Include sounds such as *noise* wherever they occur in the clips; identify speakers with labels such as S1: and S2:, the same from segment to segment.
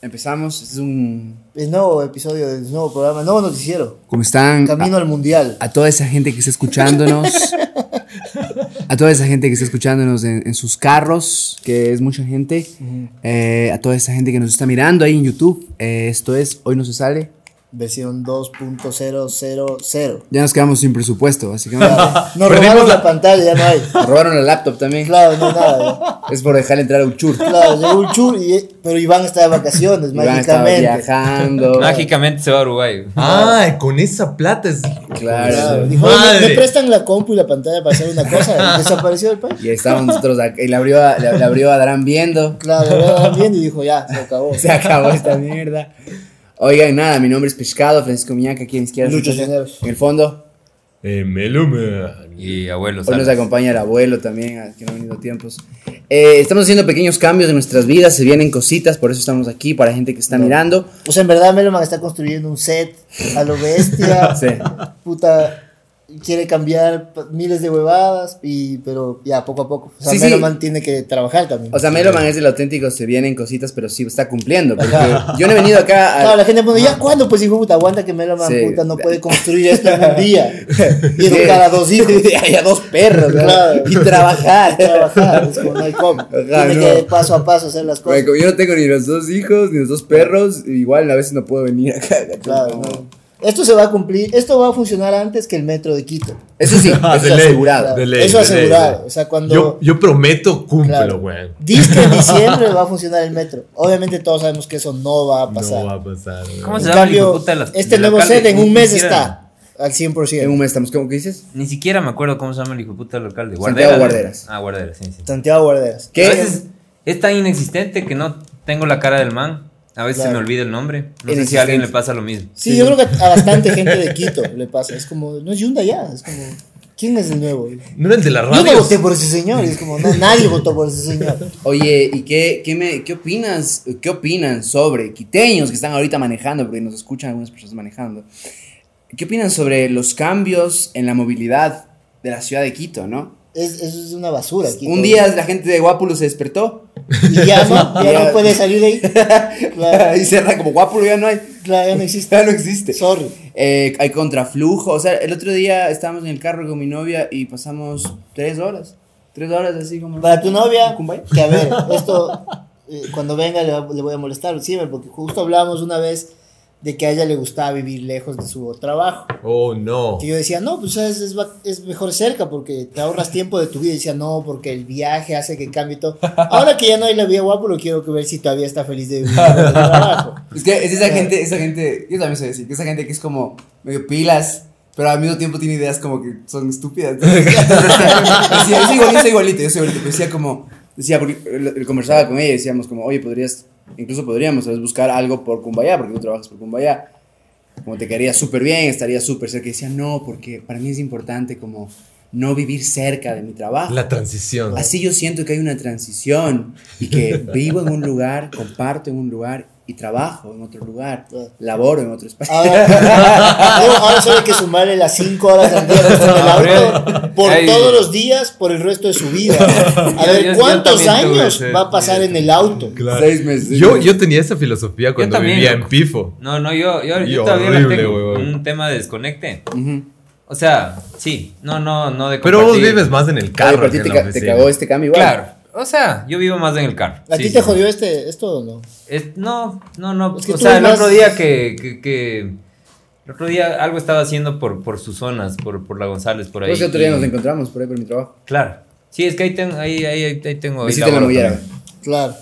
S1: Empezamos, es un...
S2: El nuevo episodio del nuevo programa, nuevo noticiero.
S1: ¿Cómo están?
S2: Camino al mundial.
S1: A, a toda esa gente que está escuchándonos. a toda esa gente que está escuchándonos en, en sus carros, que es mucha gente. Eh, a toda esa gente que nos está mirando ahí en YouTube. Eh, esto es Hoy No Se Sale.
S2: Versión 2.000.
S1: Ya nos quedamos sin presupuesto,
S2: *laughs*
S1: básicamente.
S2: Nos robaron la... pantalla, ya no hay.
S1: Robaron la laptop también.
S2: Claro, no nada.
S1: Es por dejar entrar a Uchur.
S2: Claro, llegó un chur, y- pero Iván está de vacaciones,
S1: Iván estaba
S2: mágicamente.
S1: viajando.
S3: Mágicamente se va a Uruguay.
S4: Ah, con esa plata es.
S2: Claro,
S1: Claro.
S2: dijo, "Oye,
S4: Madre.
S2: ¿me prestan la compu y la pantalla para hacer una cosa? Y desapareció del país.
S1: Y estábamos nosotros acá, y la abrió, a, la, la abrió a Adrán viendo.
S2: Claro, lo daban bien y dijo, ya, se
S1: *laughs*
S2: acabó.
S1: Se acabó esta mierda. Oigan, nada, mi nombre es Pescado, Francisco Miñaca, quien quiera.
S2: Lucho Cisneros.
S1: En el fondo.
S4: Eh, Melome.
S3: Y abuelos.
S1: Hoy nos acompaña el abuelo también, a- que no ha venido a tiempos. Eh, estamos haciendo pequeños cambios en nuestras vidas, se vienen cositas, por eso estamos aquí, para gente que está mirando.
S2: O sea, en verdad Meloman está construyendo un set a lo bestia.
S1: Sí.
S2: Puta, quiere cambiar pa- miles de huevadas, y, pero ya, poco a poco. O sea,
S1: Sí, sí.
S2: Meloman tiene que trabajar también.
S1: O sea, Meloman es el auténtico, se vienen cositas, pero sí está cumpliendo. Porque yo no he venido acá a-
S2: Claro, la gente pone, ¿ya cuándo? Pues hijo puta, aguanta que Meloman
S1: Sí.
S2: puta
S1: *laughs*
S2: no puede construir esto en un día. Y
S1: Sí.
S2: educar a
S1: *laughs*
S2: dos hijos.
S1: *laughs* y a dos perros, ¿no?
S2: Claro.
S1: y trabajar.
S2: Trabajar, es como no hay cómo.
S1: Ajá,
S2: Tiene
S1: no.
S2: que de paso a paso hacer las
S1: Bueno,
S2: cosas.
S1: como yo no tengo ni los dos hijos, ni los dos perros, igual a veces no puedo venir acá. entonces,
S2: Claro,
S1: no.
S2: no. Esto se va a cumplir, esto va a funcionar antes que el metro de Quito.
S1: Eso
S2: *laughs*
S1: sí,
S4: Ah,
S1: eso
S4: de ley,
S1: asegurado.
S2: Claro,
S4: de ley,
S2: Eso
S4: de ley,
S2: asegurado.
S4: de ley.
S2: O sea, cuando.
S4: Yo, yo prometo
S2: Claro.
S4: cúmplo, weón.
S2: Dice
S3: *laughs*
S2: que en diciembre va a funcionar el metro. Obviamente todos sabemos que eso no va a pasar.
S4: No va a pasar. weón.
S3: ¿Cómo
S2: En
S3: se llama el
S2: cambio,
S3: hijo puta de las-
S2: este
S3: del
S2: nuevo
S3: alcalde?
S2: set en
S3: Ni
S2: un mes
S3: siquiera-
S2: está al 100%.
S1: En un mes estamos, ¿cómo que dices?
S3: Ni siquiera me acuerdo cómo se llama el hijo puta del alcalde.
S1: Santiago
S3: ¿no?
S1: Guarderas.
S3: Ah, Guarderas, sí, sí.
S2: Santiago Guarderas.
S1: ¿Qué?
S3: A veces es tan inexistente que no tengo la cara del man. A veces se
S2: Claro.
S3: me olvida el nombre. No sé si
S1: Inexistente.
S3: a alguien le pasa lo mismo.
S2: Sí, yo creo que
S1: *laughs*
S2: a bastante gente de Quito le pasa. Es como, no es Yunda ya. Es como, ¿quién es el nuevo? Yo
S4: ¿No era el de la
S2: no
S4: radio?
S2: voté por ese señor. Y es como, no,
S1: *laughs*
S2: nadie votó por ese señor.
S1: Oye, ¿y qué, qué, me, qué opinas? ¿Qué opinan sobre quiteños que están ahorita manejando? Porque nos escuchan algunas personas manejando. ¿Qué opinan sobre los cambios en la movilidad de la ciudad de Quito, no?
S2: Es, eso es una basura. Quito.
S1: Un día la gente de Guápulo se despertó *laughs*
S2: Y ya no, ya
S1: Ya.
S2: no puede salir
S1: *laughs*
S2: de ahí. Claro,
S1: y cerra como Guápulo ya no hay,
S2: claro, ya no existe.
S1: ya no existe.
S2: Sorry.
S1: Eh, hay contraflujo, o sea, el otro día estábamos en el carro con mi novia y pasamos tres horas, tres horas así como...
S2: Para tu novia,
S1: Cumbay.
S2: que a ver, esto eh, cuando venga le, va- le voy a molestar, sí, porque justo hablábamos una vez de que a ella le gustaba vivir lejos de su trabajo.
S4: Oh, no.
S2: Que yo decía, no, pues es, es va- es mejor cerca porque te ahorras tiempo de tu vida. Y decía, no, porque el viaje hace que cambie todo. Ahora que ya no hay la vía guapo, lo quiero que ver si todavía está feliz de vivir lejos de su trabajo.
S1: Es que es esa gente, esa gente, yo también soy así, que esa gente que es como medio pilas, pero al mismo tiempo tiene ideas como que son estúpidas. *laughs* Entonces, decía, yo soy igualito, soy igualito, yo soy igualito, pero decía como, decía, porque eh, lo- conversaba con ella y decíamos como, oye, podrías, incluso podríamos tal vez, buscar algo por Cumbayá, porque tú trabajas por Cumbayá, como te quedaría súper bien, estaría súper cerca. Y decía, no, porque para mí es importante como no vivir cerca de mi trabajo.
S4: La transición.
S1: ah, Así yo siento que hay una transición y que
S4: *laughs*
S1: vivo en un lugar, comparto en un lugar y trabajo en otro lugar, laboro en otro espacio.
S2: Ahora, no, Ah. ahora solo hay que sumarle las 5 horas al día que está en el auto por
S3: Ay.
S2: todos los días, por el resto de su vida. A
S3: Yo-
S2: ver,
S3: yo- yo
S2: ¿cuántos
S3: también tuve
S2: años
S3: ese-
S2: va a pasar en el auto?
S4: Claro.
S1: Seis meses.
S4: Yo, yo tenía esa filosofía cuando
S3: también,
S4: vivía
S3: loco.
S4: en Pifo.
S3: No, no, yo, yo, yo
S4: Y
S3: todavía
S4: horrible,
S3: la tengo.
S4: huevón.
S3: Un tema de desconecte.
S1: Ujú.
S3: O sea, sí. No, no, no de
S4: Pero vos
S3: compartir.
S4: vives más en el
S1: Oye,
S4: carro.
S1: pero a ti
S4: que en
S1: te,
S4: la
S1: ca- te
S4: oficina.
S1: cagó este cambio igual.
S3: Claro. O sea, yo vivo más en el carro.
S2: ¿A
S3: Sí,
S2: ti
S3: sí,
S2: te
S3: sí.
S2: jodió este, esto o no?
S3: Es- no, no, no.
S2: Es que
S3: o
S2: tú eres
S3: sea, el
S2: más-
S3: otro día que, que- que- El otro día algo estaba haciendo por, por sus zonas, por, por la González, por ahí.
S1: Creo que otro día
S3: y-
S1: nos encontramos por ahí por mi trabajo.
S3: Claro. Sí, es que ahí, ten- ahí, ahí, ahí- ahí tengo. ahí
S1: Me hiciste la
S3: laboro
S1: mollera.
S3: también.
S2: Claro.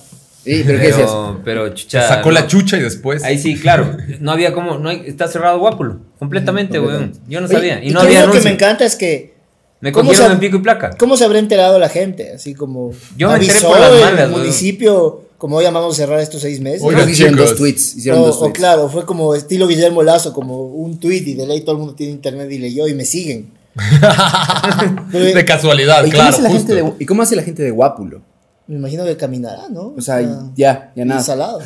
S1: Sí, pero ¿qué decías?
S3: Pero, pero
S4: Te
S3: chucha.
S4: Sacó la
S3: no.
S4: chucha y después.
S3: Ahí
S4: *laughs*
S3: sí, claro. No había como. No hay- está cerrado Guápulo. Completamente, weón. Yo no sabía.
S2: Oye,
S3: Y, no
S2: qué es
S3: había
S2: lo que me
S3: anuncio.
S2: encanta es que,
S3: Me
S2: ¿Cómo
S3: cogieron
S2: se-
S3: en pico y placa.
S2: ¿cómo se habrá enterado la gente? Así como
S3: Yo me enteré
S2: avisó
S3: por las
S2: el
S3: malas, güey.
S2: municipio, como hoy llamamos cerrar estos seis meses.
S4: Oigan,
S1: Creo que hicieron
S4: chicos.
S1: dos tweets. Hicieron
S2: O,
S1: dos
S2: o
S1: tweets.
S2: Oh, claro, fue como estilo Guillermo Lazo, como un tweet y de ley todo el mundo tiene internet y leyó y me siguen. Pero,
S4: de casualidad,
S1: Oye, ¿cómo
S4: claro.
S1: hace la
S4: justo.
S1: gente de- ¿Y cómo hace la gente de Guápulo?
S2: me imagino que caminará, ¿no?
S1: O sea,
S2: Ah.
S1: ya, *laughs* ya nada.
S3: *laughs*
S2: Salado.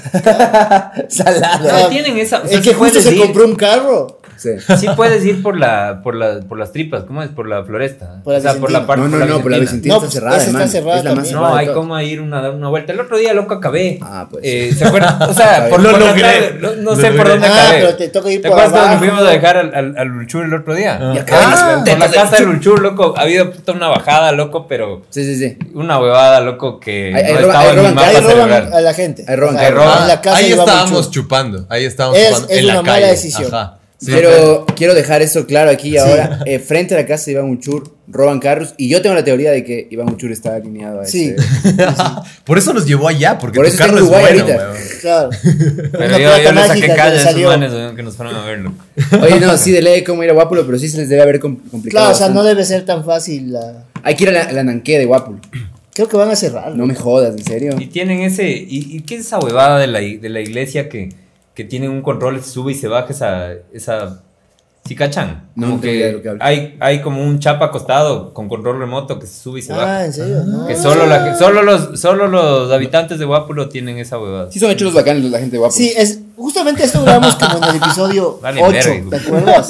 S1: Salado.
S3: No tienen esa. o sea,
S2: el que
S3: se puede
S2: justo se
S3: decir-
S2: compró un carro.
S1: Sí.
S3: Sí puedes ir por la, por la, por las tripas, ¿cómo es? Por la floresta.
S2: Por la
S3: o sea, por la
S2: Vicentina.
S3: parte
S1: no,
S3: por
S1: no,
S3: la
S1: no, pero la
S3: Vicentina.
S1: Vicentina
S2: No,
S1: está cerrada,
S2: esa está
S1: hermano.
S2: cerrada
S1: es la más
S2: también.
S3: No, hay
S1: como
S3: como ir una, dar una vuelta. El otro día, loco, acabé.
S1: Ah, pues.
S3: Eh, ¿Se acuerdan? O sea, por
S4: Lo
S3: por la
S4: logré.
S3: tarde, no- no
S4: Lo
S3: sé por
S4: logré.
S3: dónde
S2: Ah,
S3: acabé.
S2: pero te toca ir
S3: ¿Te
S2: por
S3: acuerdas cuando
S2: abajo.
S3: fuimos a dejar al, al, al Ulchur el otro día?
S4: Ah.
S1: Y acá
S3: Ah,
S1: dice,
S3: por la
S1: "Tetas del
S3: casa del
S1: Ulchur".
S3: Ulchur, loco. Ha habido puta una bajada, loco, pero
S1: Sí, sí, sí.
S3: una huevada, loco, que
S1: Ahí- ahí
S3: no
S1: roban-
S3: estaba
S1: ahí
S3: en mi
S1: roban-
S3: mapa
S1: ahí
S2: Ahí roban a
S3: cerebral.
S2: la gente.
S1: Ahí roban,
S2: O sea,
S3: ahí roban.
S2: en la casa
S4: Ah, ahí
S2: iba mucho.
S4: estábamos chupando, ahí estábamos
S2: Es-
S4: chupando
S2: es
S4: en
S2: una
S4: la
S2: mala
S4: calle.
S2: decisión.
S4: Ajá. Sí,
S1: Pero quiero dejar eso claro aquí y ahora. Eh, frente a la casa de Iván Uchur roban carros. Y yo tengo la teoría de que Iván Uchur está alineado a
S2: Sí.
S1: ese-
S4: Por eso nos llevó allá, porque
S1: Por
S4: tu
S1: eso está
S4: carro
S1: en
S4: es
S1: Uruguay
S4: bueno,
S1: ahorita.
S4: weón.
S3: *laughs*
S2: Claro.
S3: Pero
S2: Una
S3: yo, yo
S2: plata
S3: le
S2: mágica
S3: saqué
S2: que
S3: calle
S2: le
S3: a esos
S2: salió.
S3: manes weón, que nos fueron a ver, loco.
S1: Oye, no, sí, de ley cómo ir a Guápulo, pero sí se les debe haber com- complicado.
S2: Claro, o sea, no
S1: bastante.
S2: debe ser tan fácil. la-
S1: Hay que ir a la, a la Nanqué de Guápulo.
S2: Creo que van a cerrar.
S1: No me jodas, en serio.
S3: Y tienen ese. ¿Y, y qué es esa huevada de la, i- de la iglesia que, que tienen un control, se sube y se baja esa. esa ¿Sí cachan?
S1: No,
S3: Como
S1: no tengo idea de lo que hablas.
S3: hay, hay como un chapa acostado con control remoto que se sube y se
S2: Ah,
S3: baja.
S2: en serio. No.
S3: Que solo, la, que- solo, los, solo los habitantes de Guápulo tienen esa huevada.
S1: Sí son hechos los bacanes la gente de Guápulo.
S2: Sí, es, justamente esto hablamos como en el episodio
S3: *laughs* Vale
S2: 8,
S3: verga, hijo.
S2: ¿te
S3: *laughs*
S2: acuerdas?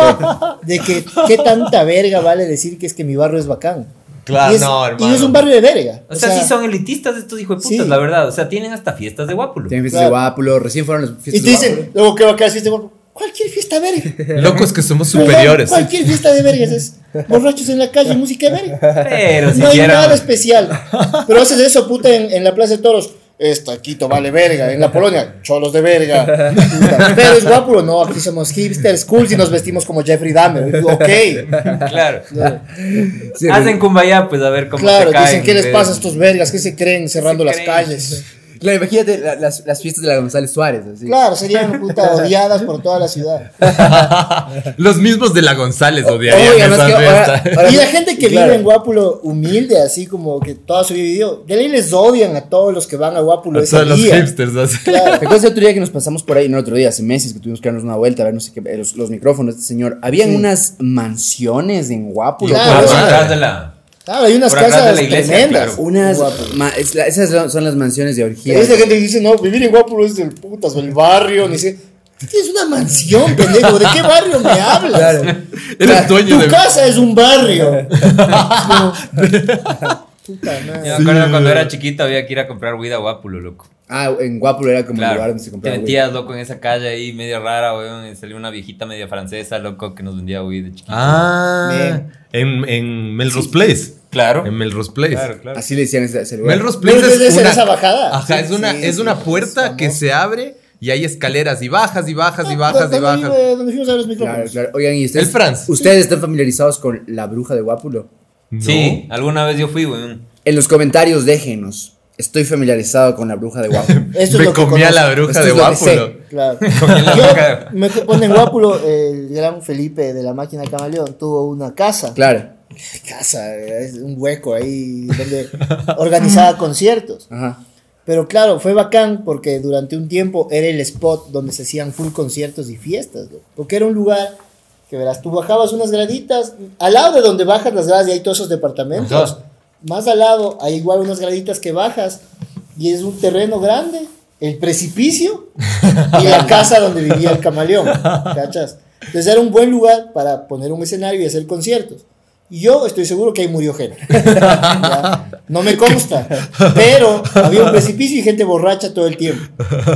S2: De que qué tanta verga vale decir que es que mi barrio es bacán.
S4: Claro,
S2: y es,
S4: no,
S2: y
S4: hermano.
S2: es un barrio de verga.
S3: Ah, O sea, sí son elitistas estos hijos de putas,
S2: sí.
S3: la verdad. O sea, tienen hasta fiestas de Guápulo.
S1: Tienen fiestas de
S2: Claro.
S1: Guápulo, recién fueron las
S2: Y
S1: fiestas de
S2: te dicen, luego que bacán, fiesta, de- cualquier fiesta verga.
S4: Locos que somos
S2: Perdón,
S4: superiores.
S2: Cualquier fiesta de vergas es borrachos en la calle, música de verga. *laughs*
S3: Pero si
S2: No hay
S3: vieran-
S2: nada especial. Pero haces eso, puta, en, en la Plaza de Toros. Esta, Quito vale verga. En la Polonia, cholos de verga. Puta, Pero es guapo, no. Aquí somos hipsters, cool y nos vestimos como Jeffrey Dahmer.
S4: *laughs*
S2: Ok.
S3: *laughs*
S2: *laughs*
S3: Claro.
S1: Guápulo. Sí,
S3: Hacen cumbaya, pues a ver cómo
S2: Claro,
S3: se caen,
S2: dicen, ¿qué les
S4: eh.
S3: pero-
S2: pasa a estos vergas? ¿Qué se creen cerrando
S3: Se
S2: las
S3: creen.
S2: calles?
S1: Claro, imagínate la- las, las fiestas de la González Suárez. Así.
S2: Claro, serían puta odiadas por toda la ciudad.
S4: Los mismos de la González
S2: Oh,
S4: odiarían
S1: Oigan,
S4: esa
S1: es que ahora,
S4: fiesta.
S1: ahora-
S2: Y la gente que
S1: claro.
S2: vive en Guápulo humilde, así como que toda su vida vivió, de ley les odian a todos los que van a Guápulo
S4: *laughs* A
S2: ese
S4: todos los
S2: día.
S4: hipsters. así.
S1: ¿Te acuerdas del otro día que nos pasamos por ahí? No, el otro día, hace meses que tuvimos que darnos una vuelta a ver, no sé qué, eh, los, los micrófonos de este señor. Habían
S2: Sí.
S1: unas mansiones en Guápulo.
S2: Claro,
S3: Ah,
S1: pero-
S3: por
S4: madre.
S3: atrás de la-
S2: Claro, hay unas
S3: Por atrás de
S2: casas
S3: la iglesia,
S2: tremendas.
S3: claro.
S1: Unas,
S2: Guápulo.
S1: ma- es la- esas son- son las mansiones de
S2: Y
S1: orgía.
S2: hay esa gente que dice, no, vivir en Guápulo es del putas, o el barrio, ni sé. "Tú Tienes una mansión, pendejo, ¿de qué barrio me hablas?
S4: Eres dueño
S2: Tu
S4: de.
S2: casa es un barrio. No. Puta madre.
S3: Yo me acuerdo cuando era chiquito había que ir a comprar weed a Guápulo, loco.
S1: Ah, en Guápulo era como el lugar
S3: Claro.
S1: donde se
S3: Te
S1: compraba. güey.
S3: metías, loco, en esa calle ahí, media rara, weón. Y salió una viejita media francesa, loco, que nos vendía weed de chiquito.
S4: Ah,
S2: Bien.
S4: en, en Melrose Place.
S3: Claro.
S4: En Melrose Place.
S3: Claro, claro.
S1: Así le decían ese, ese lugar.
S4: Melrose
S2: Pero
S4: Place
S2: debe
S4: es
S2: ser
S4: una,
S2: esa bajada.
S4: Ajá,
S2: Sí,
S4: es una,
S2: sí,
S4: es
S2: sí, Ah,
S4: una
S2: es
S4: puerta que
S2: famoso.
S4: se abre y hay escaleras y bajas y bajas y bajas
S2: ¿Dónde
S4: y bajas.
S2: vive- dónde fuimos a ver los
S1: Claro,
S2: micrófonos?
S1: claro. Oigan, ¿y ustedes,
S4: El Franz.
S1: ustedes están familiarizados con la bruja de Guápulo?
S4: No.
S3: Sí, alguna vez yo fui, weón.
S1: En los comentarios déjenos. Estoy familiarizado con la bruja de
S3: *laughs*
S1: Guápulo.
S2: Esto es
S4: Me
S2: lo que
S4: comía la
S2: conozco.
S4: bruja
S1: Esto
S4: de
S1: es lo que sé.
S4: Guápulo.
S2: Claro.
S3: la
S2: Yo
S3: boca.
S2: me pone en Guápulo, el gran Felipe de la máquina Camaleón tuvo una casa.
S1: claro.
S2: Casa, es un hueco ahí donde organizaba conciertos.
S1: Ajá.
S2: Pero claro, fue bacán porque durante un tiempo era el spot donde se hacían full conciertos y fiestas, güey. Porque era un lugar que verás, tú bajabas unas graditas, al lado de donde bajas las gradas y hay todos esos departamentos,
S3: Ajá.
S2: más al lado hay igual unas graditas que bajas y es un terreno grande, el precipicio y la casa donde vivía el camaleón, ¿cachas? Entonces era un buen lugar para poner un escenario y hacer conciertos. Y yo estoy seguro que ahí murió gente. *laughs* Ya, No me consta, pero había un precipicio y gente borracha todo el tiempo.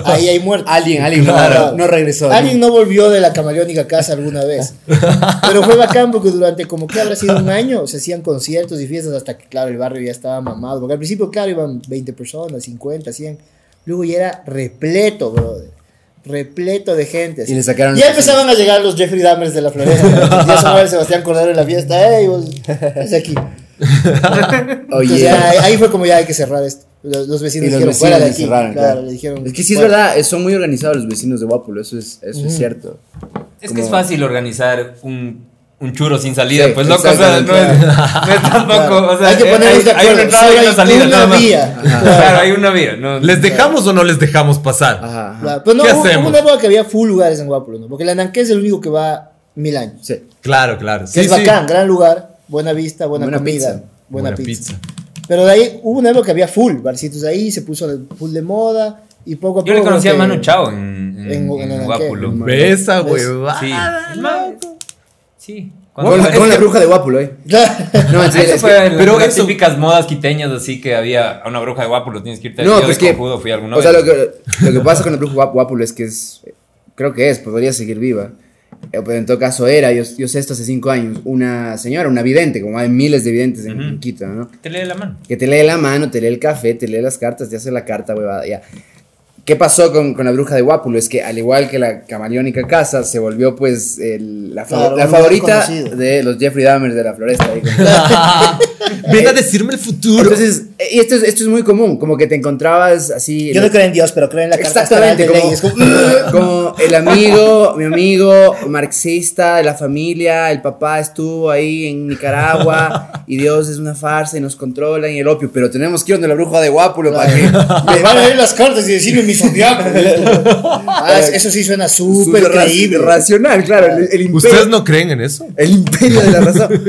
S2: Ahí hay muertos.
S1: Alguien, alguien no-
S2: Claro.
S1: no, regresó. ¿no?
S2: Alguien no volvió de la camaleónica casa alguna vez. Pero fue bacán porque durante como que habrá sido un año se hacían conciertos y fiestas hasta que, claro, el barrio ya estaba mamado. Porque al principio, claro, iban 20 personas, 50, 100. Luego ya era repleto, brother. Repleto de gente.
S1: Y le sacaron-
S2: Ya empezaban a llegar los Jeffrey Dahmers de
S1: *laughs*
S2: la floresta. ya sonaba el Sebastián Cordero en la fiesta. ¡Ey, vos! Es aquí.
S1: Oye.
S2: Entonces, ya, ahí fue como ya hay que cerrar esto. Los, los
S1: Y
S2: vecinos
S1: los
S2: dijeron
S1: vecinos
S2: fuera de
S1: le
S2: aquí.
S1: cerraron,
S2: claro,
S1: claro.
S2: le dijeron.
S1: Es que sí es
S2: "Fuera".
S1: verdad, eh, son muy organizados los vecinos de Guápulo, eso es, eso
S3: Mm.
S1: es cierto.
S3: Es
S1: Como-
S3: que es fácil organizar un, un churo sin salida,
S1: Sí,
S3: pues loco, o sea, no es,
S1: exactamente.
S3: no es tampoco, o sea,
S2: Hay que
S3: eh,
S2: ponernos de
S3: hay una
S2: acuerdo,
S3: entrada y
S2: solo
S3: una
S2: hay
S3: salida,
S2: una
S3: nada más.
S2: vía. Ajá.
S3: Claro, hay una vía. no-
S4: ¿Les dejamos o no les dejamos pasar?
S1: Ajá. ajá.
S2: Claro, pero no,
S4: ¿Qué
S2: hubo-
S4: hacemos?
S2: hubo una época que había full lugares en Guapulo, ¿no? Porque la Nanqué es el único que va mil años.
S1: Sí.
S4: Claro, claro.
S2: Que es bacán, gran lugar, buena vista, buena,
S1: Buena
S2: comida,
S1: pizza.
S2: buena, pizza. Pero de ahí hubo una época que había full barcitos ahí, se puso de- full de moda y poco a poco.
S3: Yo le conocí a
S2: como que- *laughs*
S3: Manu Chao en, en
S2: en, en, el
S3: Guápulo.
S2: Anquel.
S3: Ve,
S4: Ve esa
S2: Es-
S4: huevada.
S3: Sí. Sí. Cuando-
S1: Con, la-
S3: es
S1: con la
S3: que-
S1: bruja de Guápulo, eh. No, en serio,
S3: *laughs* eso
S1: es
S3: fue
S1: que-
S3: en
S1: pero
S3: las
S1: eso.
S3: típicas modas quiteñas, así que había a una bruja de guapo, lo tienes que irte
S1: No,
S3: yo
S1: pues
S3: de
S1: que.
S3: cojudo fui alguna
S1: o sea,
S3: vez.
S1: lo que, lo que pasa con la bruja guap- Guápulo es que es. Creo que es, podría seguir viva. Eh, Pero en todo caso era, yo, yo sé esto hace cinco años, una señora, una vidente, como hay miles de videntes en, en
S3: Ujú.
S1: Quito, ¿no?
S3: Te lee la mano.
S1: Que te lee la mano, te lee el café, te lee las cartas, te hace la carta, huevada, ya. ¿Qué pasó con, con la bruja de Guápulo? Es que al igual que la camaleónica casa, se volvió pues el- la, fa-
S2: Claro,
S1: la
S2: un lugar
S1: favorita
S2: conocido.
S1: de los Jeffrey Dahmer de la floresta.
S2: *laughs*
S1: ahí con-
S4: *laughs* Ven a decirme el futuro.
S1: Entonces, eh, y esto es, esto es muy común, como que te encontrabas así...
S2: Yo no creo en Dios, pero creo en la carta astral
S1: Exactamente,
S2: de
S1: como,
S2: Leyes.
S1: *laughs*
S2: Como-
S1: como el amigo, mi amigo marxista de la familia, el papá estuvo ahí en
S2: *laughs*
S1: Nicaragua y Dios es una farsa y nos controlan y el opio, pero tenemos que ir donde la bruja de Guápulo para que...
S2: Me van a ir las cartas y decirme mi zodiaco.
S3: *laughs*
S2: Ah, es- eso sí suena *laughs* súper
S1: Súper ra-
S2: creíble.
S1: Racional, claro, el, el imperio,
S4: ¿Ustedes no creen en eso?
S1: el imperio de la razón.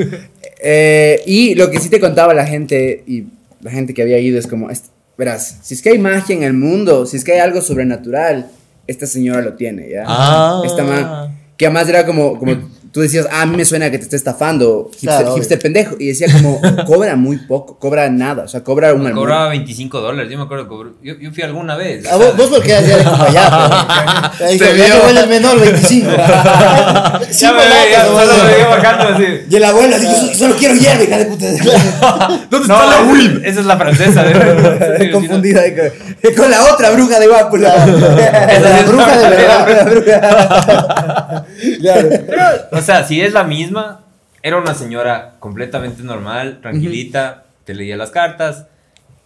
S1: Eh, y lo que sí te contaba la gente y la gente que había ido es como, "Est- verás, si es que hay magia en el mundo, si es que hay algo sobrenatural, esta señora lo tiene, ¿ya?
S4: Ah.
S1: Esta ma- Que además era como, como tú decías, ah, a mí me suena que te está estafando, hipster,
S2: Claro, obvio.
S1: hipster pendejo. Y decía como, cobra muy poco, cobra nada, o sea, cobra un almuerzo.
S3: Cobraba 25 dólares, yo me acuerdo que cobró- yo, yo fui alguna vez.
S2: Ah,
S3: o sea,
S2: vos, vos porque eras ya de
S3: *laughs*
S2: Cumbayá, pero- Ahí
S4: Te
S2: dijo, ya
S4: vio.
S2: te huele el menor, 25.
S3: ya
S2: Cinco
S3: me ve, ya
S2: latas,
S3: solo
S2: vos.
S3: me veía bajando
S1: *laughs*
S3: así.
S1: Y el abuelo, así, "Yo so- solo quiero hierba, hija de *laughs* puta.
S4: ¿Dónde
S3: No,
S4: está la
S3: esa-
S4: Will?
S3: esa es la
S1: *laughs*
S3: francesa. ¿verdad? Sí,
S1: Confundida ahí con, con la otra bruja de Guápula. *laughs*
S2: La bruja de verdad.
S1: La bruja. Claro.
S3: O sea, si es la misma, era una señora completamente normal, tranquilita, te leía las cartas.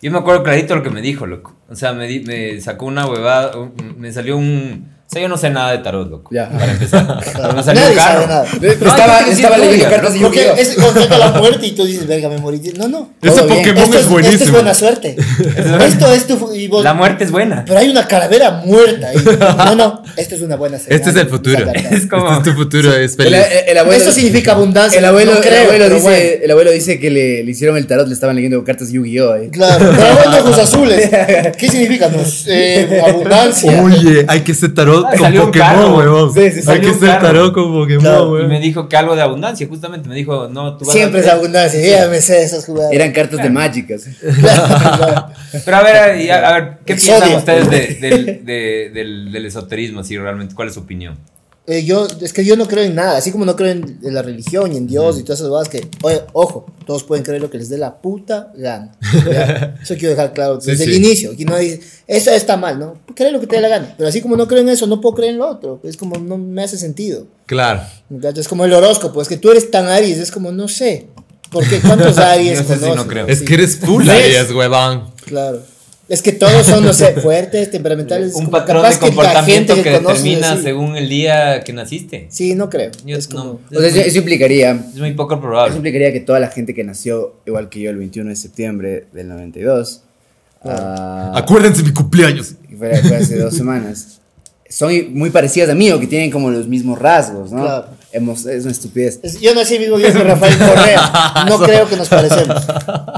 S3: Yo me acuerdo clarito lo que me dijo, loco. O sea, me, di- me sacó una huevada, un- me salió un... O sea, yo no sé nada de tarot, loco.
S1: Ya.
S3: Para *laughs* empezar. Pero me salió
S2: Nadie
S3: un carro.
S2: sabe nada.
S1: Estaba, estaba leyendo cartas y yo
S2: Porque
S1: creo.
S2: es contacta la puerta y tú dices, verga, me morí. No, no.
S4: Ese
S1: Todo bien.
S4: Pokémon es buenísimo.
S2: Esto es
S1: *laughs*
S2: buena suerte. esto es tu. Y vos,
S3: La muerte es buena.
S2: pero hay una calavera
S1: *laughs*
S2: muerta. ahí. No, no. Esto es una buena señal.
S4: Este es el futuro.
S2: Saca,
S3: Es
S2: saca.
S3: como-
S4: *laughs* Este es tu futuro, es
S1: El,
S4: feliz.
S1: *laughs* el abuelo,
S2: Esto significa abundancia.
S1: el abuelo,
S2: no creo,
S1: el, abuelo
S2: pero
S1: dice,
S2: bueno.
S1: el abuelo dice que le, le hicieron el tarot, le estaban leyendo cartas Yu-Gi-Oh! eh. ahí. *laughs*
S2: Claro, dragón de ojos azules. ¿Qué significa? No, eh, abundancia.
S4: Oye, hay que ser tarot
S3: Ay,
S4: con
S3: salió un
S4: Pokémon,
S3: carro.
S4: huevón.
S1: Sí, sí,
S4: Hay
S3: salió
S4: que
S3: un
S4: ser
S3: carro.
S4: tarot con Pokémon,
S2: Claro,
S3: Y me
S4: huevón.
S3: dijo que algo de abundancia, justamente. Me dijo, no, tú vas a-
S2: Siempre es abundancia. Ya me sé esas jugadas.
S1: Eran cartas de mágicas.
S2: *laughs* Claro,
S3: Pero a ver, y a, a ver, ¿qué
S2: El
S3: piensan
S2: sodio.
S3: ustedes de- del, de- del, del esoterismo, así realmente? ¿Cuál es su opinión?
S2: Eh, yo, es que yo no creo en nada, así como no creo en, en la religión y en Dios
S3: Mm.
S2: y todas esas cosas que, oye, ojo, todos pueden creer lo que les dé la puta
S3: *laughs*
S2: gana. ¿ya? Eso quiero dejar claro
S4: Sí,
S2: desde el
S4: sí.
S2: inicio. Aquí no dice, eso está mal, ¿no? Cree lo que te dé la gana. Pero así como no creo en eso, no puedo creer en lo otro. Es como, no me hace sentido.
S4: Claro.
S2: ¿me cachas? Es como el horóscopo, es que tú eres tan Aries, es como, no sé. Porque
S3: *laughs*
S2: cuántos Aries
S3: No sé si no
S2: conoces?
S3: creo.
S4: Es
S2: Sí,
S4: que eres full
S2: ¿Ves?
S4: Aries, huevón.
S2: Claro. Es que todos son, no
S3: *laughs*
S2: sé, fuertes, temperamentales.
S3: Un
S2: como
S3: patrón
S2: capaz
S3: de
S2: que la
S3: comportamiento que,
S2: gente conoces,
S3: determina
S2: sí.
S3: según el día que naciste.
S2: Sí, no creo.
S3: Yo-
S2: es como...
S3: no,
S1: O sea, eso, eso implicaría.
S3: es muy poco
S1: Eso
S3: probable.
S1: implicaría que toda la gente que nació, igual que yo, el 21 de septiembre del 92, ah,
S4: Acuérdense mi cumpleaños.
S1: que fue, fue hace dos semanas, son i- muy parecidas a mí o que tienen como los mismos rasgos, ¿no?
S2: Claro.
S1: Hemos- es una estupidez.
S2: Es- Yo nací el mismo día que Rafael Correa.
S1: *laughs*
S2: No creo que nos parecemos.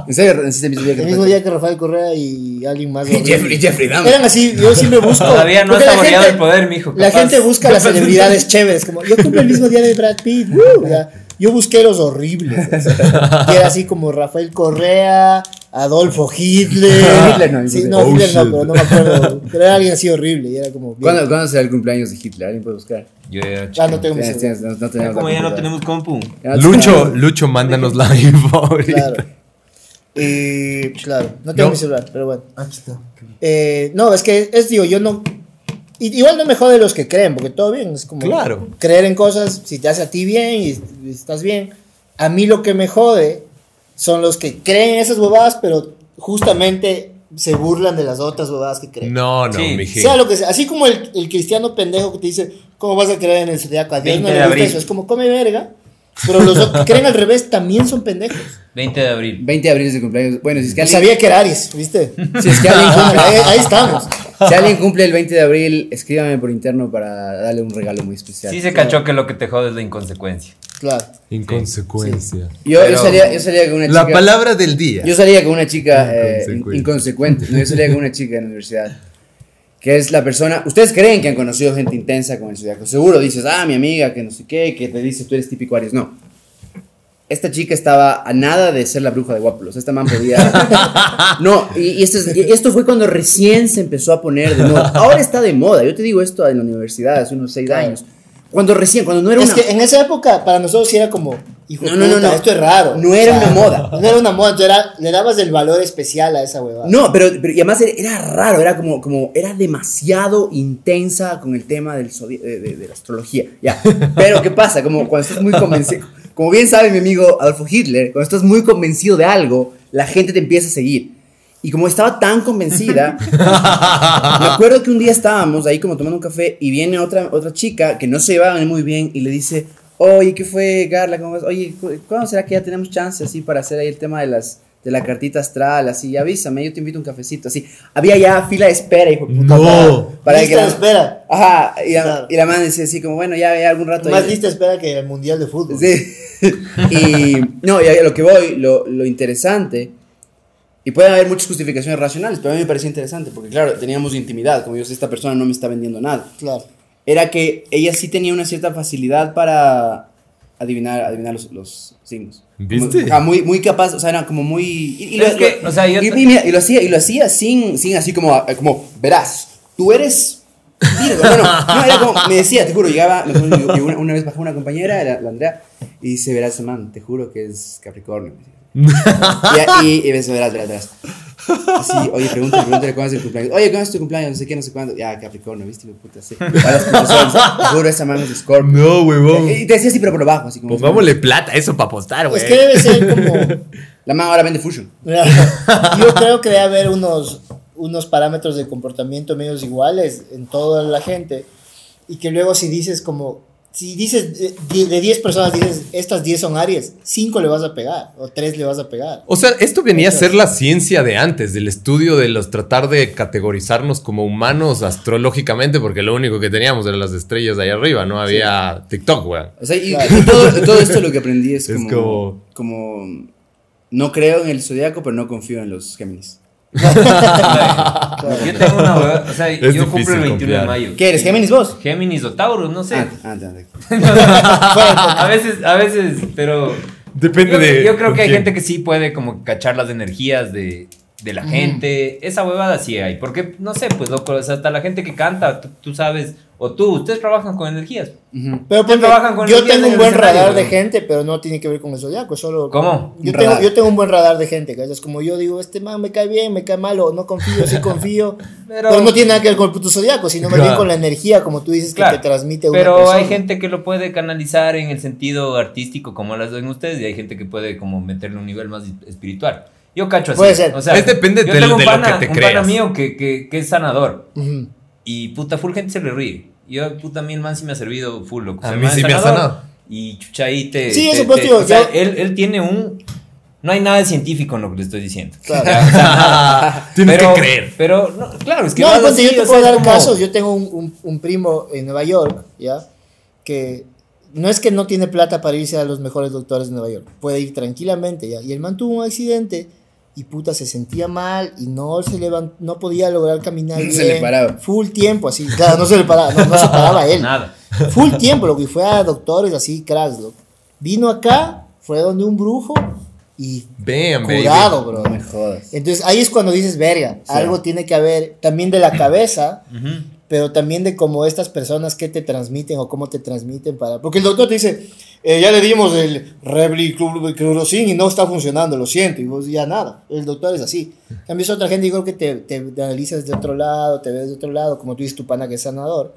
S1: ¿En serio? ¿Naciste el mismo día que nosotros?
S2: El mismo día que Rafael Correa y alguien más.
S1: Y *laughs* Jeffrey,
S2: horrible.
S1: Jeffrey Dahmer.
S2: Eran así, yo siempre busco.
S3: *laughs* Todavía no
S2: porque
S3: has
S2: la
S3: saboreado
S2: gente-
S3: el poder, mijo.
S2: La
S3: capaz.
S2: gente busca
S3: *laughs*
S2: las celebridades chéveres. Como yo cumplo el mismo día de Brad Pitt. ¡woo! O sea, yo busqué los horribles. o sea, que era así como Rafael Correa, Adolfo
S1: *laughs*
S2: Hitler.
S1: Hitler no,
S2: Sí,
S1: Hitler.
S2: no,
S4: Oh,
S2: Hitler no,
S4: shit.
S2: pero no me acuerdo. Pero era alguien así horrible. Y era como. bien.
S1: ¿Cuándo, cuándo será el cumpleaños de Hitler? ¿Alguien puede buscar?
S3: Yo era
S2: Ah, no tengo mi
S1: Tienes-
S2: celular.
S1: tienes- no- no tenemos la
S3: Como ya no
S1: computadora.
S3: tenemos compu.
S1: Ya no *laughs*
S4: Lucho,
S1: tenemos-
S4: Lucho, mándanos la info ahorita.
S2: Claro. Eh, claro, no tengo
S4: No.
S2: mi celular, pero bueno. Eh, no, es que es, digo, yo no. i- Igual no me jode los que creen, porque todo bien, es como
S4: Claro.
S2: creer en cosas, si te hace a ti bien y, y estás bien. A mí lo que me jode son los que creen esas huevadas, pero justamente se burlan de las otras huevadas que creen.
S4: No, no,
S3: Sí.
S4: miji.
S2: Sea lo que sea, así como el, el cristiano pendejo que te dice, ¿cómo vas a creer en el zodiaco? A Dios
S3: 20
S2: no
S3: de
S2: le gusta
S3: abril.
S2: eso, es como come verga, pero los o- que creen al revés también son pendejos.
S3: 20 de abril.
S1: 20 de abril es el cumpleaños. Bueno, si es que
S2: Yo
S1: alguien,
S2: sabía que era Aries, ¿viste?
S1: si es que
S3: *laughs*
S1: alguien
S2: Ah,
S1: cumple,
S2: ahí, ahí estamos.
S1: si alguien cumple el 20 de abril, escríbame por interno para darle un regalo muy especial.
S3: Sí se cachó que lo que te jode es
S2: *laughs*
S3: la inconsecuencia.
S2: Claro.
S4: Inconsecuencia.
S1: Yo, yo
S3: Pero-
S1: salía, yo salía con una chica.
S4: La palabra del día.
S1: Yo salía con una chica eh,
S4: Inconsecuente.
S1: inconsecuente. No, yo salía con una chica en la universidad. que es la persona. Ustedes creen que han conocido gente intensa con el zodiaco. Seguro dices, ah, mi amiga, que no sé qué, que te dice tú eres típico Aries. No. Esta chica estaba a nada de ser la bruja de Guapulos. Esta man podía. No, y, y este es- y esto fue cuando recién se empezó a poner de moda. Ahora está de moda. Yo te digo esto en la universidad hace unos seis
S2: Claro.
S1: años. Cuando recién, cuando no era
S2: Es
S1: una.
S2: que en esa época para nosotros sí era como, hijo
S1: No,
S2: no,
S1: no, no, no.
S2: esto es raro.
S1: No era una moda.
S2: No era una moda, entonces era- le dabas el valor especial a esa huevada.
S1: No, pero, pero- y además era, era raro, era como, como, era demasiado intensa con el tema del zodi- de, de- de la astrología, ya. Pero, ¿qué pasa? Como cuando estás muy convencido, como bien sabe mi amigo Adolfo Hitler, cuando estás muy convencido de algo, la gente te empieza a seguir. Y como estaba tan convencida, me acuerdo que un día estábamos ahí como tomando un café y viene otra, otra chica que no se llevaba muy bien y le dice, oye, ¿qué fue, Carla? ¿Cómo vas? Oye, cu- ¿cuándo será que ya tenemos chance así para hacer ahí el tema de las de la cartita astral, así, avísame, yo te invito a un cafecito, así. Había ya fila de espera, hijo. de puta,
S4: No.
S1: para- Para que
S2: lista de
S1: la,
S2: espera.
S1: ajá, y la,
S2: Claro.
S1: y la man decía así como, bueno, ya, ya algún rato.
S2: Más
S1: ahí-
S2: lista de espera que el mundial de fútbol.
S1: Sí. y no, y a lo que voy, lo, lo interesante, y pueden haber muchas justificaciones racionales, pero a mí me parecía interesante, porque claro, teníamos intimidad, como yo sé, esta persona no me está vendiendo nada.
S2: Claro.
S1: Era que ella sí tenía una cierta facilidad para adivinar, adivinar los, los signos.
S4: ¿Viste?
S1: Como- ajá, muy, muy capaz, o sea, era como muy... Y, y lo,
S3: Es que,
S1: lo-
S3: o sea, yo
S1: y-
S3: te-
S1: y mira, y lo hacía, y lo hacía sin, sin así como, eh, como, verás, tú eres... Virgo". No, no, no, era como, me decía, te juro, llegaba, me acuerdo que una, una vez bajó una compañera, la, la Andrea, y dice, verás, man, te juro que es Capricornio. y, y, y me dice, verás, verás, verás. Así, oye, pregúntale, pregúntale cuándo es el cumpleaños. Oye, ¿cuándo es tu cumpleaños? No sé qué, no sé cuándo. Ya, Capricornio, viste, hijo de puta, sí. A las profesoras, te juro, esa man es Scorpio.
S4: No, huevón.
S1: Y te decía así, pero por abajo, así como.
S4: Pongámosle plata a eso para apostar, güey.
S2: Es que debe ser como...
S1: La man ahora vende Fusion.
S2: Mira, yo creo que debe haber unos, unos parámetros de comportamiento medios iguales en toda la gente y que luego si dices como, si dices eh, die- de 10 personas, dices, estas 10 son Aries, 5 le vas a pegar o 3 le vas a pegar.
S4: O sea, esto venía a ser la ciencia de antes, del estudio de los tratar de categorizarnos como humanos astrológicamente, porque lo único que teníamos eran las estrellas de ahí arriba, no había TikTok, güey.
S1: O sea, y,
S2: Claro.
S1: y todo, todo esto lo que aprendí es
S4: Es
S1: como,
S4: como-
S1: como. No creo en el zodiaco, pero no confío en los Géminis.
S3: Yo tengo una hueva.
S4: *laughs*
S3: O sea, yo cumplo
S4: difícil
S3: el 21
S4: confiar.
S3: de mayo.
S1: ¿Qué eres, Géminis vos?
S3: Géminis o Tauro, no sé.
S1: Ah, ah, ah, ah.
S3: *laughs* a veces, a veces, pero.
S4: Depende
S3: yo,
S4: de.
S3: yo creo que hay
S4: quién. *laughs*
S3: gente que sí puede como cachar las energías de, de la gente. Esa huevada sí hay. Porque, no sé, pues loco, o sea, hasta la gente que canta, tú, tú sabes, o tú, ustedes trabajan con energías.
S1: Ujú.
S2: Pero ponte,
S3: trabajan con
S2: yo
S3: energías
S2: tengo
S3: en
S2: un
S3: el
S2: buen
S3: escenario,
S2: radar de
S3: güey.
S2: gente, pero no tiene que ver con el zodiaco, es solo...
S3: ¿Cómo?
S2: Yo
S1: Un
S2: tengo,
S1: radar.
S2: yo tengo un buen radar de gente, ¿cachas? Como yo digo, este man me cae bien, me cae mal, o no confío, sí confío.
S3: Pero-
S2: pero, no tiene nada que ver con el puto zodiaco, sino más bien
S4: Claro.
S2: con la energía, como tú dices,
S3: Claro.
S2: que te transmite una
S3: Pero
S2: persona.
S3: hay gente que lo puede canalizar en el sentido artístico, como las ven ustedes, y hay gente que puede como meterle un nivel más espiritual. Yo cacho así.
S2: Puede ser.
S3: O sea,
S4: Es depende
S3: yo
S4: del-
S3: tengo un
S4: de lo
S3: pana-
S4: que te
S3: un pana
S4: creas.
S3: mío que, que- que es sanador. *laughs*
S2: Ujú.
S3: Y puta, full gente se le ríe. Yo, puta, a mí el man sí me ha servido full, loco. O
S4: A
S3: sea, el
S4: mí
S3: man es
S4: sí me ha
S3: sanador,
S4: sanado.
S3: Y chucha ahí te.
S2: Sí,
S3: te-
S2: eso, pues,
S3: te-
S2: tío,
S3: o sea,
S2: yo-
S3: él, él tiene un. No hay nada de científico en lo que le estoy diciendo.
S2: Claro.
S3: O sea,
S4: *laughs* Tienes
S3: pero-
S4: que creer.
S3: Pero, no, claro, es que.
S2: no,
S3: vas
S2: ponte,
S3: así,
S2: yo te
S3: o
S2: puedo
S3: sea,
S2: dar
S3: como-
S2: casos. Yo tengo un, un- un primo en Nueva York, ¿ya? Que no es que no tiene plata para irse a los mejores doctores de Nueva York. Puede ir tranquilamente, ¿ya? Y el man tuvo un accidente y puta se sentía mal y no se levantó, no podía lograr
S3: *laughs*
S2: caminar
S1: No
S2: bien.
S1: se le paraba.
S2: Full tiempo, así. Claro, no se le paraba, no, no se paraba
S3: *laughs*
S2: él.
S3: Nada.
S2: Full tiempo, lo que fue a doctores así, cracks, loco. Vino acá, fue donde un brujo y
S4: Vean, baby.
S2: curado, bro.
S1: No me jodas.
S2: Entonces ahí es cuando dices, verga, algo tiene que haber también de la cabeza,
S3: Ujú.
S2: pero también de cómo estas personas que te transmiten o cómo te transmiten para... Porque el doctor te dice, eh, ya le dimos el reblicrurosin y no está funcionando, lo siento, y vos ya nada, el doctor es así. En cambio es otra gente, yo creo que te, te, te analizas de otro lado, te ves de otro lado, como tú dices, tu pana que es sanador,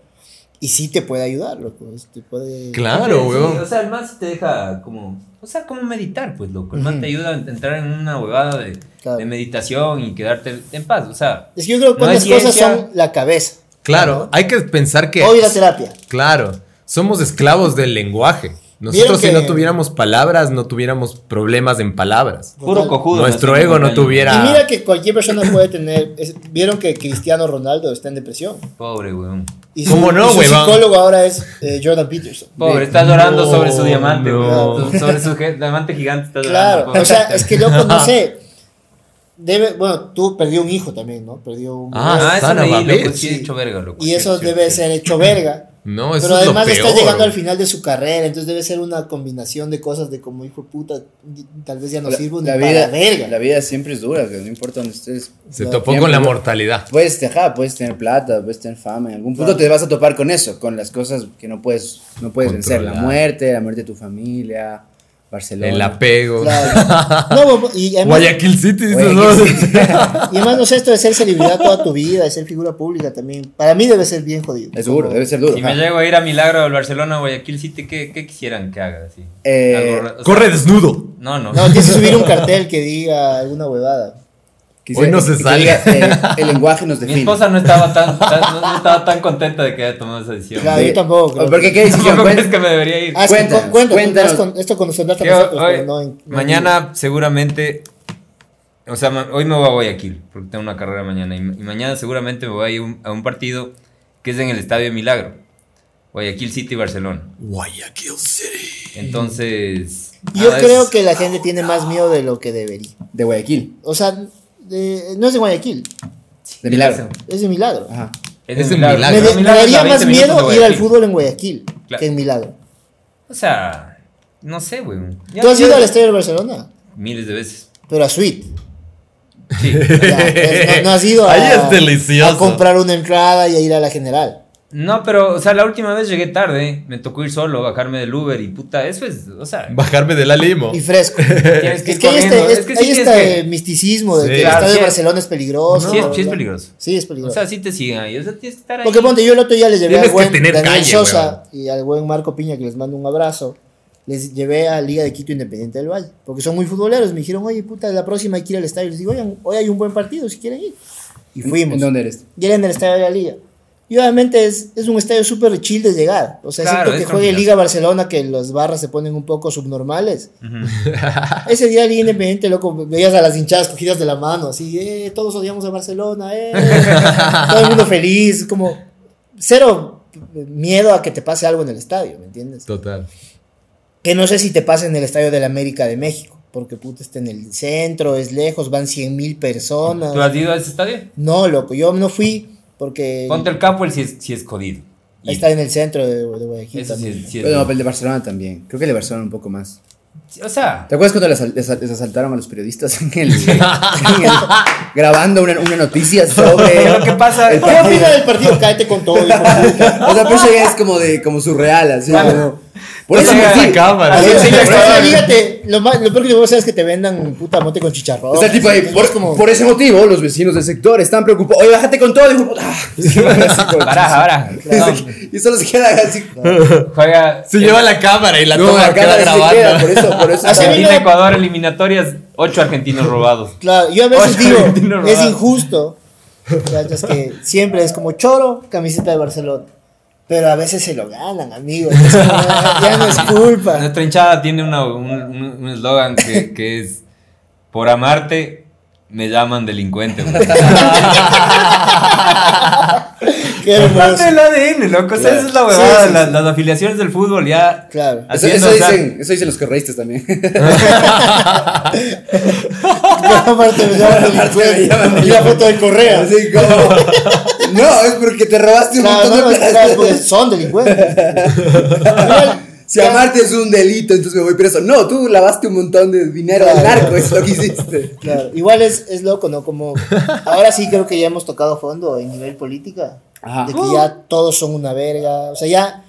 S2: y sí te puede ayudar, loco, es- te puede...
S4: Claro,
S3: Sí,
S4: weón.
S3: O sea, el man sí te deja como. O sea, como meditar, pues loco. El
S2: Ujú.
S3: man te ayuda a entrar en una huevada de,
S2: Claro.
S3: de meditación y quedarte en paz. O sea,
S2: Es que yo creo que
S3: No hay
S2: las cosas
S3: ciencia.
S2: son la cabeza,
S4: Claro, hay que pensar que.
S2: o ir a terapia.
S4: Claro, somos esclavos del lenguaje. Nosotros, si
S2: que-
S4: no tuviéramos palabras, no tuviéramos problemas en palabras.
S3: puro
S2: Total.
S3: cojudo.
S4: Nuestro
S3: nació
S4: ego
S3: con
S4: no
S3: el-
S4: tuviera-
S2: Y mira que cualquier persona puede tener. es- Vieron que Cristiano Ronaldo está en depresión.
S3: Pobre weón.
S2: Y su,
S4: ¿Cómo no,
S2: y su
S4: huevón?
S2: psicólogo ahora es eh, Jordan Peterson.
S3: Pobre, está llorando
S4: No,
S3: sobre su diamante,
S4: no.
S3: weón. Sobre su ge- diamante gigante está llorando.
S2: Claro,
S3: pobre.
S4: *laughs*
S2: o sea, es que loco, no sé. debe, bueno, tú perdió un hijo también, ¿no? Perdió un
S4: Ah,
S3: Ah, eso
S4: Sana
S3: leí, loco,
S4: Babet.
S3: sí,
S2: Sí.
S3: hecho verga, loco.
S2: y
S3: sí,
S2: eso
S3: sí,
S2: debe
S3: sí.
S2: ser hecho verga.
S4: No, *laughs* eso
S2: Pero
S4: es lo
S2: además
S4: peor.
S2: está llegando al final de su carrera, entonces debe ser una combinación de cosas de como hijo de puta, y- tal vez ya no sirvo ni
S1: la,
S2: para
S1: vida,
S2: verga.
S1: la vida siempre es dura, que no importa donde estés.
S4: Se
S2: Ya,
S4: topó
S1: siempre
S4: con la
S1: lo-
S4: mortalidad.
S1: Puedes, ajá, puedes tener plata, puedes tener fama, en algún punto
S2: Claro.
S1: te vas a topar con eso, con las cosas que no puedes, no puedes vencer, la
S4: Controlar.
S1: muerte, la muerte de tu familia, Barcelona.
S4: El apego. *laughs*
S2: Claro. No, bo- y además,
S4: Guayaquil City. dices,
S1: Guayaquil
S4: ¿no?
S2: y además, no sé, esto de ser celebridad toda tu vida, de ser figura pública también, para mí debe ser bien jodido.
S1: Es duro,
S2: Como-
S1: debe ser duro.
S3: Si me
S1: ajá.
S3: llego a ir a Milagro al Barcelona o Guayaquil City, ¿qué, qué quisieran que haga? así?
S1: Eh,
S3: Algo ra- o sea,
S4: *laughs* Corre desnudo.
S3: No, no.
S2: No, tienes que subir un cartel que diga alguna huevada.
S1: Quisiera
S4: Hoy no
S1: que-
S4: se
S1: que
S4: sale.
S1: diga, eh, el lenguaje nos
S3: *laughs* Mi
S1: define.
S3: esposa no estaba tan, tan- no, no estaba tan contenta de que haya tomado esa decisión.
S2: Claro. yo tampoco creo
S1: O Porque
S2: *laughs*
S1: qué decisión,
S3: Tampoco
S1: Cuen-
S3: crees que me debería ir.
S2: Ah,
S1: Cuéntanos,
S2: sí, cu- cuéntanos,
S1: cuéntanos.
S2: nos con- esto con nos hablaste a
S3: Yo,
S2: nosotros,
S3: hoy-
S2: pero no en- no
S3: mañana seguramente, o sea, ma- hoy me voy a Guayaquil, porque tengo una carrera mañana, y, ma- y mañana seguramente me voy a ir un- a un partido que es en el Estadio de Milagro, Guayaquil City Barcelona.
S4: Guayaquil City.
S3: Entonces...
S2: en- Yo
S3: nada, es-
S2: creo que la gente tiene más miedo de lo que debería.
S1: de Guayaquil,
S2: O sea, de- no es de Guayaquil,
S1: de Milagro.
S2: es de Milagro.
S1: Ajá.
S3: Es, de
S4: Es en
S3: Milagro.
S4: Milagro.
S2: Me, de-
S3: Milagro
S2: me
S3: está a
S2: daría
S3: 20
S2: más
S3: minutos de
S2: miedo ir al
S3: Guayaquil.
S2: fútbol en Guayaquil
S3: Claro.
S2: que en Milagro.
S3: O sea, no sé, güey. Ya-
S2: ¿Tú has
S3: ya-
S2: ido al Estadio de Barcelona?
S3: Miles
S2: *laughs*
S3: de veces.
S2: Pero a Suite.
S3: Sí.
S4: *laughs*
S2: Ya, pues, no, no has ido a,
S4: Ahí es delicioso.
S2: a comprar una entrada y a ir a la general.
S3: No, pero, o sea, la última vez llegué tarde, me tocó ir solo, bajarme del Uber y puta, eso es, o sea,
S4: Bajarme de la limo.
S2: Y
S4: *laughs*
S2: fresco.
S3: Tienes que
S2: es
S3: ir
S2: que ahí
S3: corriendo,
S2: está, es-
S3: es que sí
S2: ahí
S3: tienes
S2: está
S3: que-
S2: el misticismo de
S4: Sí.
S2: que el
S4: Claro,
S2: Estadio
S3: sí
S2: de
S3: es-
S2: Barcelona es peligroso.
S3: sí, es,
S2: bla,
S3: sí es
S2: bla.
S3: peligroso.
S2: Sí, es
S3: O
S2: peligroso.
S3: sea, sí te siguen ahí, o sea, tienes que estar ahí.
S2: Porque ponte, yo el otro día les llevé
S4: Tienes
S2: al
S4: que
S2: buen
S4: tener
S2: Daniel
S4: calle,
S2: Sosa y al buen Marco Piña, que les mando un abrazo. Les llevé a Liga de Quito Independiente del Valle. Porque son muy futboleros. Me dijeron, oye, puta, la próxima hay que ir al estadio. Les digo, oigan, hoy hay un buen partido, si quieren ir. Y fuimos.
S1: ¿En dónde eres?
S2: Y era en el estadio de la Liga. Y obviamente es, es un estadio súper chill de llegar. O sea,
S3: Claro,
S2: excepto que
S3: es
S2: juegue
S3: tranquilazo.
S2: Liga Barcelona, que las barras se ponen un poco subnormales. *laughs*
S3: Ujú.
S2: Ese día Liga Independiente, loco, veías a las hinchadas cogidas de la mano, así, eh, todos odiamos a Barcelona,
S3: *laughs*
S2: eh. Todo el mundo feliz, como cero miedo a que te pase algo en el estadio, ¿me entiendes?
S4: Total.
S2: Que no sé si te pasa en el estadio de la América de México, porque puta está en el centro, es lejos, van 100 mil
S3: ¿Tú
S2: personas.
S3: has ido a ese estadio?
S2: No, loco, yo no fui porque
S3: Ponte el capo, el si es, si es jodido. Y
S2: está en el centro de, de Guayaquil.
S3: eso sí
S2: también.
S3: es- sí es-
S1: Pero no, el de Barcelona también. Creo que el de Barcelona un poco más.
S3: O sea,
S1: ¿Te acuerdas cuando les, les- les asaltaron a los periodistas en el, en el- grabando una, una noticia sobre
S3: Pero lo que pasa-
S1: el
S2: ¿Qué opinas
S1: partido?
S2: del partido? Cállate con todo. hijo de puta.
S1: O sea, pero eso ya es como de como surreal, así como por
S4: No
S1: eso
S4: te hagas
S1: me
S4: la cámara.
S1: Así
S2: Oye,
S1: es,
S2: si
S1: sí,
S2: la
S1: por
S2: estás
S1: eso-
S2: en la liga, te- lo, más- lo peor que te puedo hacer es que te vendan puta mote con chicharrón.
S1: O sea, tipo ahí, por, por ese motivo los vecinos del sector están preocupados. Oye, bájate con todo, hijo de puta. *laughs* Sí, así como-
S3: baraja, baraja.
S1: Y
S2: *laughs*
S1: se- *laughs* Y solo se queda así.
S3: Juega.
S4: Se lleva la cámara y la
S1: No,
S4: toma
S1: acá
S4: queda
S1: nadie se
S4: grabando.
S1: queda, por eso, por eso.
S2: Así
S1: acá-
S2: mismo-
S3: Argentina-Ecuador eliminatorias, ocho argentinos robados.
S2: Claro, yo a veces
S3: Ocho
S2: digo,
S3: argentinos
S2: es
S3: robados.
S2: injusto. Cachas, que siempre es como choro, camiseta de Barcelona. Pero a veces se lo ganan, amigos. Es como, Ya no es culpa.
S3: Nuestra hinchada tiene una- un un- un eslogan que, que es: Por amarte, me llaman
S2: *laughs*
S3: delincuente. güey".
S2: Qué
S3: Es
S2: hermoso.
S3: parte del ADN, loco. O sea, esa es la huevada.
S2: pues, Sí, sí,
S3: las, las afiliaciones del fútbol ya.
S2: Claro.
S1: Eso,
S3: haciendo,
S1: eso
S3: o sea,
S1: dicen, eso dicen los correístas también. *laughs*
S2: Aparte
S1: *laughs*
S2: me llaman delincuente. Y la foto del correo.
S1: Así como, no, es porque te robaste un
S2: Claro,
S1: montón
S2: no,
S1: de
S2: es- claro, porque
S1: plata. *laughs*
S2: son delincuentes. Igual,
S1: Si amarte es un delito, entonces me voy preso. No, tú lavaste un montón de dinero al
S2: Claro.
S1: narco, es lo que hiciste.
S2: Claro, igual es, es loco, ¿no? Como ahora sí creo que ya hemos tocado fondo en nivel política.
S1: Ajá.
S2: De que ya todos son una verga. O sea, ya.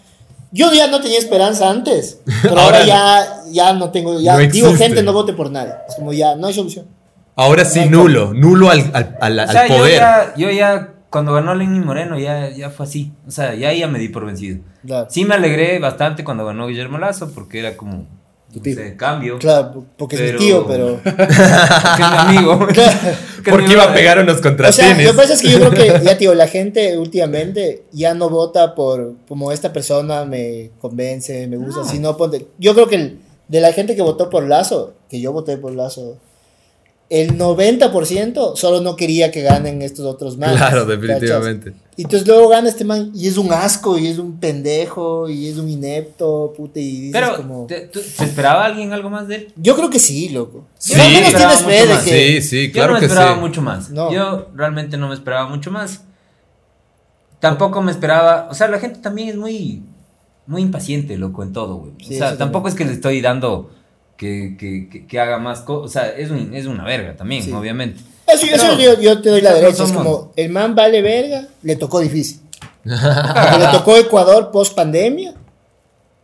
S2: Yo ya no tenía esperanza antes. Pero ahora,
S4: Ahora
S2: ya, ya no tengo. Ya
S4: no
S2: digo,
S4: existe.
S2: gente, no vote por nadie. Es como ya, no hay solución.
S4: *laughs* Ahora sí, nulo. Nulo al, al, al-
S3: O
S4: al
S3: sea, yo
S4: poder.
S3: ya, yo ya, cuando ganó Lenín Moreno, ya, ya fue así. O sea, ya, ya me di por vencido.
S2: Claro.
S3: Sí me alegré bastante cuando ganó Guillermo Lazo porque era como
S1: Tu
S3: no
S1: tío.
S3: sé, cambio. *laughs*
S2: Claro, porque es mi
S3: Pero-
S2: tío, pero.
S3: Porque es mi amigo.
S2: *laughs* Claro.
S3: *laughs* Que es
S4: Porque
S3: mi
S4: iba a
S3: brother.
S4: pegar unos
S2: O sea,
S4: contratines.
S2: lo que pasa es que yo creo que,
S4: *laughs*
S2: ya tío, la gente últimamente ya no vota por como esta persona me convence, me gusta, sino ponte. Yo creo que el- de la gente que votó por Lazo, que yo voté por Lazo, el 90% solo no quería que ganen estos otros manes.
S4: Claro,
S2: ¿cachas?
S4: definitivamente.
S2: Y entonces luego gana este man y es un asco, y es un pendejo, y es un inepto, puta, y dices
S3: Pero,
S2: como...
S3: ¿te, tú- ¿se esperaba alguien algo más de él?
S2: Yo creo que sí, loco.
S4: Sí,
S2: Yo al menos
S3: esperaba
S2: tienes fe
S3: mucho
S2: de
S3: más.
S2: que...
S4: Sí, sí,
S3: Yo no
S4: claro
S3: me
S4: que
S3: esperaba
S4: sí.
S3: mucho más.
S2: No.
S3: Yo realmente no me esperaba mucho más. Tampoco me esperaba. O sea, la gente también es muy, muy impaciente, loco, en todo, güey.
S2: Sí,
S3: o sea,
S2: eso
S3: tampoco es que le estoy dando que, que- que- que haga más cosas. O sea, es, un- es una verga también,
S2: Sí.
S3: obviamente.
S2: Eso, eso
S3: No.
S2: yo, yo te doy la
S3: No
S2: derecha. Es
S3: somos.
S2: como, el man vale verga, le tocó difícil. Porque le tocó Ecuador post pandemia.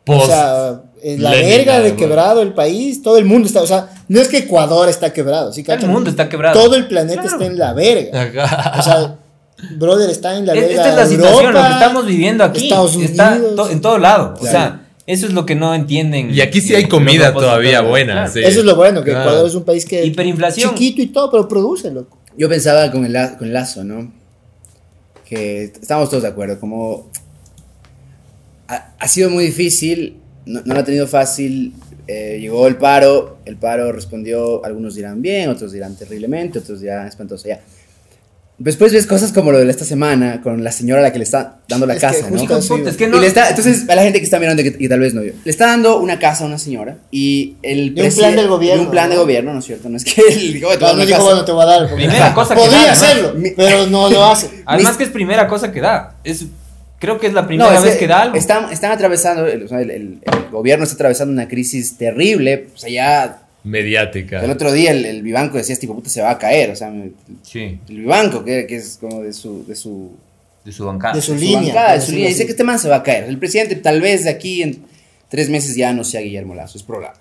S4: Post.
S2: o sea, eh, la
S4: Lenin,
S2: verga de
S4: además.
S2: quebrado el país, todo el mundo está, o sea, no es que Ecuador está quebrado, sí,
S3: Todo el
S2: cachan?
S3: mundo está quebrado.
S2: Todo el planeta
S3: Claro.
S2: está en la verga.
S4: Ajá.
S2: O sea, brother está en la
S3: Es-
S2: verga.
S3: Esta es la
S2: Europa,
S3: situación, lo que estamos viviendo aquí.
S2: Estados
S3: está
S2: Unidos.
S3: to- en todo lado. O
S2: Claro.
S3: sea, eso es lo que no entienden.
S4: Y aquí sí hay
S3: eh,
S4: comida
S3: los
S4: todavía
S3: opositores,
S4: buena, sí.
S2: Eso es lo bueno, que
S4: Claro.
S2: Ecuador es un país que
S3: Hiperinflación.
S2: chiquito y todo, pero produce, loco.
S1: Yo pensaba con el, la- con el lazo, ¿no? Que estamos todos de acuerdo, como ha, ha sido muy difícil, no, no lo ha tenido fácil, eh, llegó el paro, el paro respondió, algunos dirán bien, otros dirán terriblemente, otros dirán espantoso, ya. Después ves cosas como lo de esta semana, con la señora a la que le está dando la
S2: Es que
S1: casa, ¿no?
S2: justo
S3: Puta, es que
S1: Y
S3: no.
S1: le está- entonces, a la gente que está mirando que, que tal vez no vio, le está dando una casa a una señora y el
S2: De un
S1: presi-
S2: plan del gobierno,
S1: de un plan de
S2: ¿no?
S1: gobierno, ¿no es cierto? No es que *laughs* él dijo, "Voy a tomar
S2: No, no
S1: una
S2: dijo,
S1: casa".
S2: bueno, te voy a dar. porque-
S3: Primera cosa que
S2: Podría
S3: da,
S2: hacerlo,
S1: además.
S2: pero no lo hace.
S3: Además
S1: Mis-
S3: que es primera cosa que da. Es, creo que es la primera
S1: No, es
S3: vez que da algo.
S1: Están, están atravesando, el, o sea, el- el- el gobierno está atravesando una crisis terrible. O sea, ya
S4: Mediática.
S1: el otro día el, el Vivanco decías, tipo, puta, se va a caer. O sea, me-
S3: Sí,
S1: el Vivanco, que, que es como de su, de su,
S3: de su bancada.
S2: De su
S1: de Ah, su
S2: línea.
S1: bancada,
S2: por
S1: de su
S2: decirlo
S1: línea, dice
S2: así.
S1: que este man se va a caer. El presidente, tal vez de aquí en tres meses ya no sea Guillermo Lazo, es probable.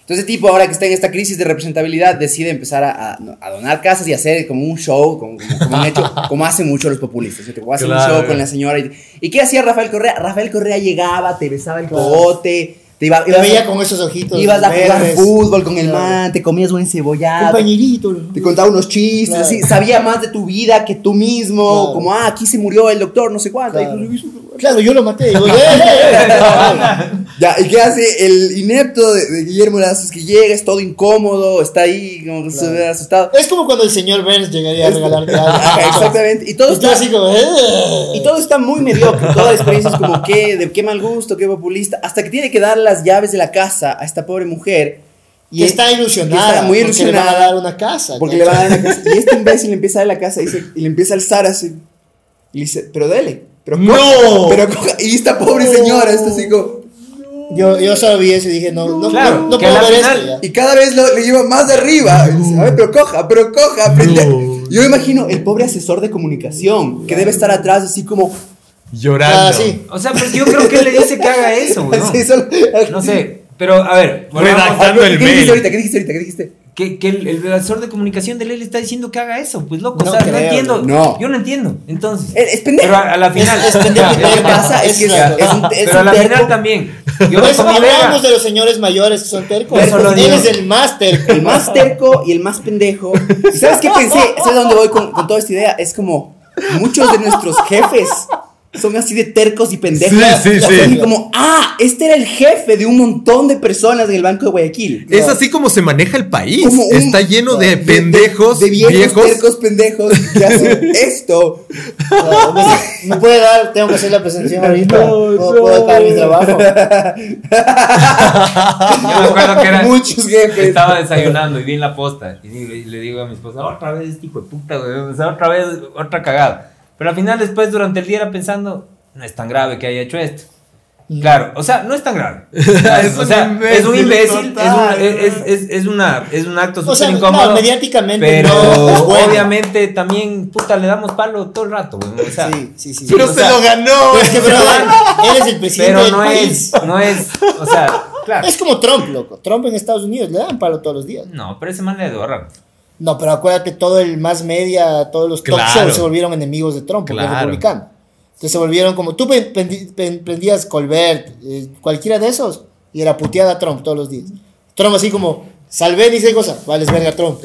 S1: Entonces, tipo, ahora que está en esta crisis de representabilidad, decide empezar a, a- a donar casas y hacer como un show, como, como- como un
S2: *laughs*
S1: hecho, como hacen mucho los populistas. Yo te voy a hacer
S4: Claro.
S1: un show con la señora. Y, ¿y qué hacía Rafael Correa? Rafael Correa llegaba, te besaba el cogote, te iba,
S2: Te
S1: ibas a-
S2: veía con esos ojitos.
S1: ibas a jugar
S2: verdes.
S1: fútbol con el
S2: Claro.
S1: man, te comías un encebollado,
S2: Compañerito.
S1: te contaba unos chistes,
S2: Claro.
S1: así, sabía más de tu vida que tú mismo,
S2: Claro.
S1: como, ah, aquí se murió el doctor, no sé cuánto.
S2: Claro.
S1: Y pues, tú, "Uy,
S2: Claro, yo lo maté. Digo, "Eh, eh, eh".
S1: *laughs* Ya, ¿y qué hace el inepto de, de Guillermo Lazo? Es que llega, es todo incómodo, está ahí, como que se
S2: Claro.
S1: ve asustado.
S2: Es como cuando el señor Burns llegaría a
S1: Es-
S2: regalarte
S1: Ajá,
S2: algo.
S1: Exactamente. Y todo,
S2: Está
S1: está,
S2: así como. "Eh".
S1: y todo está muy mediocre. Toda la experiencia es como *laughs* que, de qué mal gusto, qué populista. Hasta que tiene que dar las llaves de la casa a esta pobre mujer.
S2: Y está ilusionada.
S1: está muy
S2: porque le van a
S1: ilusionada.
S2: dar una casa.
S1: Porque le
S2: ¿cachai?
S1: van a dar la casa. Y este imbécil le empieza a dar la casa y, dice- y le empieza a alzar así. Y le dice, pero dele. Pero coja,
S4: ¡No!
S1: Pero coja". Y esta pobre señora, está así como.
S2: Yo, yo solo vi eso y dije, no, no,
S3: Claro,
S2: no, no
S3: que a
S2: puedo
S3: la
S2: ver
S3: final-
S2: esto ya.
S1: Y cada vez lo, le lleva más de arriba. Y dice, A ver, pero coja, pero coja. frente a-".
S4: No.
S1: Yo me imagino el pobre asesor de comunicación que debe estar atrás así como...
S4: Llorando.
S2: Ah, sí.
S3: O sea, pues yo creo que él le dice que haga
S2: *laughs*
S3: eso, güey.
S1: *laughs* así solo-
S3: No sé, pero a ver, volvamos a-
S4: Redactando el
S1: ¿Qué dijiste
S4: mail.
S1: ahorita? ¿Qué dijiste ahorita? ¿Qué dijiste?
S3: que, que el, el redactor de comunicación de ley le está diciendo que haga eso, pues loco,
S2: No
S3: o sea, no
S2: creo,
S3: entiendo.
S1: no.
S3: Yo no entiendo. Entonces,
S1: Es, es pendejo.
S3: pero a, a la final,
S2: Es- es
S3: *laughs*
S2: pendejo.
S3: o sea,
S1: Lo que pasa es que es,
S2: Claro.
S1: es un, es
S3: pero a
S1: un
S3: la
S1: terco,
S3: final también. Yo
S2: Por
S3: me
S2: eso
S3: comí verga.
S2: hablamos de los señores mayores que son tercos.
S1: Por eso lo
S2: Él
S1: digo.
S2: es el más
S1: *laughs*
S2: terco.
S1: el más terco y el más pendejo. ¿Y ¿Sabes qué pensé? ¿Sabes a dónde voy con, con toda esta idea? Es como muchos de nuestros jefes son así de tercos y pendejos.
S4: Sí, sí, sí.
S1: Y como, ah, este era el jefe de un montón de personas en el Banco de Guayaquil.
S4: Es así como se maneja el país.
S1: Como un-
S4: Está lleno de pendejos,
S1: de viejos,
S4: viejos.
S1: tercos pendejos que hacen
S4: *laughs*
S1: esto.
S2: Claro, me- ¿Me puede dar? Tengo que hacer la presentación ahorita. ¿Puedo, puedo dejar mi trabajo?
S3: Yo me acuerdo que era.
S1: *laughs* Muchos jefes.
S2: *laughs*
S3: Estaba desayunando y vi en la posta. Y, digo- y le digo a mi esposa, otra vez este hijo de puta, güey, o sea, otra vez, otra cagada. Pero al final, después, durante el día era pensando, no es tan grave que haya hecho esto. Claro, o sea, no es
S2: *laughs*
S3: tan grave. Claro,
S4: Es
S3: o
S4: un
S3: sea, es un imbécil,
S4: imbécil,
S3: es un,
S4: total.
S3: es, es- es una, Pues es un acto
S2: O
S3: súper
S2: sea,
S3: incómodo.
S2: no, mediáticamente
S3: pero
S2: no es bueno.
S3: obviamente también, puta, le damos palo todo el rato, güey. O sea,
S2: Sí, sí, sí.
S4: Pero
S3: O
S4: se
S3: sea,
S4: lo
S2: *laughs*
S4: ganó.
S2: Es que, brother, eres el presidente
S3: pero
S2: del
S3: no es,
S2: país.
S3: no es,
S2: *laughs*
S3: o sea, claro.
S2: Es como Trump, loco. Trump en Estados Unidos le dan palo todos los días.
S3: No, pero ese man le adorra.
S2: No, pero acuérdate, todo el más media, todos los talk
S4: Claro.
S2: shows se volvieron enemigos de Trump, porque
S4: Claro.
S2: es republicano. Entonces se volvieron como, tú pen- pen- pen- prendías Colbert, eh, cualquiera de esos, y era puteada a Trump todos los días. Trump así como, salvé, dice cosa, vales verga Trump.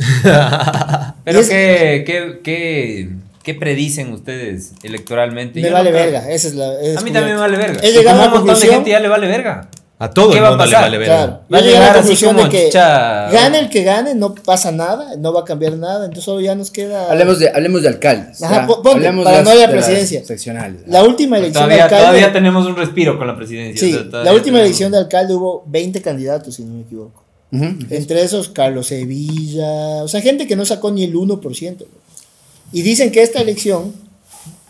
S3: Pero
S2: Y es-
S3: ¿qué, qué, qué, qué predicen ustedes electoralmente?
S2: Me
S3: Yo
S2: vale
S3: no creo.
S2: verga, esa es la...
S3: A mí también me vale verga.
S2: He
S3: Y
S2: llegado a
S3: como a
S2: la
S3: un montón de
S2: conclusión-
S3: gente ya le vale verga.
S4: A todo
S3: ¿Qué
S4: el
S3: va a
S4: mundo le
S3: pasar?
S4: vale ver.
S2: Claro.
S3: Va a
S2: Yo llegué a la
S3: llegar así
S2: conclusión de
S3: como,
S2: que
S3: "Chucha".
S2: gane el que gane, no pasa nada, no va a cambiar nada, entonces solo ya nos queda...
S5: Hablemos de, hablemos de alcaldes.
S2: Ajá,
S5: ya.
S2: po- ponte,
S5: hablemos
S2: para no haya
S5: las
S2: presidencia.
S5: seccionales.
S2: la última elección de
S3: Todavía,
S2: alcalde...
S3: todavía tenemos un respiro con la presidencia.
S2: sí,
S3: o sea, todavía
S2: la última
S3: tenemos-
S2: elección de alcalde hubo 20 candidatos, si no me equivoco.
S5: Ujú.
S2: Entre esos, Carlos Sevilla, o sea, gente que no sacó ni el 1%. güey. Y dicen que esta elección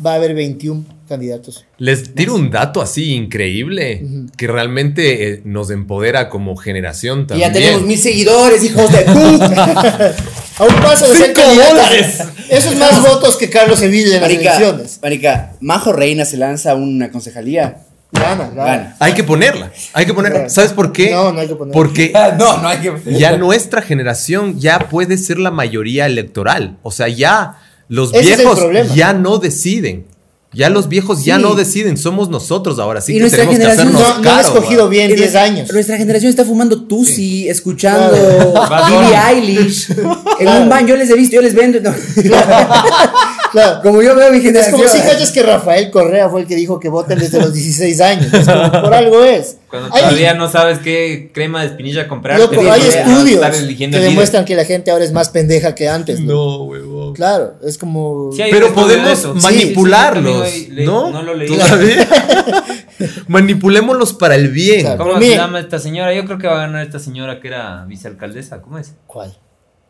S2: va a haber 21
S5: *laughs*
S2: candidatos.
S4: Les tiro un dato así increíble que realmente eh, nos empodera como generación
S5: Y
S4: también.
S5: ya tenemos mil seguidores, hijos de puta.
S2: *laughs* A un paso de ser
S4: ¡Cinco
S2: candidato.
S4: dólares!
S2: Esos más votos que Carlos Sevilla en las
S5: Marica,
S2: elecciones.
S5: Marica, Majo Reina se lanza a una concejalía.
S2: Gana, gana.
S5: Gana.
S4: Hay que ponerla. Hay que ponerla. ¿Sabes por qué?
S2: No, no hay que ponerla.
S1: *laughs*
S4: Porque
S1: No, no hay
S3: *laughs*
S1: que.
S4: ya nuestra generación ya puede ser la mayoría electoral. O sea, ya los
S2: Ese es el
S4: viejos
S2: problema.
S4: ya no deciden. Ya los viejos ya
S5: Sí.
S4: no deciden. Somos nosotros ahora. Así
S5: Y
S4: que
S5: nuestra
S4: tenemos que
S5: generación
S4: hacernos
S2: No, no han
S4: caros,
S2: escogido
S4: güey.
S2: bien
S5: Y
S2: 10
S5: nuestra-
S2: años.
S5: Nuestra generación está fumando Tusi, escuchando *laughs*
S3: Bad Bunny.
S5: Billie Eilish. En
S2: Claro.
S5: un van, yo les he visto, yo les vendo. no.
S2: Claro.
S5: Como yo veo a
S2: *laughs*
S5: mi
S2: Es
S5: generación.
S2: como si cachas que Rafael Correa fue el que dijo que voten desde los 16 años. Es como, por algo es.
S3: Cuando
S2: Hay-
S3: todavía no sabes qué crema de espinilla comprar.
S2: Loco,
S3: te
S2: hay
S3: vas a
S2: estudios
S3: estar eligiendo
S2: que
S3: el líder.
S2: demuestran que la gente ahora es más pendeja que antes. ¿no?
S4: No, huevón.
S2: Claro, es como.
S3: Sí, hay
S4: Pero
S3: un estudio de
S4: podemos
S3: eso.
S4: manipularlos,
S3: Sí, sí, sí, también
S4: ¿no?
S3: leí- No lo leí.
S2: *laughs*
S4: Todavía. *laughs* Manipulémoslos para el bien.
S2: Claro.
S3: ¿Cómo
S2: Miren.
S3: se llama esta señora? Yo creo que va a ganar esta señora que era vicealcaldesa. ¿Cómo es?
S2: ¿Cuál?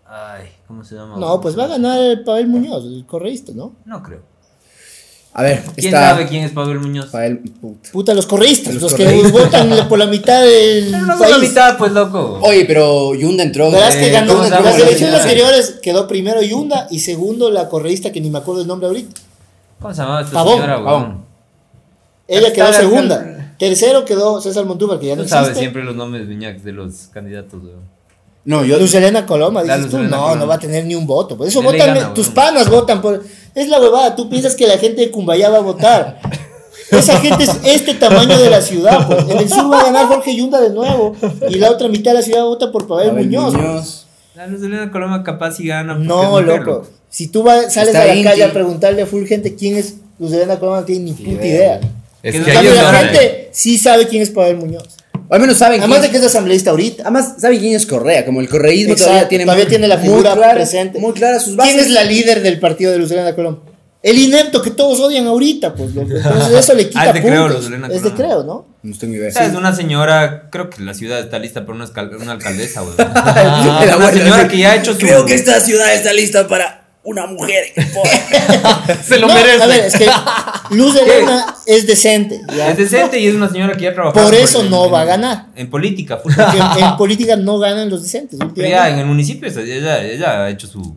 S3: Ay, ¿cómo se llama?
S2: No, pues va a ganar el Pavel Muñoz, el correísta, ¿no?
S3: No creo.
S5: A ver,
S3: ¿Quién
S5: está
S3: sabe quién es Pavel Muñoz?
S5: Rafael, puta.
S2: Puta, los correístas, los,
S5: Los
S2: que
S5: correístas.
S2: votan por la mitad del
S3: Pero no fue la
S2: país.
S3: mitad, pues loco.
S5: Oye, pero Yunda entró.
S2: Verás
S3: Eh,
S2: que ganó
S3: ¿cómo se llama?
S2: las elecciones
S3: Sí.
S2: anteriores quedó primero Yunda y segundo la correísta que ni me acuerdo el nombre ahorita.
S3: ¿Cómo se llamaba esta
S2: Pavón,
S3: señora,
S5: Pavón.
S3: weón?
S2: Ella quedó
S3: Está-
S2: segunda. Tercero quedó César Montúfar, que ya no
S3: Tú sabes
S2: existe.
S3: siempre los nombres, Viñac, de los candidatos, weón.
S5: No, yo.
S2: Luz Helena Coloma,
S3: La
S2: dices
S3: Luz
S2: tú,
S3: Helena
S2: no,
S3: Coloma.
S2: no va a tener ni un voto. Por eso
S3: Dele y
S2: votan,
S3: gana,
S2: tus
S3: weón.
S2: panas votan por. Es la huevada, tú piensas que la gente de Cumbayá va a votar. Esa gente es este tamaño de la ciudad. pues. En el sur va a ganar Jorge Yunda de nuevo. Y la otra mitad de la ciudad vota por Pavel,
S5: Pavel
S2: Muñoz.
S3: La Luz Elena Coloma capaz y gana. porque
S2: No,
S3: es mujer,
S2: loco. Si tú vas, sales
S5: Está
S2: a la
S5: Inti.
S2: calle a preguntarle a full gente quién es Luz Helena Coloma, no tiene ni puta idea.
S3: Que
S4: Es que,
S3: nos
S2: En
S4: ahí
S2: cambio,
S4: es
S2: la
S3: Ahora,
S4: donde-
S2: gente sí sabe quién es Pavel Muñoz.
S5: O al menos saben
S2: Además de
S5: quién,
S2: que es asambleísta ahorita.
S5: además saben quién es Correa. Como el correísmo
S2: Exacto,
S5: todavía tiene
S2: todavía tiene la figura
S5: clara-
S2: presente.
S5: Muy claras sus bases.
S2: Pues, ¿Quién es la líder del partido de Luz Helena Colón? El inepto que todos odian ahorita, pues. loco. Entonces eso le quita
S3: Ah, es de Creo,
S2: puntos.
S3: Luz Helena
S2: es de
S3: Colón.
S2: creo, ¿no?
S5: No tengo
S3: O
S5: idea.
S3: sea, es una señora, creo que la ciudad está lista para una, escal- una alcaldesa,
S2: *laughs*
S3: *laughs* weón.
S5: Ah, el
S3: una
S5: abuelo,
S3: señora
S5: sí.
S3: que ya ha hecho su...
S5: Creo que esta ciudad está lista para una mujer.
S4: se lo
S2: No,
S4: merece.
S2: A ver, es
S3: *laughs*
S2: que Luz Helena es decente. ¿ya?
S3: Es decente y es una señora que ya trabaja.
S2: Por eso no va a ganar.
S3: En política, fútbol.
S2: *laughs* Porque en, en política no ganan los decentes.
S3: Pero ya
S2: últimamente.
S3: en el municipio, o sea, ella, ella ha hecho su.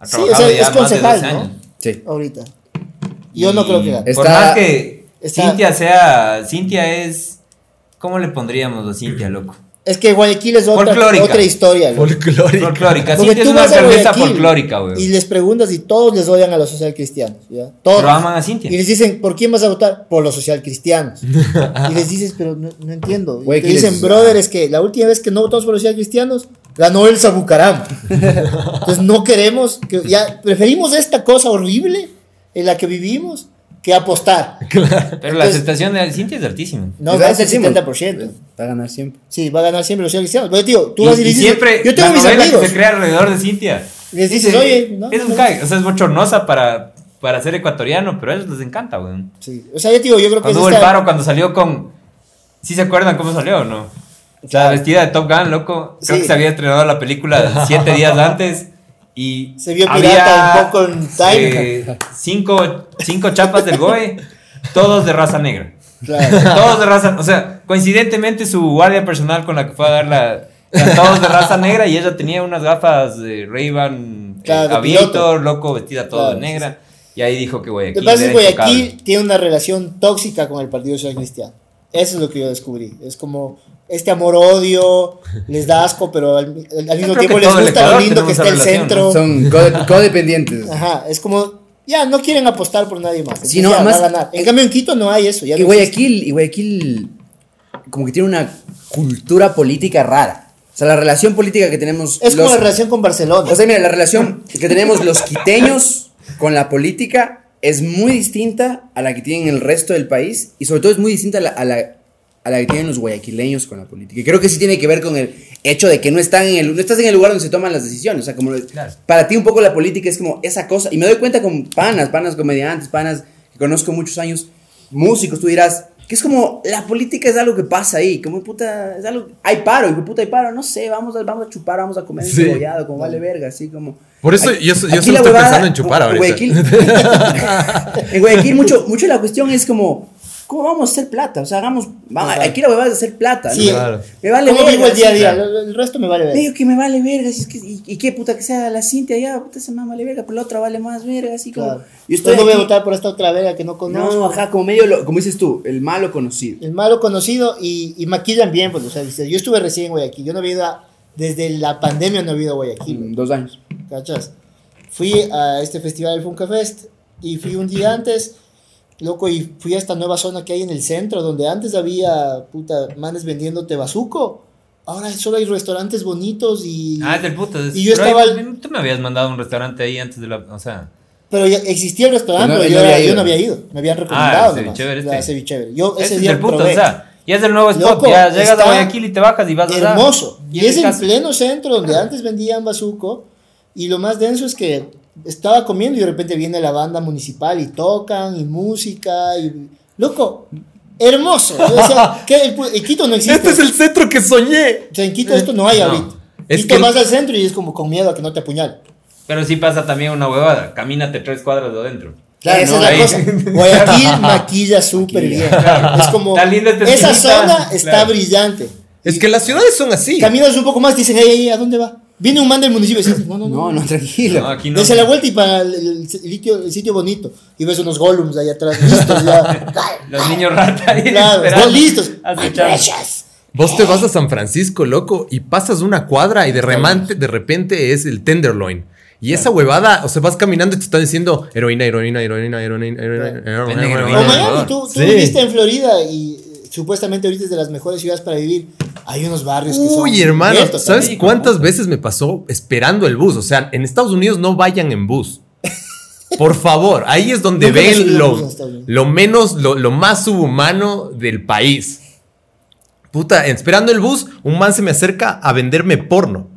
S3: Ha
S2: Sí, o sea,
S3: trabajado
S2: es
S3: ya más de
S2: concejal,
S3: 12
S2: ¿no?
S3: años.
S5: Sí.
S2: Ahorita. Yo no
S3: Y
S2: creo que gane.
S3: Por
S5: Está-
S3: más que
S2: está-
S3: Cintia sea. Cintia es. ¿Cómo le pondríamos a Cintia, loco?
S2: Es que Guayaquil es otra,
S3: Folclórica.
S2: otra historia. loco.
S4: Folclórico.
S3: Folclórica.
S2: Porque
S3: Cintia es
S2: tú
S3: una
S2: vas a
S3: alcaldesa
S2: Guayaquil
S3: folclórica, weón.
S2: Y les preguntas y todos les odian a los socialcristianos. ¿ya? Todos.
S3: Pero aman a
S2: Y
S3: Cintia.
S2: les dicen, ¿por quién vas a votar? Por los socialcristianos.
S3: *laughs*
S2: y les dices, pero no, no entiendo. Y
S5: Güey,
S2: te
S5: ¿qué les-
S2: dicen, brother, es que la última vez que no votamos por los socialcristianos, ganó el Sabucaram. Entonces no queremos, que, ya preferimos esta cosa horrible en la que vivimos que apostar.
S3: Pero la
S2: Entonces-
S3: aceptación de Cintia es altísima.
S2: No,
S5: va a
S2: es el 70%.
S5: Va a ganar siempre.
S2: Sí, va a ganar siempre los socialcristianos. Pero tío, tú
S3: Y,
S2: vas y
S3: y
S2: le dices,
S3: siempre
S2: yo tengo
S3: la
S2: mis
S3: novela que
S2: amigos.
S3: se crea alrededor de Cintia.
S2: Les dices,
S3: Dice,
S2: oye, no,
S3: es un
S2: no.
S3: cag, o sea, es bochornosa para, para ser ecuatoriano, pero a ellos les encanta, weón.
S2: Sí, O sea, yo digo, yo creo que
S3: Cuando
S2: es
S3: hubo el
S2: esta-
S3: paro, cuando salió con. ¿Sí se acuerdan cómo salió o no? O sea, vestida de Top Gun, loco. Creo
S2: Sí.
S3: que se había estrenado la película siete días antes. Y
S2: Se vio pirata un poco en Time.
S3: eh, cinco, cinco chapas del GOE, todos de raza negra. *laughs*
S2: Claro.
S3: Todos de raza. O sea, coincidentemente su guardia personal con la que fue a dar la. eran todos de raza negra y ella tenía unas gafas de Ray-Ban eh,
S2: Claro, de
S3: abierto,
S2: piloto.
S3: loco, vestida toda
S2: Claro,
S3: de negra. Y ahí dijo que
S2: Lo
S3: Guayaquil.
S2: que pasa es que
S3: era intocable.
S2: Guayaquil tiene una relación tóxica con el Partido Social Cristiano. Eso es lo que yo descubrí. Es como este amor-odio, les da asco, pero al, al mismo
S3: creo
S2: tiempo
S3: que
S2: les
S3: todo
S2: gusta
S3: el
S2: lo
S3: Ecuador
S2: lindo que
S3: tenemos
S2: está el
S3: esa relación,
S2: centro.
S5: Son code- *laughs* codependientes.
S2: Ajá, es como, ya, no quieren apostar por nadie más.
S5: Sí,
S2: Entonces,
S5: no,
S2: ya,
S5: además-
S2: va a ganar. En cambio, en Quito no hay eso. Ya
S5: Y
S2: no existe.
S5: Guayaquil, y Guayaquil como que tiene una cultura política rara. O sea, la relación política que tenemos
S2: es como
S5: los-
S2: la relación con Barcelona.
S5: O sea, mira, la relación que tenemos los quiteños con la política es muy distinta a la que tienen el resto del país y sobre todo es muy distinta a la, a la a la que tienen los guayaquileños con la política. Y creo que sí tiene que ver con el hecho de que no están en el, no estás en el lugar donde se toman las decisiones. O sea, como lo-
S3: Claro.
S5: para ti un poco la política es como esa cosa. Y me doy cuenta con panas, panas comediantes, panas que conozco muchos años, músicos, tú dirás, que es como la política es algo que pasa ahí. Como puta, es algo, hay paro, y puta hay paro, no sé, vamos a, vamos a chupar, vamos a comer un
S4: Sí.
S5: cebollado, como vale verga, así como.
S4: Por eso
S5: Aquí-
S4: yo, so- yo
S5: aquí
S4: solo
S5: la
S4: estoy
S5: huevada-
S4: pensando en chupar ahorita.
S5: Guayaquil- *laughs* en Guayaquil, Eh, mucho, mucho la cuestión es como, ¿cómo vamos a hacer plata? O sea, hagamos, vamos,
S2: Ajá.
S5: aquí la huevada es hacer plata. ¿no?
S2: Sí,
S4: Claro.
S5: Me vale
S2: ¿Cómo
S5: verga,
S2: vivo el día a
S5: sí.
S2: día? Lo- lo- El resto me vale ver.
S5: Medio que me vale verga, si es que, y, y qué puta que sea la Cintia ya, puta esa mamá vale verga, pero la otra vale más verga, así como.
S2: Claro.
S5: Yo
S2: Yo
S5: estoy
S2: no voy a
S5: aquí-
S2: votar por esta otra verga que no conozco.
S5: No, ajá, como medio, lo- como dices tú, el malo conocido.
S2: El malo conocido y, y maquillan bien, pues, o sea, dice, yo estuve recién en Guayaquil, yo no había ido a- desde la pandemia no había ido a Guayaquil,
S5: Mm, Dos años.
S2: ¿cachas? Fui a este festival del Funkafest y fui un día antes, loco, y fui a esta nueva zona que hay en el centro, donde antes había, puta, manes vendiéndote bazuco, ahora solo hay restaurantes bonitos y...
S3: Ah, es del puto. es-
S2: Y yo
S3: pero
S2: estaba-
S3: ahí- Tú me habías mandado a un restaurante ahí antes de la. O sea.
S2: Pero ya existía el restaurante,
S5: No,
S2: pero
S5: no
S2: yo, era-
S5: había
S2: yo
S5: ido.
S2: no había ido, me habían recomendado. nomás,
S3: cevichevere
S2: la
S3: Ah, este.
S2: cevichevere. Yo ese
S3: Ese es
S2: día
S3: del puto.
S2: probé.
S3: O sea, ya es del nuevo spot.
S2: Loco,
S3: ya llegas a
S2: está
S3: Guayaquil y te bajas y vas a.
S2: hermoso. Y es en
S3: caso-
S2: pleno centro donde antes vendían bazuco. Y lo más denso es que estaba comiendo y de repente viene la banda municipal y tocan y música y. Loco, hermoso. Yo decía, ¿qué? El, pu- el Quito no existe.
S4: Este es el centro que soñé.
S2: O sea, en Quito esto no hay
S3: No.
S2: ahorita.
S4: Es
S2: Quito
S4: que-
S2: vas al centro y es como con miedo a que no te apuñalen.
S3: Pero sí pasa también una huevada. Camínate tres cuadras de adentro.
S2: Claro,
S5: Eh,
S2: esa
S5: no,
S2: es la
S3: ahí.
S2: cosa. Guayaquil maquilla súper bien. Es como.
S3: Está linda esta
S2: esa
S3: esquinita.
S2: zona está
S3: Claro.
S2: brillante.
S4: Es que las ciudades son así.
S2: Caminas un poco más, dicen, "Ey, ey, ¿a dónde va? Viene un man del municipio y dices, no, no, no.
S5: No, no,
S3: No,
S5: tranquilo.
S3: aquí no.
S2: Dese la vuelta y para el, el sitio, el sitio bonito. Y ves unos golems ahí atrás, listos ya.
S3: Los niños rata ahí.
S2: claro,
S3: esperando,
S2: están listos.
S3: acechando.
S2: Precious.
S4: Vos te vas a San Francisco, loco, y pasas una cuadra y de remante, de repente es el tenderloin. Y esa huevada, o sea, vas caminando y te están diciendo heroína, heroína, heroína, heroína, heroína,
S3: Venden
S4: heroína.
S2: O
S3: heroína.
S4: heroína.
S2: Miami, tú, tú
S4: Sí.
S2: viviste en Florida y eh, supuestamente ahorita es de las mejores ciudades para vivir. Hay unos barrios que son.
S4: Uy, hermano,
S2: abiertos
S4: ¿sabes
S2: también.
S4: cuántas veces me pasó esperando el bus? O sea, en Estados Unidos no vayan en bus.
S2: *laughs*
S4: Por favor, ahí es donde
S2: Nunca me subí
S4: ven
S2: en
S4: lo,
S2: bus en Estados Unidos.
S4: lo menos, lo, lo más subhumano del país. Puta, esperando el bus, un man se me acerca a venderme porno.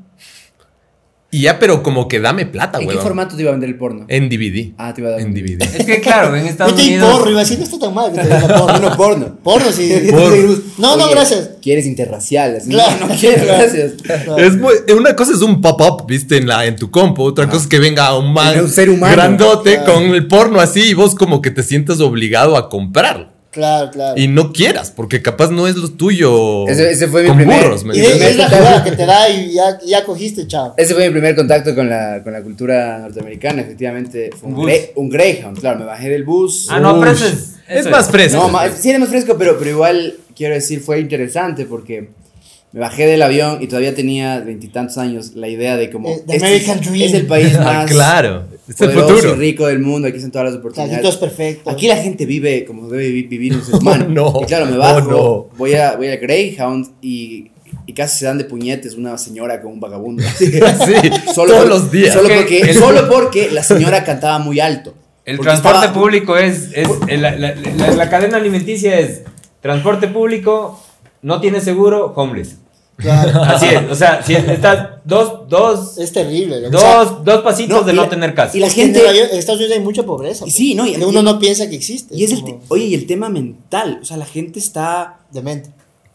S4: Y ya, pero como que dame plata,
S5: ¿En
S4: güey.
S5: qué formato te iba a vender el porno?
S4: En DVD.
S5: Ah, te iba a dar
S4: Eh, En
S5: un-
S4: DVD.
S3: Es que claro, en Estados
S2: Ahorita hay
S3: Unidos.
S2: porro, iba a decir, no está tan mal que te den porno.
S5: Porno, porno.
S2: Porno, sí.
S4: Porno.
S2: No, no,
S5: Oye,
S2: gracias.
S5: Quieres interracial. así,
S2: Claro. *laughs*
S5: No, no quiero, gracias.
S2: No.
S4: Es muy- una cosa es un pop-up, viste, en, la, en tu compu. Otra cosa es que venga un man
S5: Era un ser humano.
S4: grandote
S2: Claro.
S4: con el porno así y vos como que te sientas obligado a comprarlo.
S2: Claro, claro.
S4: Y no quieras, porque capaz no es lo tuyo.
S5: Ese- ese fue mi
S4: con
S5: primer-
S4: burros, ¿me
S2: Y
S5: de-
S4: entiendes?
S2: de- es la jugada que te da y ya, ya cogiste, chao.
S5: Ese fue mi primer contacto con la, con la cultura norteamericana, efectivamente. Fue un,
S3: Un bus.
S5: gre- un Greyhound, claro, me bajé del bus.
S3: Ah, no, pero ese
S4: Ush.
S3: es.
S4: Es
S3: eso
S4: más fresco.
S5: No, ma- sí era más este fresco, pero, pero igual, quiero decir, fue interesante porque me bajé del avión y todavía tenía veintitantos años la idea de como...
S2: Eh, the
S5: este
S2: American
S5: es,
S2: Dream.
S5: es el país
S4: Ah,
S5: más
S4: claro, *laughs* es el
S5: poderoso
S4: futuro.
S5: y rico del mundo, aquí están todas las
S2: Cajito es
S5: oportunidades.
S2: perfecto.
S5: Aquí la gente vive como debe vi- vivir un
S4: *laughs*
S5: ser humano.
S4: No,
S5: y claro, me bajo, *laughs*
S4: oh,
S5: voy, a, voy a Greyhound y, y casi se dan de puñetes una señora con un vagabundo.
S4: *laughs*
S5: Así que-
S4: Sí,
S5: Solo
S4: todos
S5: por-
S4: los días.
S5: Solo
S3: Es que
S5: porque,
S3: el-
S5: solo porque la señora cantaba muy alto.
S3: El
S5: Porque
S3: transporte
S5: estaba-
S3: público es. es el- la, la- la- la cadena alimenticia es transporte público, no tiene seguro, homeless.
S2: Claro.
S3: *laughs* Así es. O sea, si estás dos, dos,
S2: Es terrible. loco.
S3: dos, dos pasitos
S5: no,
S3: de
S5: y
S3: no
S5: la-
S3: tener casa.
S5: y la-
S2: Es que en
S5: gente-
S2: Nueva York- en Estados Unidos hay mucha pobreza.
S5: Y sí, no, y-
S2: que uno no piensa que existe.
S5: Y es el
S2: como
S5: te- oye, y el tema mental. O sea, la gente está *laughs*
S2: demente.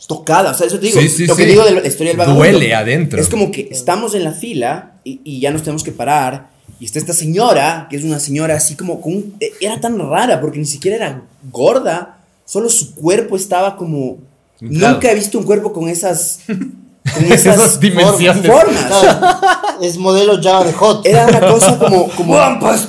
S5: tocada. O sea, eso te digo.
S4: Sí, sí,
S5: lo que
S4: sí.
S5: digo de la historia del vagabundo.
S4: Duele adentro.
S5: Es como que estamos en la fila y, y ya nos tenemos que parar. Y está esta señora, que es una señora así como. con un- eh, era tan rara porque ni siquiera era gorda. Solo su cuerpo estaba como.
S4: Inflado.
S5: Nunca he visto un cuerpo con esas. Con
S4: Esas
S5: esas,
S4: dimensiones.
S5: formas.
S2: Claro, es modelo Java de
S5: *laughs*
S2: Hot.
S5: Era una cosa como. como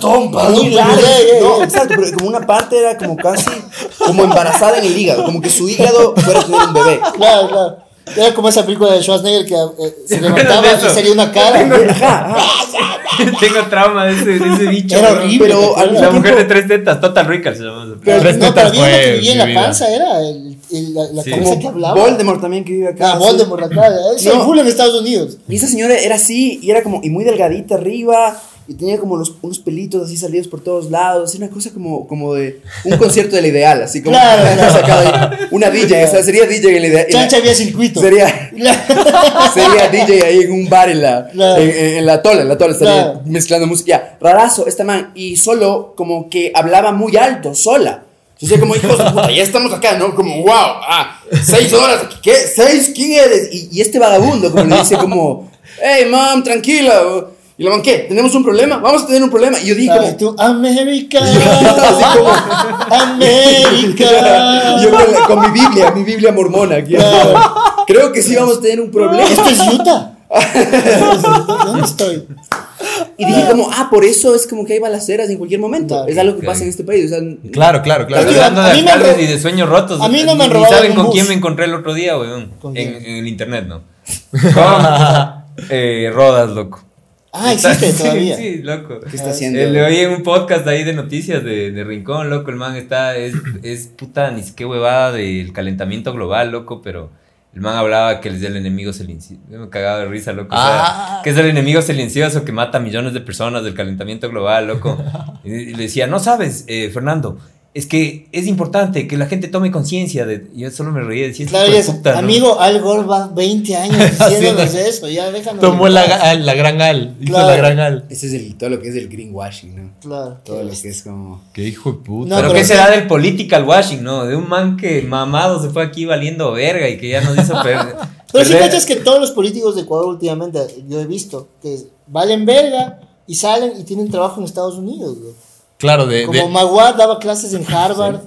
S5: Muy larga.
S2: Ey, ey,
S5: No,
S2: ey.
S5: exacto, pero como una parte era como casi. Como embarazada en el hígado. Como que su hígado fuera a tener un bebé.
S2: *laughs* Claro, claro. Era como esa película de Schwarzenegger que eh, se levantaba
S3: acuerdan de
S2: y
S3: eso?
S2: salía una cara.
S5: Ajá, ajá.
S3: *laughs* Tengo trauma de ese, de ese bicho.
S2: Era
S3: bro.
S2: horrible.
S5: Pero al
S3: La
S5: mismo
S3: mujer de
S5: tiempo-
S3: tres tetas, Total Rica se llama. esa
S2: Pero
S4: Las
S2: no,
S4: tetas
S2: para mí lo
S4: fue
S2: que vivía en
S4: mi
S2: la
S4: vida.
S2: panza era el, el- la, la
S3: Sí.
S2: cabeza que hablaba.
S1: Voldemort también que vive acá.
S2: Ah,
S1: sí.
S2: Voldemort acá. Él se
S1: No.
S2: full en Estados Unidos.
S1: Y esa señora era así, y era como, y muy delgadita arriba, y tenía como los, unos pelitos así salidos por todos lados, era una cosa como, como de un concierto del ideal, así como
S2: Claro, claro.
S1: *laughs* sacado ahí. una DJ, o sea, sería DJ el ideal.
S2: Chancha había circuito.
S1: Sería,
S2: *laughs*
S1: sería DJ ahí en un bar en la,
S2: Claro.
S1: en, en- en la tola, en la tola estaría
S2: Claro.
S1: mezclando música. Ya, Rarazo, esta man, y solo como que hablaba muy alto, sola. Entonces, como hijos de puta, ya estamos acá, ¿no? Como, wow, ah, seis horas, aquí, ¿qué? ¿Seis? ¿Quién eres? Y, y este vagabundo, como le dice, como, hey, mom, tranquila. Y la man, ¿qué? ¿Tenemos un problema? Vamos a tener un problema. Y yo dije,
S2: Claro, *laughs* y
S1: como,
S2: tú, América.
S1: así
S2: *laughs*
S1: como, *laughs*
S2: América.
S5: *laughs*
S1: yo con, la- con mi Biblia, mi Biblia mormona aquí.
S2: Claro.
S1: Creo que sí vamos a tener un problema.
S2: Esto Este es Utah. ¿Dónde estoy?
S1: Y dije como, ah, por eso es como que hay balaceras en cualquier momento.
S2: Claro.
S1: Es algo que
S3: Ok.
S1: pasa en este país. O sea, n-
S4: Claro, claro,
S3: Estás
S4: claro.
S2: Es que
S3: hablando
S2: a mí
S3: de
S2: me han
S3: alcaldes
S2: ro-
S3: y de sueños rotos.
S2: a mí no me han
S3: Ni
S2: robado
S3: saben
S2: un
S3: con
S2: bus.
S3: quién me encontré el otro día, weón.
S2: ¿Con
S3: En,
S2: quién?
S3: en el internet,
S2: *laughs*
S3: ¿no? Con eh, Rodas, loco.
S2: Ah,
S3: Está- *laughs*
S2: existe
S3: sí,
S2: todavía.
S3: Sí, loco.
S1: ¿Qué está haciendo?
S3: Eh, le oí en un podcast ahí de noticias de, de Rincón, loco. El man está, es, es puta, ni siquiera huevada del calentamiento global, loco, pero el man hablaba que es el enemigo silencioso. Me cagaba de risa, loco. o sea,
S4: Ah.
S3: que es el enemigo silencioso que mata a millones de personas del calentamiento global, loco.
S2: *laughs*
S3: y, y le decía, no sabes, eh, Fernando. Es que es importante que la gente tome conciencia de. Yo solo me reía decía,
S2: Claro,
S3: "Hijo
S2: ya
S3: de
S2: es,
S3: puta, ¿no?"
S2: amigo, Al Gore va 20 años diciéndonos eso, ya déjanos.
S4: Tomó
S2: en
S4: la,
S2: paz.
S4: ga- la gran al. Hizo
S2: Claro.
S4: la gran al.
S5: Ese es el, todo lo que es el greenwashing, ¿no?
S2: Claro.
S5: Todo lo que es como.
S4: Qué hijo de puta.
S2: No,
S3: pero,
S2: pero
S3: qué
S2: sí.
S3: será del political washing, ¿no? De un man que mamado se fue aquí valiendo verga y que ya nos hizo perder.
S2: *laughs* Pero sí
S3: perder-
S2: cachas que todos los políticos de Ecuador últimamente, yo he visto, que valen verga y salen y tienen trabajo en Estados Unidos, güey.
S4: Claro, de.
S2: Como
S4: de
S2: Magua daba clases en Harvard,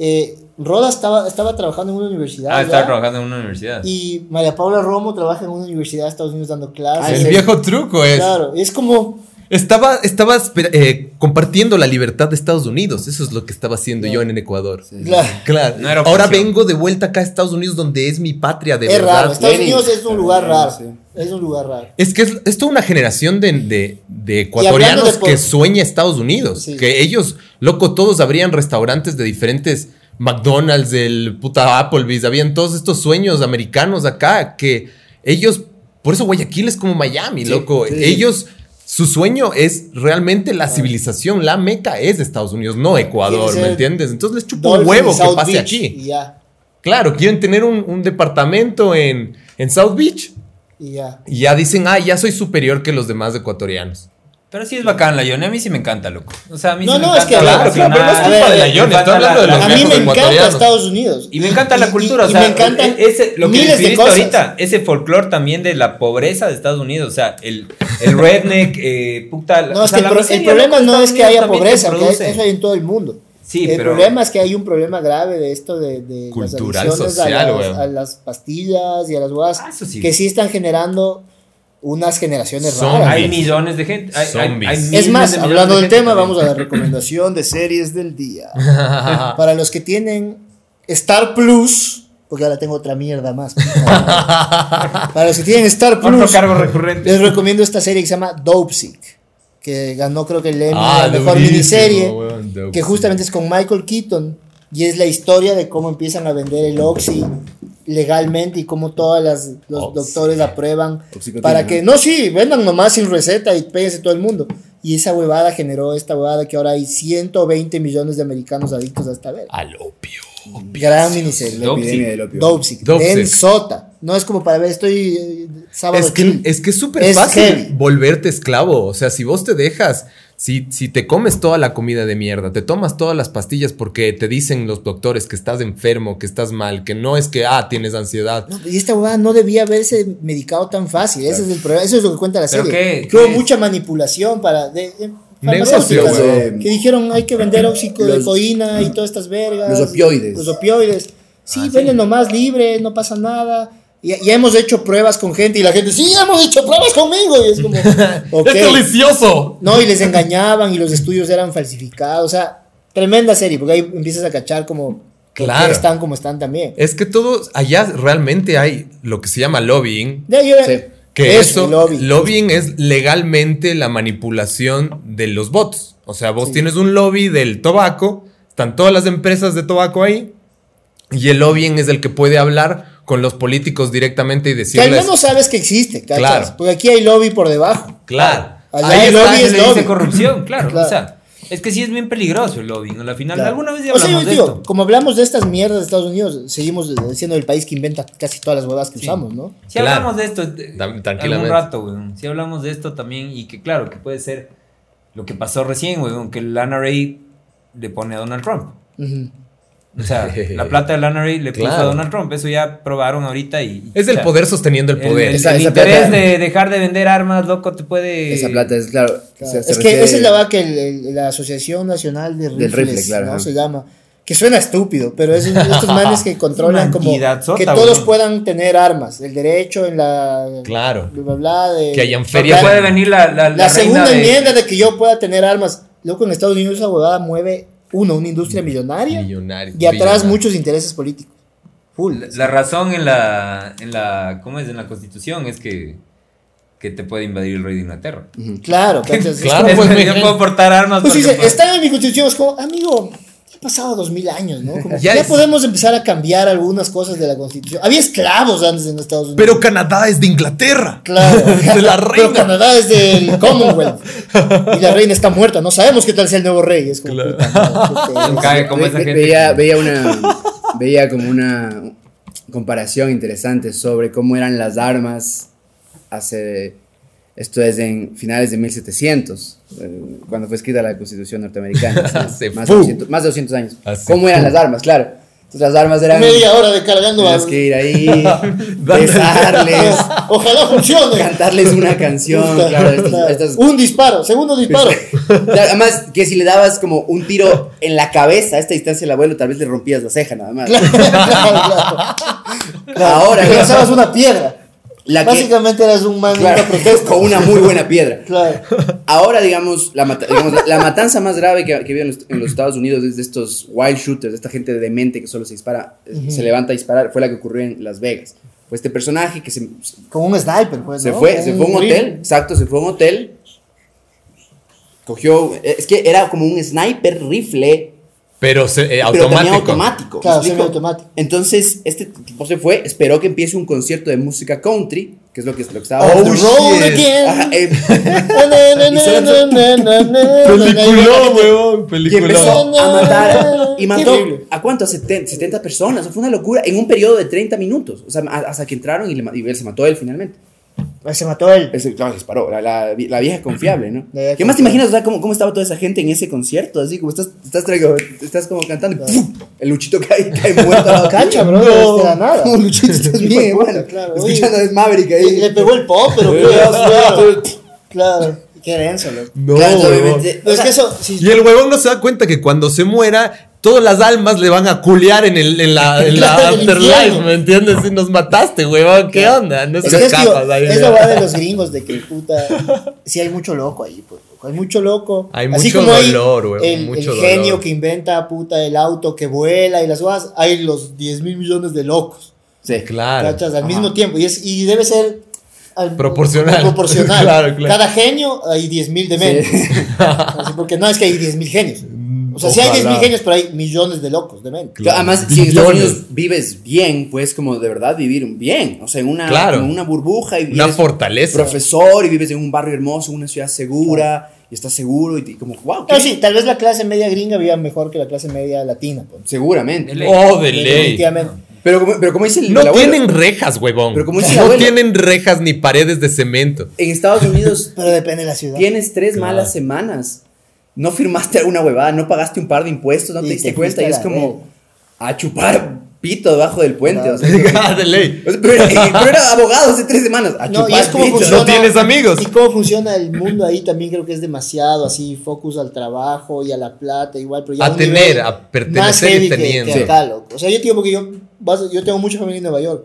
S2: eh, Roda estaba, estaba trabajando en una universidad.
S3: Ah,
S2: ya,
S3: estaba trabajando en una universidad.
S2: Y María Paula Romo trabaja en una universidad de Estados Unidos dando clases.
S4: el viejo truco es.
S2: Claro, es como.
S4: Estaba, estaba esper- eh, compartiendo la libertad de Estados Unidos. Eso es lo que estaba haciendo yo en Ecuador.
S2: la-
S4: Claro.
S3: No era
S4: Ahora
S3: opresión.
S4: vengo de vuelta acá a Estados Unidos, donde es mi patria de
S2: es
S4: verdad.
S2: raro. Estados
S1: Lenin.
S2: Unidos es un
S1: Claro,
S2: lugar
S1: Lenin,
S2: raro.
S1: sí.
S2: Es un lugar raro.
S4: Es que es, es toda una generación de, de- de
S2: hablando
S4: ecuatorianos
S2: de po-
S4: que sueña Estados Unidos.
S2: Sí.
S4: Que ellos, loco, todos abrían restaurantes de diferentes McDonald's, el puta Applebee's, habían todos estos sueños americanos acá que ellos, por eso Guayaquil es como Miami, loco.
S1: sí, sí.
S4: Ellos, su sueño es realmente la civilización, la meca es Estados Unidos, no Ecuador,
S2: ser
S4: ¿me entiendes? Entonces les chupa un
S2: Dolphin,
S4: huevo que
S2: South
S4: pase
S2: Beach,
S4: aquí.
S2: Y ya,
S4: Claro, quieren tener un, un departamento en, en South Beach.
S2: y ya.
S4: Y ya dicen, ah, ya soy superior que los demás ecuatorianos.
S3: Pero sí es bacán la Yone, a mí sí me encanta, loco. O sea, a mí
S2: No,
S3: sí
S2: no,
S3: me
S2: es
S3: encanta.
S2: que-
S3: la
S2: claro, claro, pero no es
S3: nacional,
S2: culpa de
S4: la
S3: me
S4: Yone, está
S3: encanta
S4: hablando de
S3: la-
S4: los
S2: A mí
S3: la-
S2: me
S4: viejos
S2: encanta
S4: ecuatorianos.
S2: Estados Unidos.
S3: Y me encanta
S2: Y-
S3: la
S2: y-
S3: cultura,
S2: y
S3: o sea,
S2: me encanta
S3: e- ese, lo que
S2: miles de
S3: describiste
S2: cosas.
S3: ahorita, ese folclore también de la pobreza de Estados Unidos, o sea, el, el redneck, eh, puta, la-
S2: No,
S3: o
S2: es
S3: sea,
S2: que el,
S3: la
S2: pro- el
S3: miseria,
S2: problema
S3: loco,
S2: no es
S3: Estados
S2: que
S3: Unidos
S2: haya
S3: también
S2: pobreza,
S3: te
S2: porque
S3: produce.
S2: eso hay en todo el mundo.
S3: Sí,
S2: el
S3: pero-
S2: problema es que hay un problema grave de esto de, de las
S4: Cultural,
S2: adicciones
S4: social,
S2: a, las,
S4: weón.
S2: a las pastillas y a las guas
S3: Ah, eso sí.
S2: que sí están generando unas generaciones
S4: Son-
S2: raras.
S3: Hay millones de gente. hay- hay- hay
S4: Zombies. Es
S2: Es
S3: miles
S2: más,
S3: de millones
S2: hablando
S3: de
S2: del
S3: gente
S2: tema,
S3: también.
S2: vamos a la recomendación de series del
S3: *laughs*
S2: día. Para los que tienen Star Plus, porque ahora tengo otra mierda más.
S3: *laughs*
S2: Para los que tienen Star
S3: Otro
S2: Plus, *laughs*
S3: cargo recurrente.
S2: les recomiendo esta serie que se llama Dope Sick, que ganó creo que el Emmy
S3: Ah,
S2: a la mejor
S4: Ah, durísimo,
S2: miniserie,
S4: weón, de-
S2: que justamente es con Michael Keaton y es la historia de cómo empiezan a vender el Oxy legalmente y cómo todos los
S4: Oxy.
S2: doctores aprueban
S1: Oxycontin,
S2: para
S1: ¿no?
S4: ¿eh?
S2: que no, sí, vendan nomás sin receta y péguense todo el mundo. Y esa huevada generó esta huevada que ahora hay 120 millones de americanos adictos a esta verga.
S4: Al opio.
S2: Gran miniserie.
S1: la epidemia del opio.
S2: Dopsic,
S4: Dopsic.
S2: en sota. No es como para ver, estoy eh, sábado.
S4: Es que
S2: chill.
S4: es que es súper
S2: Es
S4: fácil
S2: heavy.
S4: volverte esclavo. O sea, si vos te dejas, si, si te comes toda la comida de mierda, te tomas todas las pastillas porque te dicen los doctores que estás enfermo, que estás mal, que no es que, ah, tienes ansiedad.
S2: No, pues, y esta huevada no debía haberse medicado tan fácil. Ese es el problema. Eso es lo que cuenta la
S3: ¿Pero
S2: serie.
S3: qué?
S2: que hubo
S3: ¿Qué?
S2: mucha manipulación para. de- de
S4: Negocio,
S2: farmacéuticas,
S1: huevón.
S2: Que dijeron hay que vender óxido de
S1: Los-
S2: coína y todas estas vergas.
S1: Los opioides. Ah,
S2: Los opioides. Sí, venden nomás libre, no pasa nada. Ya, ya hemos hecho pruebas con gente y la gente, sí, hemos hecho pruebas conmigo. Y
S3: *laughs*
S2: es como, ok.
S4: ¡Es delicioso!
S2: No, y les engañaban y los estudios eran falsificados. O sea, tremenda serie, porque ahí empiezas a cachar como. por qué
S4: Claro.
S2: Están como están también.
S4: Es que todos allá realmente hay lo que se llama lobbying.
S2: De ahí era-
S1: Sí.
S4: Que
S2: Es
S4: eso,
S2: el lobby.
S4: lobbying es legalmente la manipulación de los bots. O sea, vos tienes un lobby del tabaco, están todas las empresas de tabaco ahí, Y el lobbying es el que puede hablar con los políticos directamente y
S2: Que al
S4: decirles.
S2: menos sabes que existe, ¿cachas?
S4: Claro.
S2: Porque aquí hay lobby por debajo.
S4: Claro.
S2: Allá
S3: Ahí
S2: el
S3: está,
S2: lobby
S3: se
S2: es
S3: le dice
S2: lobby.
S3: corrupción, claro,
S2: Claro.
S3: O sea, es que sí es bien peligroso el lobbying. ¿no? Al final,
S2: Claro.
S3: alguna vez ya
S2: O sea,
S3: hablamos
S2: yo
S3: de
S2: digo,
S3: esto.
S2: como hablamos de estas mierdas de Estados Unidos, seguimos siendo el país que inventa casi todas las bodas que usamos, ¿no?
S3: Si
S4: Claro.
S3: hablamos de esto, eh,
S4: Tam-
S3: algún
S4: tranquilamente.
S3: rato, weón. Si hablamos de esto también, y que claro, que puede ser lo que pasó recién, weón, que el Ray le pone a Donald Trump.
S2: Ujú.
S3: O sea,
S4: *laughs*
S3: la plata de Ray le puso
S4: Claro.
S3: a Donald Trump. Eso ya probaron ahorita y.
S4: Es
S3: o
S4: el
S3: sea,
S4: poder sosteniendo el
S3: El,
S4: poder.
S3: el-
S5: Esa-
S3: el
S5: esa plata-
S3: interés de dejar de vender armas, loco, te puede.
S5: Esa plata es, claro.
S2: Claro.
S5: se- se
S2: es que esa es
S5: refiere-
S2: la verdad que el- el- la Asociación Nacional de Rifles,
S5: Del rifle, claro,
S2: ¿no?
S5: ajá.
S2: Se llama. Que suena estúpido, pero es
S3: *laughs*
S2: estos manes que controlan
S3: Una
S2: como
S3: entidad sota,
S2: que todos
S3: weón.
S2: puedan tener armas, el derecho en la
S4: Claro.
S2: bla, bla, bla, de-
S4: Que hayan
S2: Total,
S3: Porque
S4: feria.
S3: puede venir la,
S2: La,
S3: la, la reina
S2: segunda
S3: de-
S2: enmienda de que yo pueda tener armas. Loco, en Estados Unidos esa huevada mueve uno, una industria millonaria
S4: Millonario.
S2: y atrás
S4: billonario.
S2: muchos intereses políticos. Full.
S3: La- La razón en la, en la. ¿Cómo es? En la constitución es que. Que te puede invadir el rey de Inglaterra.
S2: Claro, ¿cachas? Es
S4: Claro,
S2: como-
S4: pues,
S3: yo
S4: Miguel.
S3: puedo portar armas.
S2: Pues sí,
S3: porque
S2: dice,
S3: puedo-
S2: está en mi constitución. Es como, amigo, ya han pasado dos mil años, ¿no? Como que
S4: *laughs* Ya
S2: ya
S4: es-
S2: podemos empezar a cambiar algunas cosas de la constitución. Había esclavos antes en Estados Unidos.
S4: Pero Canadá es de Inglaterra.
S2: Claro,
S4: *laughs* De la reina.
S2: Pero Canadá es del Commonwealth. Y la reina está muerta. No sabemos qué tal sea el nuevo rey. Es como,
S4: Claro.
S2: puta madre,
S3: Me
S2: qué-
S3: cae como
S5: Ve-
S3: esa
S5: ve-
S3: gente.
S5: veía,
S3: que-
S5: veía una veía como una comparación interesante sobre cómo eran las armas hace esto es en finales de 1700 eh, cuando fue escrita la
S3: *laughs*
S5: Constitución norteamericana
S4: Hace
S5: ¿sí? más, de
S4: fu.
S5: 200, más de 200 años
S4: Hace
S5: cómo eran
S4: fu.
S5: las armas claro entonces las
S4: *laughs*
S5: armas eran
S2: Media hora de cargando a...
S5: tenías que
S3: *laughs*
S5: ir ahí
S2: *laughs*
S5: besarles
S2: Ojalá funcione.
S5: cantarles una canción
S2: Puta,
S5: claro estas-
S2: claro.
S5: estas
S2: Un disparo, segundo *laughs* disparo.
S5: *laughs* Claro, además, que si le dabas como un tiro en la cabeza a esta distancia al abuelo, tal vez le rompías la ceja nada más.
S2: Claro, claro,
S5: Ahora,
S2: claro. Lanzabas una piedra.
S5: la que-
S2: Básicamente eras un man de
S5: claro,
S2: una protesta.
S5: con una muy buena piedra.
S2: Claro.
S5: Ahora, digamos, la, mata- digamos, la- la matanza más grave que, que había en los, en los Estados Unidos es de estos wild shooters, de esta gente demente que solo se dispara, eh, se levanta a disparar, fue la que ocurrió en Las Vegas. Fue este personaje que se,
S2: Con un sniper, pues.
S5: se
S2: ¿no?
S5: fue,
S2: Con
S5: se fue a un
S2: rifle.
S5: hotel, exacto, se fue a un hotel, cogió, eh, es que era como un sniper rifle
S4: Pero se- eh,
S5: pero también
S4: automático.
S5: automático.
S2: Claro,
S5: ¿me explico?
S2: semiautomático.
S5: Entonces, este tipo se fue, esperó que empiece un concierto de música country, que es lo que, lo que estaba.
S2: On the road
S4: shit.
S2: again.
S5: Ajá, eh,
S2: *laughs* Na, na, na, na, na, na, na,
S4: Peliculón, weón.
S5: y
S4: Peliculón.
S5: empezó a matar. Y mató.
S2: Terrible.
S5: ¿A cuánto? A 70, 70 personas. Fue una locura. En un periodo de 30 minutos. O sea, a- hasta que entraron y, le ma- y él se mató él finalmente.
S2: na. Se mató él.
S5: Él se, claro, se disparó. La, la vi- la vieja confiable, ¿no?
S2: La vieja
S5: ¿Qué más te
S2: confiable.
S5: imaginas? O sea, cómo, cómo estaba toda esa gente en ese concierto. Así como estás, estás, traigo- estás como cantando. y ¡pum! El luchito cae, cae muerto al lado.
S2: Cacha, bro, desde la
S5: *laughs*
S2: nada.
S5: Como
S2: *laughs*
S5: luchito, estás bien,
S2: Puta,
S5: bueno.
S2: claro, oye.
S5: Escuchando a Maverick ahí.
S2: Le pegó el pop, pero claro. Claro. Qué denso, loco.
S4: No,
S5: Claro,
S4: weón.
S5: obviamente.
S2: Pero es que eso. si-
S4: Y el huevón no se da cuenta que cuando se muera, todas las almas le van a culear en, el, en la, en
S2: *laughs*
S4: la
S2: Claro, el
S4: afterlife,
S2: infierno.
S4: ¿me entiendes? Si nos mataste, huevón, ¿qué onda? No
S2: Es
S4: se
S2: que es,
S4: escapas
S2: tío,
S4: ahí.
S2: es
S4: ¿no?
S2: la verdad de los gringos de que puta. Sí, hay mucho loco ahí, pues. loco, Hay mucho loco.
S4: Hay
S2: Así
S4: mucho
S2: como hay
S4: dolor, weón,
S2: El,
S4: mucho
S2: el genio
S4: dolor.
S2: que inventa, puta, el auto que vuela y las cosas. Hay los 10 mil millones de locos.
S5: Sí,
S4: Claro.
S2: ¿cachas? Al mismo tiempo. Y, es, y debe ser. al-
S4: Proporcional.
S2: proporcional.
S4: *laughs* Claro, claro.
S2: Cada genio hay 10 mil de menos. *laughs* Así, porque no es que hay 10 mil genios. O sea, sí hay 10 mil
S4: Ojalá.
S2: genios, pero hay millones de locos de menos.
S4: Claro.
S5: Además, si en Estados
S4: Billones.
S5: Unidos vives bien, puedes como de verdad vivir bien. O sea, en una,
S4: Claro.
S5: como una burbuja y
S4: Una
S5: eres
S4: fortaleza.
S5: profesor y vives en un barrio hermoso, una ciudad segura y estás seguro y, te- como, wow,
S2: Pero sí, tal vez la clase media gringa viva mejor que la clase media latina. pues.
S5: seguramente.
S3: ley.
S4: Oh, de ley.
S2: Definitivamente.
S5: Pero como, pero como dice el, el
S4: No
S5: abuelo,
S4: tienen rejas, huevón.
S5: Pero como dice el
S4: No
S5: abuelo.
S4: tienen rejas ni paredes de cemento.
S5: en Estados Unidos
S2: Pero depende de la ciudad.
S5: tienes
S4: *laughs*
S5: tres
S4: Claro.
S5: malas semanas. No firmaste alguna huevada, no pagaste un par de impuestos, no
S2: Y
S5: te diste
S2: te
S5: cuenta
S2: fuiste
S5: y
S2: a
S5: es
S2: la
S5: como a chupar pito debajo del puente. O sea,
S4: *laughs* Ah, de ley.
S5: pero, eh, pero
S4: *laughs*
S5: era abogado hace tres semanas. A
S2: No, y
S5: chupar
S2: es como
S5: pito.
S2: funciona.
S4: No tienes amigos.
S2: Y cómo funciona el mundo ahí también creo que es demasiado así, focus al trabajo y a la plata, igual. Pero ya
S4: A
S2: un
S4: tener,
S2: nivel
S4: a
S2: más
S4: pertenecer y
S2: heavy que-
S4: teniendo.
S2: Que, acá, loco. O sea, yo digo porque yo, vas- yo tengo mucha familia en Nueva York.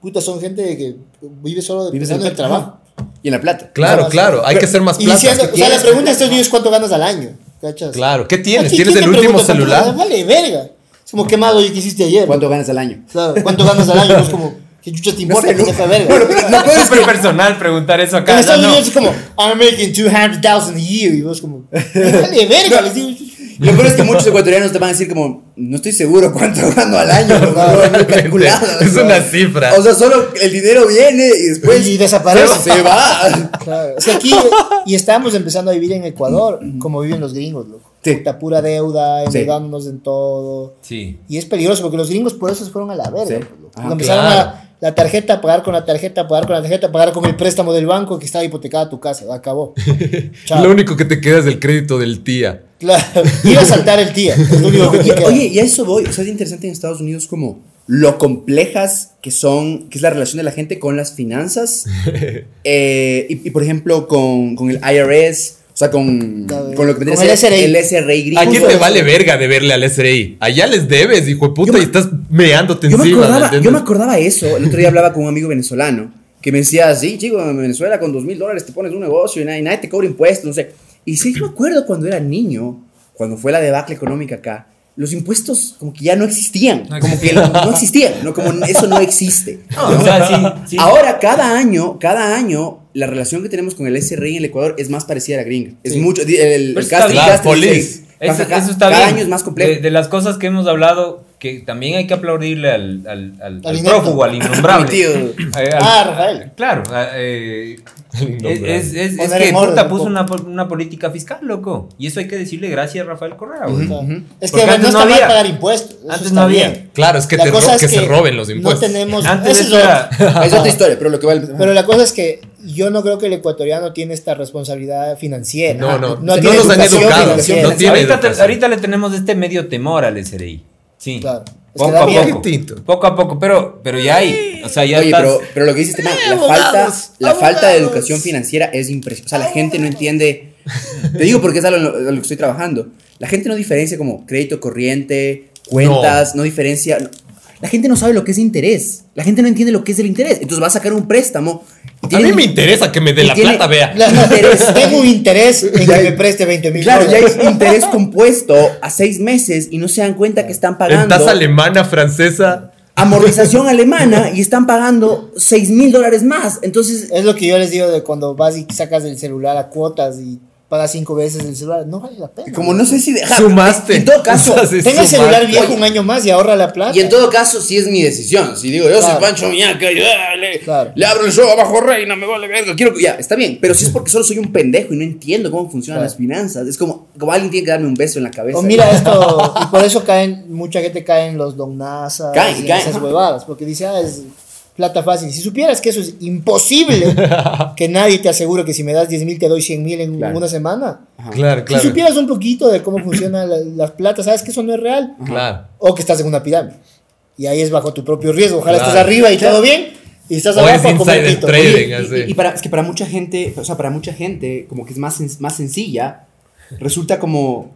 S2: Puta, son gente que vive solo
S5: Vives
S2: dependiendo
S5: en-
S2: del trabajo.
S5: Y en la plata.
S4: Claro, claro. Hay que ser más
S2: Y
S4: plata.
S2: diciendo- o sea,
S5: tienes-
S2: la pregunta de estos niños es cuánto ganas al año, ¿cachas?
S4: Claro. ¿Qué tienes?
S2: Aquí,
S4: ¿Tienes
S2: ¿quién te
S4: el último
S2: pregunta cuánto
S4: celular?
S2: ganas? Vale, verga. Es como quemado yo que hiciste ayer.
S5: ¿Cuánto ganas al año?
S2: Claro, ¿cuánto ganas al año? No es como, ¿qué chucha te importa?
S5: sé,
S2: que
S5: no.
S2: sepa
S5: *laughs*
S2: verga.
S5: No, pero es
S3: Súper personal preguntar eso
S2: En
S3: acá. ya
S2: Estados
S3: no.
S2: Unidos es como, I'm making 200,000 a year. Y vos como, dale verga. Les digo,
S5: Lo peor es que muchos ecuatorianos te van a decir como, no estoy seguro cuánto *laughs* gano al año, no, no, no he calculado.
S4: Es
S5: ¿no?
S4: una cifra.
S5: O sea, solo el dinero viene y después
S2: Y desaparece.
S5: se va. *laughs*
S2: Claro. O sea, aquí, y estábamos empezando a vivir en Ecuador, como viven los gringos, loco.
S5: Sí.
S2: Puta, pura deuda,
S5: Sí.
S2: endeudándonos en todo.
S3: Sí.
S2: Y es peligroso porque los gringos por eso se fueron a la verga.
S5: Sí.
S2: pues, loco.
S5: Ah,
S2: Cuando empezaron
S4: claro.
S2: a la tarjeta, a pagar con la tarjeta, a pagar con la tarjeta, a pagar con el préstamo del banco que estaba hipotecada tu casa.
S3: *laughs*
S2: Acabó. Chao.
S4: Lo único que te queda es el crédito del tía.
S2: Claro. Iba a saltar el tía. Es lo único que te
S5: Y-
S2: queda.
S5: *laughs* Oye, y a eso voy. O sea, es interesante en Estados Unidos como lo complejas que son, que es la relación de la gente con las
S4: *laughs*
S5: finanzas. Eh, y, y, por ejemplo, con, con el IRS, o sea, con,
S2: Claro.
S5: con lo que vendría
S2: Con el
S5: a ser
S2: SRI.
S5: el SRI gringo.
S4: ¿A quién te
S5: Justo.
S4: vale verga de verle al SRI? Allá les debes, hijo de puta,
S5: Yo me-
S4: y estás meándote
S5: Yo me,
S4: encima. ¿me
S5: acordaba, yo
S4: entiendes? *laughs*
S5: me acordaba eso. El otro día hablaba con un amigo venezolano que me decía, sí, chico, en Venezuela con dos mil dólares te pones un negocio y nadie, nadie te cobra impuestos, no sé. Y sí, yo me acuerdo cuando era niño, cuando fue la debacle económica acá, los impuestos como que ya no existían.
S3: No
S5: como que
S3: existían.
S5: no existían, no, como eso no existe.
S3: o sea, sí, sí.
S5: Ahora, cada año, cada año, la relación que tenemos con el SRI en el Ecuador es más parecida a la gringa. Es
S2: Sí.
S5: mucho, di- el, el
S3: Pero eso
S5: casting-
S3: está bien.
S5: casting
S4: Police.
S5: dice,
S3: Eso,
S5: "Ajá,
S3: eso está
S5: cada
S3: bien. Eh,
S5: año es más complejo.
S3: De, de las cosas que hemos hablado, que también hay que aplaudirle al, al, al, al
S2: inepto.
S3: prófugo, al innombrable.
S5: Mi tío.
S3: Eh, al-
S2: Ah, Rafael.
S3: Claro, ah, eh, es,
S4: Innombrable.
S3: es- es- es
S2: Poner
S3: que
S2: en orden
S3: puta
S2: un
S3: puso
S2: poco.
S3: una, po- una política fiscal, loco. Y eso hay que decirle gracias a Rafael Correa, güey.
S2: Claro. Es que
S3: Porque
S2: a ver, no
S3: antes no
S2: está mal
S3: había.
S2: pagar impuestos. Eso
S3: Antes
S2: está
S3: no había.
S2: bien.
S4: Claro, es que,
S2: La
S4: te ro-
S2: cosa es
S4: que se
S2: que
S4: roben los
S2: No
S4: impuestos.
S2: tenemos.
S3: Antes
S2: ese es
S3: eso era-
S2: otro.
S5: Es otra historia, pero lo que vale.
S2: Pero la cosa es que yo no creo que el ecuatoriano tiene esta responsabilidad financiera.
S4: No, no, no
S2: tiene
S4: nos han
S2: educación
S4: educado,
S2: financiera.
S4: no tiene-
S3: ahorita, te-
S4: educación.
S3: ahorita le tenemos este medio temor al SRI. Sí.
S2: Claro. Es que
S3: Poco
S2: da
S3: a
S2: miedo.
S3: poco. Poco a poco, pero, pero ya hay. O sea, ya
S5: Oye,
S3: estás-
S5: pero, pero lo que dice este man, la falta, la falta de educación financiera es impresionante. O sea, la gente no entiende. Te digo porque es algo en lo, en lo que estoy trabajando. La gente no diferencia como crédito corriente, cuentas, no, diferencia. no. La gente no sabe lo que es interés. La gente no entiende lo que es el interés. Entonces va a sacar un préstamo. y
S4: A mí
S5: tiene-
S4: me interesa que me dé
S5: y
S4: la
S5: tiene-
S4: plata, vea.
S2: La-
S4: *laughs*
S5: Interés.
S2: Tengo un interés en
S5: Ya
S2: que
S5: hay-
S2: me preste 20 mil
S5: Claro, ya hay interés compuesto a seis meses y no se dan cuenta que están
S4: En
S5: pagando.
S4: tasa alemana, francesa.
S5: Amortización alemana y están pagando seis mil dólares más. Entonces,
S2: Es lo que yo les digo de cuando vas y sacas el celular a cuotas y pagas cinco veces el celular. No vale la pena.
S5: como no sé si dejar.
S4: Sumaste.
S5: *laughs* En todo caso,
S4: *laughs* O sea, sí,
S2: Tenga el
S4: sumaste.
S2: celular viejo un año más y ahorra la plata.
S5: Y en todo caso, sí es mi decisión. Si digo, yo soy
S2: Claro.
S5: Pancho Miñaca, y, ah, le,
S2: Claro.
S5: le abro el show abajo reina, me vale verga, quiero. Ya, está bien. Pero si es porque solo soy un pendejo y no entiendo cómo funcionan
S2: Claro.
S5: las finanzas, es como, como alguien tiene que darme un beso en la cabeza.
S2: O mira
S5: *laughs*
S2: esto, y por eso caen, mucha gente cae en los don NASA
S5: Caen,
S2: y en
S5: caen.
S2: esas huevadas, porque dice, ah, es plata fácil. Si supieras que eso es
S5: *laughs*
S2: imposible, que nadie te asegura que si me das 10 mil te doy 100 mil en
S5: Claro. Ah,
S2: una semana.
S4: Claro,
S2: Si
S4: claro.
S2: supieras un poquito de cómo funcionan la- las platas, sabes que eso no es real,
S4: Claro.
S2: o que estás en una pirámide. Y ahí es bajo tu propio riesgo. Ojalá
S4: Claro.
S2: estés arriba y todo bien, y estás
S4: O
S2: abajo
S4: es
S2: a comer
S4: insider
S2: pito.
S4: trade.
S5: Oye,
S4: Venga,
S5: y-
S4: sí.
S5: y, y para, es que para mucha gente, o sea, para mucha gente, como que es más, sen- más sencilla, resulta como.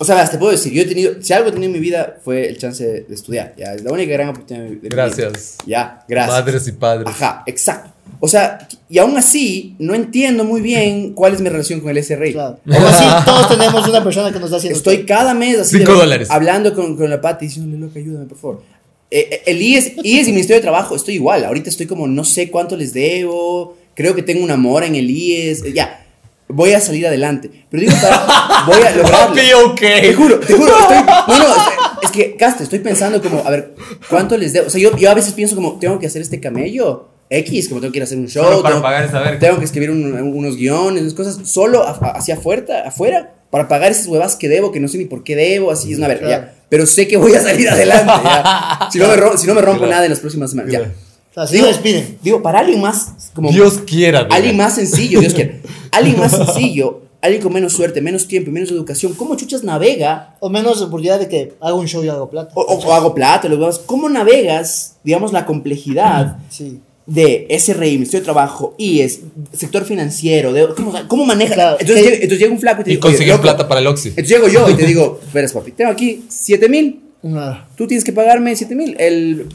S5: O sea, verás, te puedo decir, yo he tenido, si algo he tenido en mi vida fue el chance de, de estudiar, ya, es la única gran oportunidad de mi vida.
S4: Gracias.
S5: Ya, gracias.
S4: Madres y padres.
S5: Ajá, exacto. O sea, y aún así, no entiendo muy bien cuál es mi relación con el SRI.
S2: Claro. Aún
S5: *laughs*
S2: así, todos tenemos una persona que nos está haciendo.
S5: Estoy cada mes así
S4: Cinco
S5: de-
S4: dólares.
S5: hablando con, con la pata y diciéndole, loca, ayúdame, por favor. Eh, eh, el IES, IES y Ministerio de Trabajo, estoy igual. Ahorita estoy como, no sé cuánto les debo, creo que tengo una mora en el IES, eh, ya. Voy a salir adelante. Pero digo, para- voy a lograrlo.
S4: Papi, ok.
S5: Te juro, te juro, estoy. No, no, es, es que, Casta, estoy pensando como, a ver, ¿cuánto les debo? O sea, yo, yo a veces pienso como, tengo que hacer este camello X, como tengo que ir a hacer un show.
S3: Solo para
S5: tengo-
S3: pagar esa verga.
S5: Tengo que escribir un- unos guiones, unas cosas, solo a- a- hacia afuera, afuera, para pagar esas huevas que debo, que no sé ni por qué debo, así es una verga,
S2: Claro.
S5: ya. Pero sé que voy a salir adelante,
S4: *laughs*
S5: ya. Si no me, rom- si no me rompo
S4: Claro.
S5: nada en las próximas semanas, ya.
S4: Claro.
S2: Así lo despiden.
S5: Digo, para alguien más, como
S4: Dios quiera, vea.
S5: alguien más sencillo, Dios quiera, alguien más sencillo, alguien con menos suerte, menos tiempo y menos educación, ¿cómo chuchas navega?
S2: O menos oportunidad de que hago un show y hago plata.
S5: O, o- o hago plata, los huevos, ¿cómo navegas, digamos, la complejidad
S2: Sí.
S5: de ese régimen, estudio de trabajo, IES, sector financiero, de, ¿cómo, cómo maneja?
S2: Claro.
S5: Entonces, llega, entonces llega un flaco y te
S4: Y
S5: dice, "Oye,
S4: conseguir
S5: loco".
S4: plata para el Oxy.
S5: Entonces llego yo y te digo, verás papi, tengo aquí 7 mil,
S2: No.
S5: tú tienes que pagarme 7 mil, el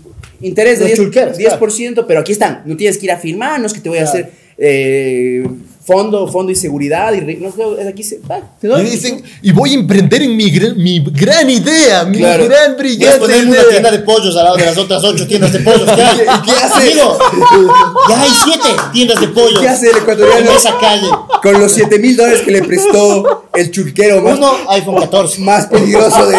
S5: interés de
S2: Los
S5: 10,
S2: chulqueros,
S5: 10% pero aquí están, no tienes que ir a firmarnos que te voy a
S2: Claro.
S5: hacer eh, fondo, fondo y seguridad. Y ri- no sé, es aquí se. va, te doy.
S4: Y dicen, y voy a emprender en mi, gran- mi gran idea, mi
S5: Claro.
S4: gran
S2: Puedes
S4: brillante
S2: ponerme una
S4: idea.
S2: tienda de pollos al lado de las otras ocho tiendas de pollos. ¿Qué,
S5: qué hace?
S2: Amigo, ya hay siete tiendas de pollos.
S5: ¿Qué hace el
S2: En
S5: ecuatoriano
S2: esa calle.
S5: con los 7 mil dólares que le prestó el chulquero más,
S2: Uno, iPhone 14.
S5: más peligroso de-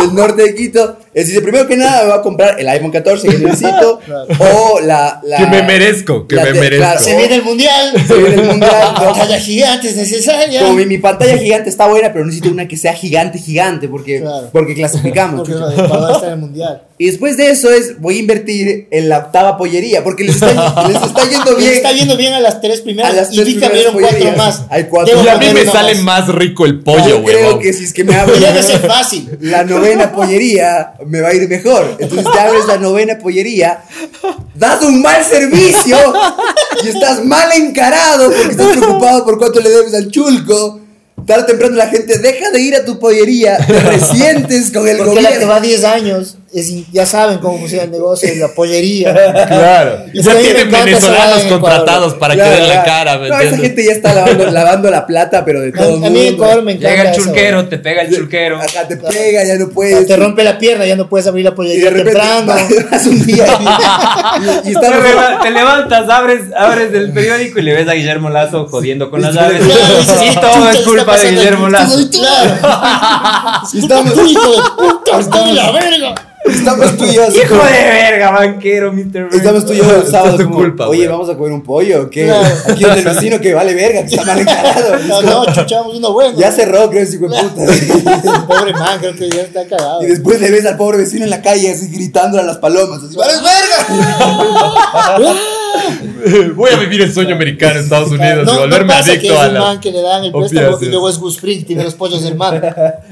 S5: del norte de Quito? Él dice: primero que nada, me va a comprar el iPhone 14 que necesito
S2: *laughs* Claro.
S5: o la. la-
S4: Que me merezco, que
S5: la
S4: me
S5: te-
S4: merezco.
S5: claro,
S2: Se viene el mundial.
S5: *laughs* se viene el mundial, ¿no?
S2: Pantalla gigante es necesaria.
S5: Como mi, mi pantalla gigante está buena, pero necesito una que sea gigante, gigante, porque,
S2: Claro.
S5: porque clasificamos.
S2: Porque
S5: chucha.
S2: Ecuador está en el
S5: *laughs*
S2: mundial.
S5: Y después de eso es, voy a invertir en la octava pollería, porque les está, les está
S2: *laughs*
S5: yendo
S2: Le
S5: bien.
S2: está yendo bien a las tres primeras.
S5: A las
S2: y
S5: tres
S2: vi que
S5: primeras
S2: abrieron cuatro
S5: pollerías.
S2: más.
S5: Hay cuatro.
S2: Debo
S4: Y a mí me
S2: poner una
S4: sale
S2: más.
S4: más rico el
S5: Yo
S4: pollo,
S5: creo
S4: huevón.
S5: que si es que me abro
S2: Pero ya
S5: la,
S2: debe ser fácil.
S5: la novena pollería, me va a ir mejor. Entonces te abres la novena pollería, das un mal servicio y estás mal encarado porque estás preocupado por cuánto le debes al chulco. Tarde o temprano la gente deja de ir a tu pollería, te resientes con el
S2: Porque la que
S5: gobierno.
S2: va 10 años, es, in- ya saben cómo funciona el negocio de la
S3: *laughs*
S2: pollería.
S4: Claro.
S2: Y
S4: Ya
S2: se
S4: tienen
S2: viene cuántas
S4: venezolanos
S2: se van ah, en
S4: contratados
S2: Ecuador.
S4: para
S5: Claro,
S4: que den la
S5: claro.
S4: cara, ¿me
S5: No, esa
S4: entiendes?
S5: gente ya está lavando, lavando la plata, pero de
S2: A,
S5: todo
S2: a mí en
S5: mundo.
S2: Ecuador me encanta.
S3: Llega el
S2: eso.
S3: chulquero, te pega el chulquero.
S5: Ajá, te pega, ya no
S2: O
S5: puedes.
S2: sea, te rompe la pierna, ya no puedes abrir la
S5: Eh, y de
S2: pollería
S5: repente
S2: temprano.
S5: *laughs* vas- vas un día y, y- y
S3: Te,
S5: está mejor.
S3: leva- te levantas, abres, abres el periódico y le ves a Guillermo Lazo jodiendo con las aves.
S2: Claro, dices,
S3: *laughs* Sí, todo
S2: "Chucha,
S3: es
S2: está
S3: culpa de
S2: pasando
S3: Guillermo
S2: el-
S3: Lazo.
S2: Claro.
S5: *laughs* Estamos-
S2: Tú, hijo de puta, está en la verga.
S5: Estamos tú y yo. así
S3: Hijo
S5: como-
S3: de verga, banquero, Mr.
S5: Estamos tú y yo
S4: Esta *laughs*
S5: el
S4: es
S5: sábado.
S4: tu
S5: como,
S4: culpa,
S5: Oye,
S4: güey.
S5: vamos a comer un pollo. que
S2: Claro.
S5: Aquí donde el vecino que vale verga, que está mal encarado. Y es
S2: No,
S5: como,
S2: no, chuchamos uno bueno.
S5: ya cerró, creo, ese hijo de
S2: *laughs*
S5: puta.
S2: Pobre man, creo que ya está cagado.
S5: Y después le ves al pobre vecino en la calle así gritando a las palomas. Así, ¡Vale verga!
S4: *laughs* Voy a vivir el sueño americano en Estados Unidos y
S2: no, no
S4: volverme
S2: pasa que
S4: adicto
S2: es
S4: a
S2: un
S4: la.
S2: man que le dan el préstamo y
S4: opiáceos.
S2: luego es Gus Fring, tiene los pollos del
S4: *laughs*
S2: man.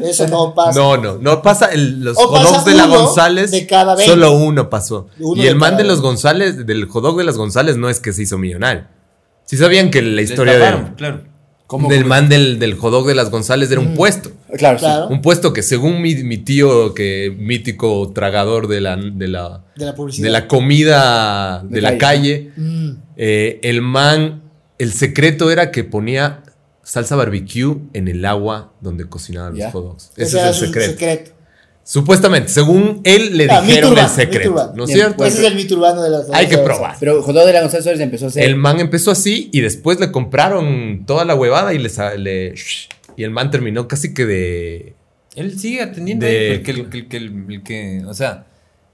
S2: Eso no pasa.
S4: No, no, no pasa el- los
S2: O
S4: hot dogs
S2: pasa
S4: de la
S2: uno
S4: González.
S2: de cada veinte.
S4: solo uno pasó.
S2: Uno
S4: y el
S2: de
S4: man
S2: cada
S4: de los
S2: veinte.
S4: González, del hot dog de las González, no es que se hizo millonario. Si sabían que la historia de-
S3: Claro.
S4: del man del, del hot dog de las González era
S2: Mm.
S4: un puesto.
S5: Claro, sí.
S2: Claro,
S4: Un puesto que según mi, mi tío, que mítico tragador de la, de la,
S2: de la publicidad.
S4: de la comida de,
S5: De
S4: la calle,
S2: Mm,
S4: eh, el man, el secreto era que ponía salsa barbecue en el agua donde cocinaban
S5: Ya.
S4: los hot dogs.
S2: ese
S4: Ese
S2: era
S4: es
S2: su
S4: el secreto.
S2: secreto.
S4: Supuestamente, según él le
S2: Ah, mito
S4: dijeron
S2: urbano,
S4: el secreto,
S2: mito urbano.
S4: ¿no es
S5: Bien,
S4: cierto?
S5: pues,
S2: Ese es el mito urbano de las
S4: Hay que
S2: de las-
S4: probar.
S5: Pero José de la González Suárez empezó a hacer.
S2: Ah,
S4: El man empezó así y después le compraron toda la huevada y les, le y el man terminó casi que de
S3: Él sigue atendiendo.
S4: De-
S3: ahí, porque el, que- el que- el- el que, o sea,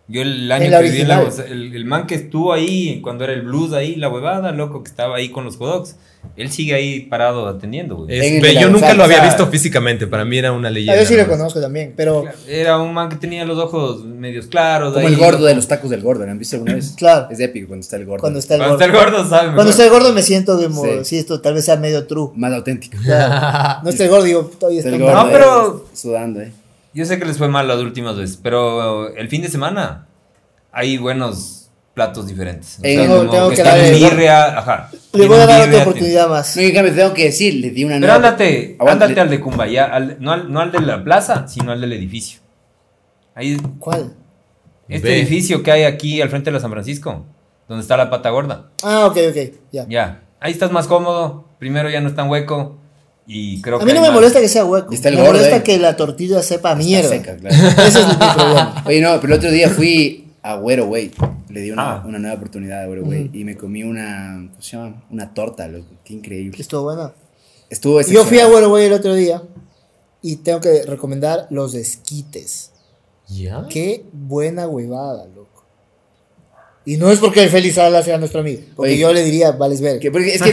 S3: yo el año
S2: En la
S3: que viví en la
S2: original.
S3: Gonza- el, el man que estuvo ahí cuando era el blues ahí, la huevada, loco, que estaba ahí con los hot dogs, él sigue ahí parado atendiendo, güey.
S4: Es-
S5: En el
S4: ve,
S5: de la
S4: yo nunca
S5: González,
S4: lo había
S3: o sea-
S4: visto físicamente, para mí era una
S2: Ah,
S4: leyenda.
S2: Yo sí lo
S4: *laughs* nomás.
S2: conozco también, pero
S3: Era un man que tenía los ojos medios claros.
S5: Como
S3: ahí,
S5: el gordo
S3: loco.
S5: de los tacos del gordo, ¿lo han visto alguna vez?
S2: Claro.
S5: Es épico cuando está el gordo.
S2: cuando está el
S3: Cuando
S2: gordo.
S3: está el gordo, sabe.
S2: Cuando
S3: mejor.
S2: estoy gordo me siento como
S5: Sí.
S2: si esto tal vez sea medio true.
S5: Más auténtico.
S4: *laughs*
S2: Claro. No estoy gordo, digo, todavía
S5: Está
S2: está
S5: el
S2: gordo.
S3: No,
S5: gordo.
S3: pero-
S5: eh, Sudando, ¿eh?
S3: Yo sé que les fue mal las últimas veces, pero el fin de semana hay buenos platos diferentes. O
S5: Eh,
S3: sea,
S5: tengo-
S3: como
S2: tengo que
S3: están
S2: darle-
S3: birria, ajá.
S2: Le voy a
S3: tienen
S2: dar
S3: birria,
S2: otra oportunidad más.
S5: No, y en cambio, tengo que decir, le di una
S3: Pero
S5: nota.
S3: ándate,
S5: Aguanta,
S3: ándate
S5: le-
S3: al de Cumbaya, al- no, al, no al de la plaza, sino al del edificio. Ahí,
S2: ¿Cuál?
S3: este
S4: Ve.
S3: edificio que hay aquí al frente de la San Francisco, donde está la pata gorda.
S2: Ah, ok, ok, ya.
S3: Ya, ahí estás más cómodo, primero ya no es tan hueco y creo
S2: A
S3: que...
S2: mí no
S3: hay
S2: me
S3: más.
S2: molesta que sea hueco.
S5: Y está el
S2: me
S5: gordo
S2: molesta
S4: eh.
S5: ahí.
S2: que la tortilla sepa mierda.
S5: seca, claro.
S2: *laughs* Ese es mi problema.
S5: Oye, no, pero el otro día fui a Güero Way. Le di una,
S3: Ah.
S5: una nueva oportunidad a Güero Way. Y me comí una. ¿Cómo se llama? Una torta, loco. Qué increíble.
S2: Estuvo bueno.
S5: Estuvo
S2: Yo fui a
S5: excepcional.
S2: Güero Güey el otro día y tengo que recomendar los esquites.
S4: ¿Ya?
S2: Qué buena huevada, loco. Y no es porque el Félix Sala sea nuestro amigo, porque
S5: Oye.
S2: yo le diría, vales ver.
S5: Que- porque es que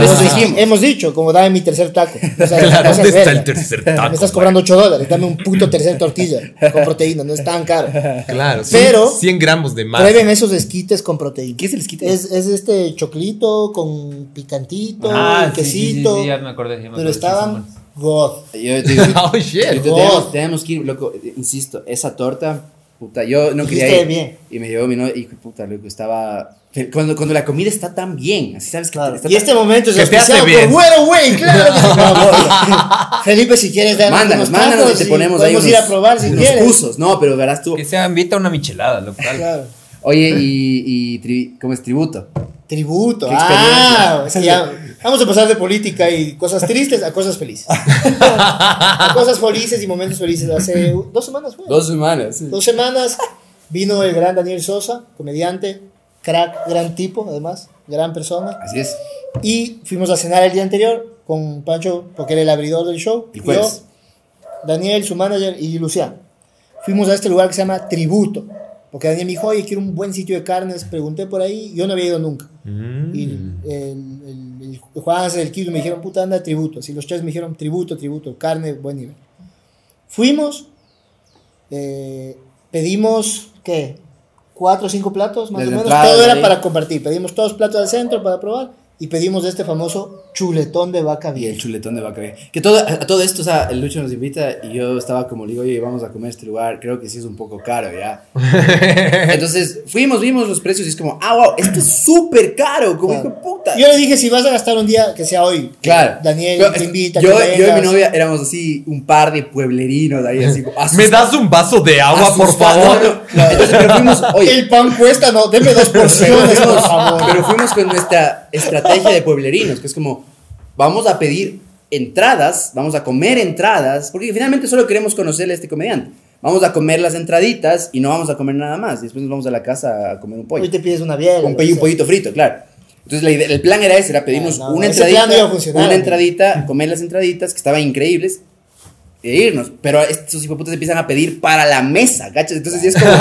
S2: *laughs*
S5: veces lo dijimos.
S2: Hemos dicho, como dame mi tercer taco. O sea,
S4: *laughs* *laughs* Claro,
S2: no seas
S4: ¿dónde está
S2: verga.
S4: el tercer taco?
S2: Me estás
S4: man?
S2: cobrando 8 dólares, dame un puto tercer tortilla con proteína, no es tan caro.
S4: Claro,
S2: Pero-
S4: pero 100 gramos de *laughs* más. *laughs*
S2: Prueben esos esquites con proteína.
S5: ¿Qué es el esquite?
S2: Es, es este choclito con picantito,
S3: Ah,
S2: y
S3: sí, sí, sí,
S2: quesito.
S3: sí, ya me acordé. ya me
S2: pero
S3: acordé, sí, son
S2: estaban
S3: buenos.
S2: god. *laughs*
S5: Yo te digo,
S4: Oh, shit.
S5: ahorita tenemos, tenemos que ir, loco. eh, Insisto, esa torta, puta, yo no quería
S2: Hiciste
S5: ir.
S2: bien.
S5: Y me llevó mi novia y, puta, loco, estaba. Cuando, cuando la comida está tan bien, así sabes que
S2: Claro.
S5: está
S2: Y este momento es
S4: Que te hace
S2: auspiciado por
S4: bien.
S2: Güero Güey, claro. que
S5: *laughs*
S2: sí. Felipe, si quieres darnos
S5: Mándanos,
S2: unos
S5: mándanos
S2: tacos
S5: y te ponemos ahí
S2: podemos
S5: unos,
S2: ir a probar si
S5: unos
S2: quieres.
S5: cursos. No, pero verás tú.
S3: Que sea, invita una michelada, lo cual.
S2: Claro.
S5: Oye, y, y tri- ¿cómo es tributo?
S2: Tributo.
S5: Qué
S2: Ah, es que ya Vamos a pasar de política y cosas tristes a cosas felices. a cosas felices y momentos felices. Hace dos semanas fue.
S5: Dos semanas. sí.
S2: Dos semanas vino el gran Daniel Sosa, comediante, crack, gran tipo, además, gran persona.
S6: Así es.
S2: Y fuimos a cenar el día anterior con Pancho, porque era el abridor del show.
S6: El jueves.
S2: Yo, Daniel, su manager y Luciano. Fuimos a este lugar que se llama Tributo. Porque Daniel me dijo, oye, quiero un buen sitio de carnes. Pregunté por ahí, yo no había ido nunca. Y
S5: Mm.
S2: eh, el,
S4: Mm.
S2: el, el, el Juan, el Kido me dijeron, puta, anda a tributo. Así los tres me dijeron, tributo, tributo, carne, buen nivel. Fuimos, eh, pedimos, ¿qué? Cuatro o cinco platos, más
S5: Desde
S2: o menos.
S5: entrada,
S2: Todo era
S5: ahí.
S2: para compartir. Pedimos todos platos al centro para probar y pedimos de este famoso chuletón de vaca
S5: Y el
S2: vieja.
S5: chuletón de vaca vieja. Que todo, a a todo esto, o sea, el Lucho nos invita y yo estaba como, le digo, oye, vamos a comer a este lugar, creo que sí es un poco caro,
S2: *laughs*
S5: ¿ya? Entonces fuimos, vimos los precios y es como, ah, wow, esto es súper caro, como hijo de puta.
S2: Yo le dije, si vas a gastar un día, que sea hoy.
S5: Claro.
S2: Daniel
S5: Pero,
S2: te
S5: es-
S2: invita.
S5: Yo,
S2: que
S5: yo y mi
S2: vengas.
S5: novia éramos así, un par de pueblerinos ahí, así como, "Ah,
S4: ¿Me
S5: asustados,
S4: das un vaso de agua, por
S5: asustados.
S4: favor?
S2: *laughs*
S5: No, no, no. Entonces, pero fuimos, oye,
S2: El pan cuesta, no, deme dos
S5: pero
S2: porciones, por
S5: fuimos,
S2: favor.
S5: pero fuimos con nuestra estrategia de pueblerinos, que es como, vamos a pedir entradas, vamos a comer entradas, porque finalmente solo queremos conocerle a este comediante. Vamos a comer las entraditas y no vamos a comer nada más. Después nos vamos a la casa a comer un pollo.
S2: Hoy te pides una biela.
S5: Con pe- un pollito frito, claro. Entonces la idea- el plan era ese, era pedirnos
S2: Ah, no,
S5: una
S2: ese plan no iba
S5: entradita,
S2: a funcionar.
S5: una entradita, comer las entraditas que estaban increíbles e irnos. Pero estos hipoputas empiezan a pedir para la mesa, ¿cachas? Entonces ya es
S2: *laughs*
S5: como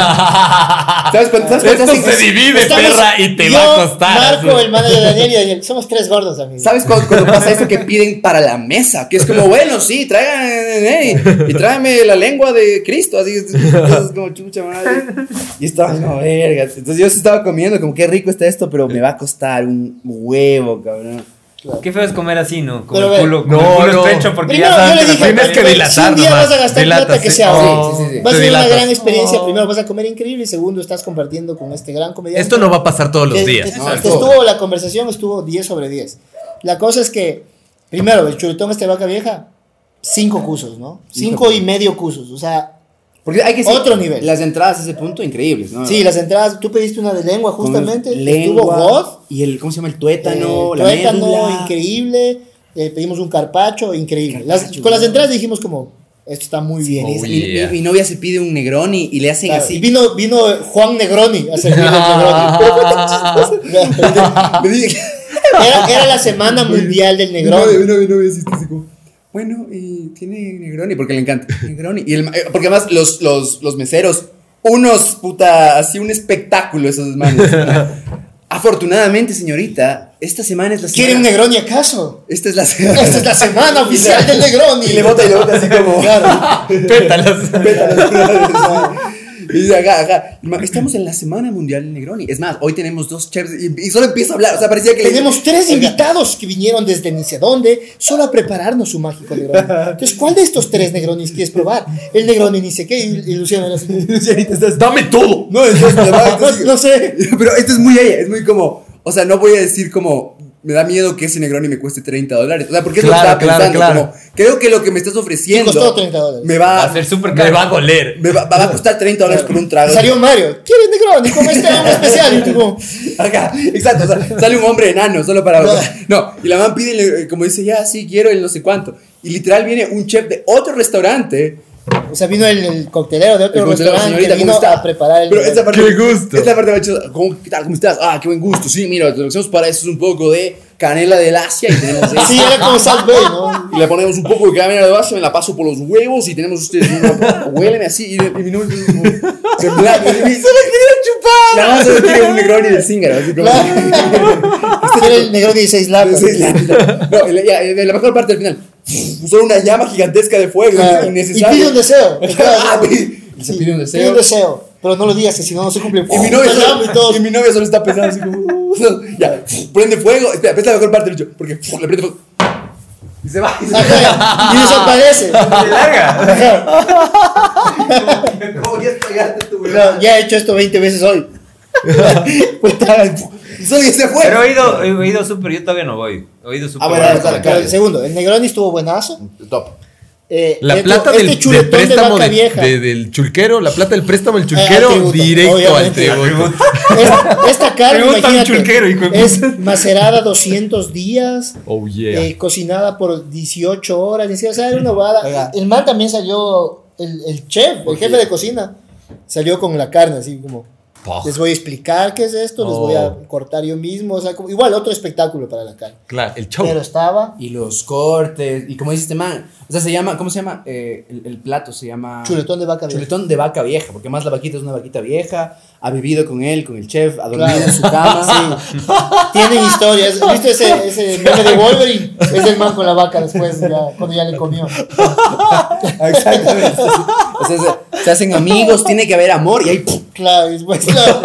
S5: ¿Sabes cuánto? ¿Sabes cuánto
S4: Esto
S5: hacen?
S4: se divide,
S2: Pues Estamos-
S4: perra, y te
S2: yo,
S4: va a costar.
S2: Marco, el manager de Daniel y Daniel. Somos tres gordos, amigos.
S5: ¿Sabes cuando, cuando pasa eso que piden para la mesa? Que es como, bueno, sí, traigan eh, eh, y tráeme la lengua de Cristo. Así es entonces, como chucha madre. Y estaba como, verga. Entonces yo sí estaba comiendo, como, qué rico está esto, pero me va a costar un huevo, cabrón.
S3: Qué feo es comer así, ¿no? Con
S2: Pero
S3: el
S2: ve-
S3: culo, con
S4: No,
S3: el culo
S4: no.
S3: estrecho porque
S2: Primero,
S3: ya
S2: yo
S3: saben
S2: le
S3: que
S2: dije,
S3: la
S4: Tienes que
S2: Si un
S4: dilatar
S2: día
S4: nomás.
S2: vas a gastar
S4: Dilata,
S2: plata, que
S4: sí.
S2: sea
S4: No,
S5: hoy. Sí, sí, sí.
S4: te
S2: Vas a tener una
S4: dilatas.
S2: gran experiencia. Primero vas a comer increíble y segundo estás compartiendo con este gran comediante.
S4: Esto no va a pasar todos los
S2: Que-
S4: días.
S2: que-
S5: No,
S2: que
S5: estuvo.
S2: estuvo la conversación, estuvo 10 sobre 10. La cosa es que, primero, el chuletón este de vaca vieja, 5 cusos, ¿no? 5 y medio cusos. O sea,
S5: Porque hay que
S2: Otro nivel.
S5: Las entradas a ese punto increíbles, ¿no?
S2: sí, las entradas, tú pediste una de lengua
S5: Con
S2: justamente. Estuvo
S5: Lengua,
S2: God.
S5: y el, ¿cómo se llama? El tuétano,
S2: Eh,
S5: la
S2: tuétano,
S5: médula.
S2: increíble. eh, pedimos un carpacho, increíble. Las-
S5: Carpaccio,
S2: con las
S5: ¿no?
S2: entradas dijimos como, esto está muy bien.
S5: Mi-
S4: Oh,
S5: mi,
S4: yeah.
S5: mi novia se pide un Negroni y le hacen
S2: Claro,
S5: *laughs* así.
S2: Y vino, vino Juan Negroni a servir el Negroni.
S5: Me dice-
S2: era, era la semana mundial del Negroni.
S5: Mi novia, mi novia, mi novia, sí, sí, sí, como, bueno, y tiene Negroni, porque le *laughs* encanta. Negroni. Y el ma- eh, porque además los, los, los meseros, unos puta, así un espectáculo esos *laughs* manos. Afortunadamente, señorita, esta semana es la semana.
S2: ¿Quiere un Negroni acaso?
S5: Esta *laughs* es la
S2: Esta es la
S5: *laughs*
S2: semana oficial del Negroni.
S5: Y le bota y le bota así
S2: *laughs*
S5: como. *laughs*
S4: Pétalas.
S5: Y dice, ajá, ajá. Ma- Estamos en la semana mundial del Negroni. Es más, hoy tenemos dos chefs y, y solo empieza a hablar. O sea, parecía que le-
S2: Tenemos tres
S5: Oiga,
S2: invitados que vinieron desde ni sé dónde solo a prepararnos su mágico Negroni. Entonces, ¿cuál de estos tres Negronis quieres probar? El Negroni ni sé qué y, y Luciano
S5: *laughs*
S2: era así.
S5: señorita, estás-
S4: Dame todo.
S5: No, entonces, la
S2: *laughs*
S5: verdad,
S2: No,
S5: entonces-
S2: no sé.
S5: Pero esto es muy ella, es muy como, o sea, no voy a decir como, me da miedo que ese Negroni me cueste 30 dólares. O sea, porque es
S4: Claro,
S5: lo que estaba
S4: claro,
S5: pensando,
S4: claro.
S5: como, creo que lo que me estás ofreciendo
S2: Me costó 30 dólares.
S5: me
S3: Va
S5: va,
S3: a ser súper
S4: Me
S3: caro.
S4: va a doler.
S5: me va, va a costar 30 dólares por un trago.
S2: Salió Mario. ¿Quieres Negroni? Como este hombre especial. Y tú como,
S5: *laughs* Ajá, exacto, o sea, sale un hombre enano solo para... No, y la mamá pide, le- eh, como dice, ya, sí, quiero el no sé cuánto. Y literal viene un chef de otro restaurante.
S2: O sea, vino el, el coctelero de otro
S5: El coctelero,
S2: restaurante
S5: señorita,
S2: que
S5: ¿cómo
S2: vino
S5: está?
S2: a preparar el
S5: Pero esta parte,
S4: ¡Qué gusto!
S5: Esta parte me ha ¿cómo, ¿qué tal? ¿Cómo estás? Ah, qué buen gusto. Sí, mira, lo que hacemos para eso es un poco de canela del Asia y
S2: *laughs*
S5: tenemos esto.
S2: Sí, era como Salt Bay, ¿no?
S5: Y le ponemos un poco de canela de vaso, me la paso por los huevos y tenemos ustedes una... Huéleme así y, y mi nombre es como...
S2: *laughs*
S5: Semblante. y mi- La mamá solo quiere un Negroni del Zingaro. Así como...
S2: *laughs* Este era el negro de 16 latas.
S5: Entonces,
S2: *laughs*
S5: la- pues no, y la, ya, y la mejor parte del final. Solo una llama gigantesca de fuego,
S2: Ah, y
S5: innecesario.
S2: pide un deseo.
S5: *laughs* Ah, pide-
S2: Sí,
S5: y se pide un deseo.
S2: pide un deseo. Pero no lo digas, que si no, no se cumple.
S5: Y mi,
S2: *laughs* Puta,
S5: novia
S2: llamo y todo.
S5: solo, y mi novia solo está pensando así como. "Uh", ya, prende fuego. Espera, es la mejor parte del show. Porque le prende fuego. *laughs* Y se va. Y se
S2: Ajá, Ah, y desaparece. Ajá.
S5: va. Como ya pagaste tu
S2: No, ya he hecho esto 20 veces hoy. Puta.
S5: Y solo ya se fue.
S3: Pero he oído, he oído súper, yo todavía no voy. He oído súper.
S5: bueno,
S3: varios
S5: claro,
S2: Pero
S3: comentarios.
S2: el segundo, el Negroni estuvo buenazo.
S5: Top.
S2: eh,
S4: La
S2: este-
S4: plata
S2: este
S4: del, del
S2: chuletón de
S4: préstamo
S2: vaca
S4: de-
S2: vieja.
S4: de- del chulquero, la plata del préstamo del
S2: al
S4: chulquero
S2: tributo,
S4: directo
S2: obviamente.
S4: al tributo.
S2: Esta, esta carne,
S3: Pregunta a un
S2: imagínate,
S3: chulquero, hijo de
S2: es macerada 200 días,
S4: Oh yeah.
S2: eh, cocinada por 18 horas, ni siquiera, o sea, era una bobada.
S5: Oiga.
S2: El man también salió, el, el chef, el jefe de cocina, salió con la carne, así como,
S4: Pah.
S2: les voy a explicar qué es esto, les
S4: Oh.
S2: voy a cortar yo mismo, o sea, como- igual otro espectáculo para la carne.
S4: Claro, el show.
S2: Pero estaba
S5: Y los cortes, y como dice este man, o sea, se llama, ¿cómo se llama? Eh, el, el plato se llama...
S2: chuletón de vaca. *laughs* vieja.
S5: Ah. Chuletón de vaca vieja, porque más la vaquita es una vaquita vieja, ha vivido con él, con el chef, ha dormido
S2: Claro.
S5: en
S2: *laughs*
S5: su cama.
S2: Tienen historias. ¿Viste ese, ese meme de
S5: *laughs*
S2: Wolverine? Es el man con la vaca después, ya, cuando ya le comió.
S5: Exactamente. *laughs* O sea, se, se hacen amigos, tiene que haber amor y ahí ¡pum!
S2: Claro, y después
S5: *laughs*
S2: claro,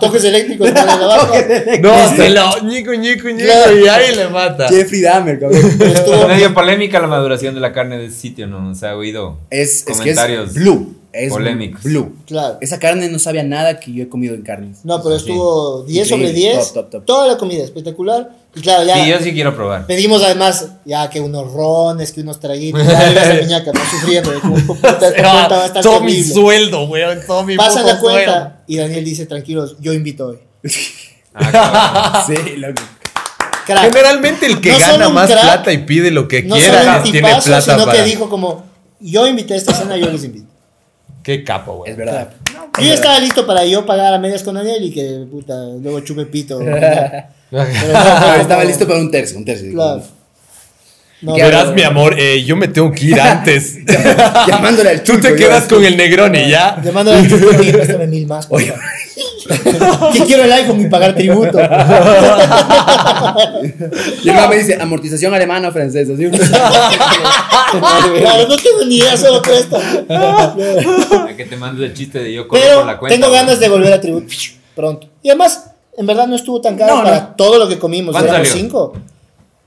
S2: toques eléctricos para la vaca. *laughs*
S4: No, se lo ñico, ñico, ñico
S2: Claro.
S4: y ahí le mata.
S5: Jeffrey Dahmer, cabrón.
S2: Pero estuvo-
S3: Medio polémica la maduración de la carne de ese sitio, ¿no? O sea, he oído
S5: Es, es que
S3: comentarios
S5: es blue. Es
S3: polémicos.
S5: Blue.
S2: Claro.
S5: Esa carne no sabía nada que yo he comido en carnes.
S2: No, pero estuvo 10 sobre
S5: Increíble,
S2: 10.
S5: top, top, top.
S2: Toda la comida espectacular. Y claro, ya
S3: Sí, yo sí quiero probar.
S2: pedimos además ya que unos rones, que unos traguitos. Ya iba esa miñaca, ¿no? sufriendo. de como, puta, esta
S4: Se va
S2: cuenta va a estar
S4: todo mi
S2: terrible.
S4: sueldo, weón. Todo Ah, mi
S2: Pasa
S4: puto
S2: la
S4: sueldo.
S2: cuenta y Daniel dice, tranquilos, yo invito hoy.
S3: Ah, cabrón.
S5: *laughs* Sí, loco.
S2: Crack.
S4: Generalmente el que
S2: No solo
S4: gana
S2: un
S4: más
S2: crack,
S4: plata y pide lo que
S2: no solo
S4: quiera
S2: un
S4: tiene
S2: tipazo,
S4: plata
S2: sino
S4: para.
S2: que dijo como, yo invité a esta cena, yo les invito.
S4: Qué capo,
S5: Es
S4: weón.
S5: verdad.
S2: Yo ya estaba listo para yo pagar a medias con Daniel y que, puta, luego chupe pito. Pero no,
S5: Ah,
S2: no,
S5: estaba
S2: no,
S5: listo para un tercio, un tercio.
S2: Claro. No,
S4: Ya Verás,
S2: no,
S4: mi amor, eh, yo me tengo
S2: *laughs*
S4: que ir antes.
S5: *laughs* Llamándole al
S4: *laughs* Tú te
S5: chulco,
S4: quedas
S5: yo-
S4: con el Negroni, ¿ya?
S2: *laughs* Le mando a Daniel, oye, préstame mil más. por
S5: Oye,
S2: favor. *laughs* Que quiero el iPhone y pagar
S3: *laughs*
S2: tributo.
S5: y el man me dice amortización alemana o francesa. ¿sí? *laughs*
S2: Claro, no tengo ni idea, solo presto.
S3: A que te mando el chiste de yo corro por la
S2: Pero
S3: cuenta.
S2: tengo
S3: güey.
S2: ganas de volver a tributo pronto. Y además, en verdad no estuvo tan caro
S5: No, no.
S2: para todo lo que comimos.
S3: ¿Cuánto
S2: Éramos
S3: salió?
S2: cinco.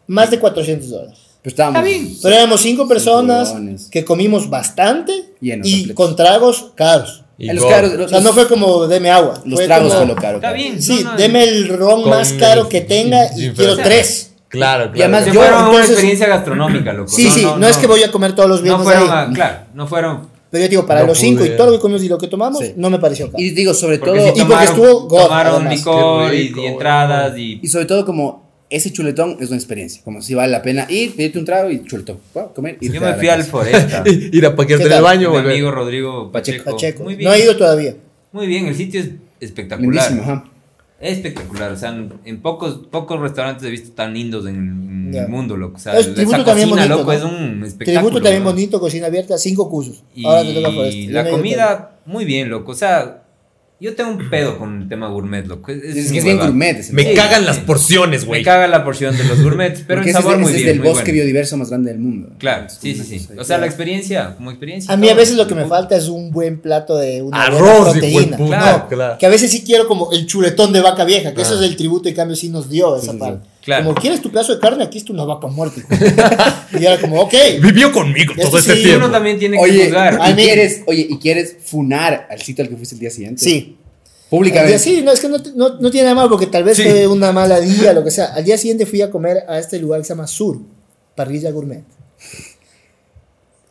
S2: Más de 400 dólares.
S5: Pero estábamos
S2: Pero éramos cinco personas
S5: huevones.
S2: que comimos bastante
S5: Llenos,
S2: y
S5: repletos.
S2: con tragos caros.
S4: Y
S5: en los
S4: go.
S5: caros.
S2: O
S5: Los,
S2: sea, no fue como deme agua.
S5: los tragos
S2: como,
S5: fue lo caro.
S3: Está
S5: cabrón.
S3: bien.
S2: Sí,
S3: no, no.
S2: deme el ron
S4: Con
S2: más
S4: el-
S2: caro que tenga
S4: sí,
S2: y
S4: pero-
S2: quiero tres.
S4: Claro, claro.
S5: Y además
S3: Se
S5: yo,
S3: fueron a una
S2: entonces-
S3: experiencia gastronómica, loco.
S2: Sí, sí, no, es que voy a comer todos los
S3: No
S2: viernes
S3: fueron,
S2: ahí.
S3: a- claro, no fueron.
S2: Pero yo digo, para
S4: No
S2: los cinco
S4: pude.
S2: y todo lo que comimos y lo que tomamos,
S5: Sí.
S2: no me pareció caro.
S5: Y digo, sobre
S3: Porque
S5: todo.
S3: sí
S2: Y porque
S3: tomaron,
S2: estuvo God,
S3: tomaron
S2: además.
S3: licor
S4: Qué
S3: y-
S4: rico,
S3: y, entradas
S5: Y
S3: y.
S5: sobre todo como ese chuletón es una experiencia, como si vale la pena ir, pedirte un trago y chuletón, wow, comer y
S3: Yo me fui *laughs* al
S5: *laughs*
S3: Foresta.
S4: Ir a paquearte
S2: ¿Qué
S4: en el
S2: tal?
S3: Mi
S4: baño,
S3: amigo
S4: volver.
S3: Rodrigo Pacheco.
S2: Pacheco.
S3: Muy bien.
S2: No ha ido todavía.
S3: Muy bien, el sitio es espectacular.
S5: Lindísimo, ajá.
S3: Espectacular, o sea, en, en pocos pocos restaurantes he visto tan lindos en, en
S2: Ya.
S3: el mundo, loco. O sea,
S2: Es
S3: esa
S2: tributo
S3: cocina,
S2: también bonito,
S3: loco,
S2: ¿no?
S3: es un espectáculo.
S2: Tributo también
S3: ¿no?
S2: bonito, cocina abierta, cinco cursos.
S3: Y
S2: Ahora te toca este, Forest.
S3: la comida, muy bien, loco. O sea, yo tengo un pedo con el tema gourmet, loco. Es,
S5: Es que
S3: mi
S5: es bien
S3: hueva.
S5: gourmet. ese
S4: Me
S5: lugar.
S3: Sí,
S4: cagan
S3: sí.
S4: las porciones,
S3: Me
S4: güey.
S3: caga la porción de los gourmets, pero
S5: Porque
S3: el
S5: ese es-
S3: sabor
S5: ese
S3: muy
S5: es
S3: bien.
S5: del
S3: muy
S5: bosque
S3: bueno.
S5: biodiverso más grande del mundo.
S3: Claro,
S5: Es
S3: sí,
S5: una
S3: sí, sí.
S5: cosa
S3: O sea, la
S5: ahí.
S3: experiencia, como experiencia.
S2: A mí a
S3: todo.
S2: veces lo que me falta es un buen plato de una buena
S4: Arroz, hijo de
S2: proteína.
S4: puta.
S3: Claro,
S4: claro.
S2: Que a veces sí quiero como el chuletón de vaca vieja, que eso
S4: Ah.
S2: es el tributo en cambio sí nos dio esa
S5: sí,
S2: parte.
S3: Claro.
S2: Como quieres tu pedazo de carne, aquí está una vaca muerta. hijo". *laughs* y era como, ok.
S4: Vivió conmigo
S2: Esto
S4: todo este
S2: sí,
S4: tiempo.
S3: Uno también tiene que
S5: Oye,
S3: juzgar.
S5: ¿y
S2: I mean-
S5: quieres, oye, ¿y quieres funar al sitio al que fuiste el día siguiente?
S2: Sí. Al día-
S5: Públicamente.
S2: sí, no, es que no, no- no tiene nada malo porque tal vez
S4: Sí.
S2: fue una mala día, lo que sea. Al día siguiente fui a comer a este lugar que se llama Sur, Parrilla Gourmet.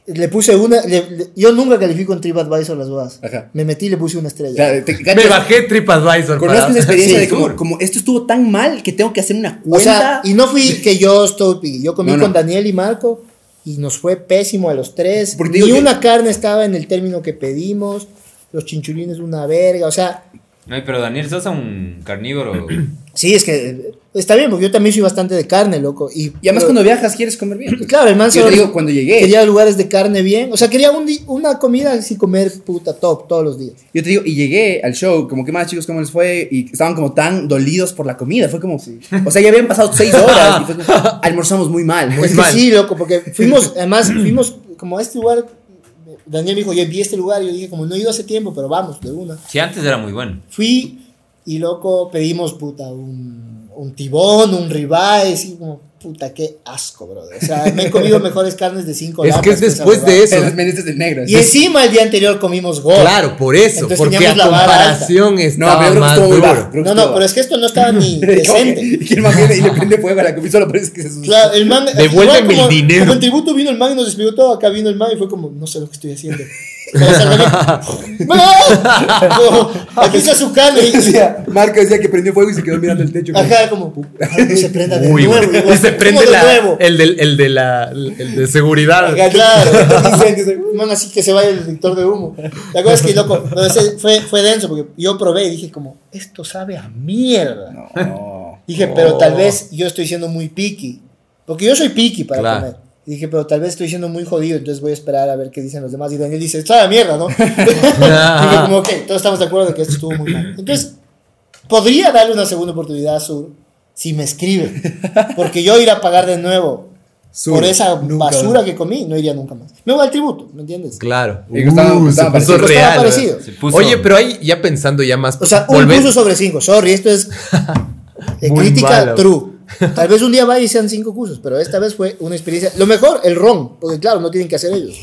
S2: Le puse una. le- le- yo nunca califico en TripAdvisor las bodas.
S5: Ajá.
S2: Me metí y le puse una
S5: O
S2: estrella.
S5: sea, te-
S4: Me
S5: cachas,
S4: bajé TripAdvisor
S5: Conozco esa experiencia
S2: Sí,
S5: de como,
S3: sur.
S5: como esto estuvo tan mal que tengo que hacer una cuenta.
S2: O sea, y no fui que yo estoy, yo comí
S5: No, no.
S2: con Daniel y Marco y nos fue pésimo a los tres.
S5: Porque
S2: Ni
S5: digo que-
S2: una carne estaba en el término que pedimos. Los chinchulines una verga, o sea,
S3: No, pero Daniel Sosa, un carnívoro.
S2: sí, es que eh, está bien, porque yo también soy bastante de carne, loco. Y,
S5: y además
S2: pero-
S5: cuando viajas quieres comer bien.
S2: Claro, el man
S5: Yo
S2: solo
S5: te digo, cuando llegué,
S2: quería lugares de carne bien, o sea, quería un di- una comida así comer puta top todos los días.
S5: Yo te digo, y llegué al show, como que más chicos, ¿cómo les fue? Y estaban como tan dolidos por la comida, fue como, o sea, ya habían pasado
S2: *laughs*
S5: seis horas y fue como, almorzamos muy mal, muy *laughs*
S2: es que
S5: mal.
S2: sí, loco, porque fuimos, además fuimos como a este lugar. Daniel me dijo, yo vi este lugar y yo dije, como no he ido hace tiempo, pero vamos, de una.
S3: Si antes era muy bueno.
S2: Fui y loco pedimos puta un, un tibón, un ribeye, así como puta, qué asco, brother. O sea, me he comido mejores carnes de cinco
S4: Es que es
S2: latas esa
S4: después
S2: huevada.
S4: de
S1: Pero
S4: eso.
S1: las menestras del negro.
S2: Y encima el día anterior comimos gol.
S4: Claro, por eso.
S2: Entonces
S4: Porque a
S2: teníamos la vara alta.
S4: comparación
S1: No, pero yo
S4: estaba
S1: creo que
S4: más
S1: estuvo muy bajo.
S4: duro.
S1: creo que
S2: No, no,
S1: estuvo
S2: pero
S5: *laughs*
S2: es que esto no estaba ni
S1: bajo. Como que-
S2: decente.
S1: Y que el man viene y le prende fuego a la comida solo por eso que se asustó.
S5: *laughs*
S2: Claro, el man.
S4: *laughs* Devuélveme
S2: igual como-
S4: el dinero.
S2: Como en tributo vino el man y nos despidió todo. Acá vino el man y fue como, no sé lo que estoy haciendo. Pero *laughs* salvaré- ¡Ah!
S4: *laughs*
S2: Como, Aquí está su carne.
S1: Marco
S2: Y,
S1: decía, Marco decía que prendió fuego y se quedó mirando el techo.
S2: ajá, como, "Ojalá no se prenda de
S4: Uy,
S2: nuevo.
S4: güey.
S2: igual,
S4: y se
S2: ¿cómo
S4: prende
S2: de
S4: la,
S2: nuevo?
S4: el, del- el de la el de seguridad.
S2: Ajá, claro.
S1: Incendios.
S2: Man, así que se vaya el detector de humo. La cosa es que, loco, pero ese fue, fue denso porque yo probé y dije, como, esto sabe a mierda.
S5: No.
S2: Dije,
S4: Oh.
S2: pero tal vez yo estoy siendo muy picky. Porque yo soy picky para
S4: Claro.
S2: comer. Y dije, pero tal vez estoy siendo muy jodido, entonces voy a esperar a ver qué dicen los demás. Y Daniel dice, está la mierda, ¿no? Dije, como, ok, todos estamos de acuerdo de que esto estuvo muy mal. Entonces, podría darle una segunda oportunidad a Sur si me escribe. Porque yo ir a pagar de nuevo
S1: Sur,
S2: por esa
S1: nunca
S2: basura
S1: más.
S2: que comí, no iría nunca más. Me voy al tributo, ¿me entiendes?
S4: Claro.
S1: Y costaba-
S4: Uh,
S1: costaba
S4: se puso
S1: parecido.
S2: Costaba
S4: real, ¿verdad?
S2: parecido.
S3: Se puso-
S4: Oye, pero ahí ya pensando ya más.
S2: O sea, un
S4: volver-
S2: curso sobre cinco. Sorry, esto es eh,
S4: *laughs* Muy
S2: crítica
S4: malo. *laughs*
S2: true. Tal vez un día vaya y sean cinco cursos, pero esta vez fue una experiencia. Lo mejor, el ron, porque claro, no tienen que hacer
S4: *laughs*
S2: ellos.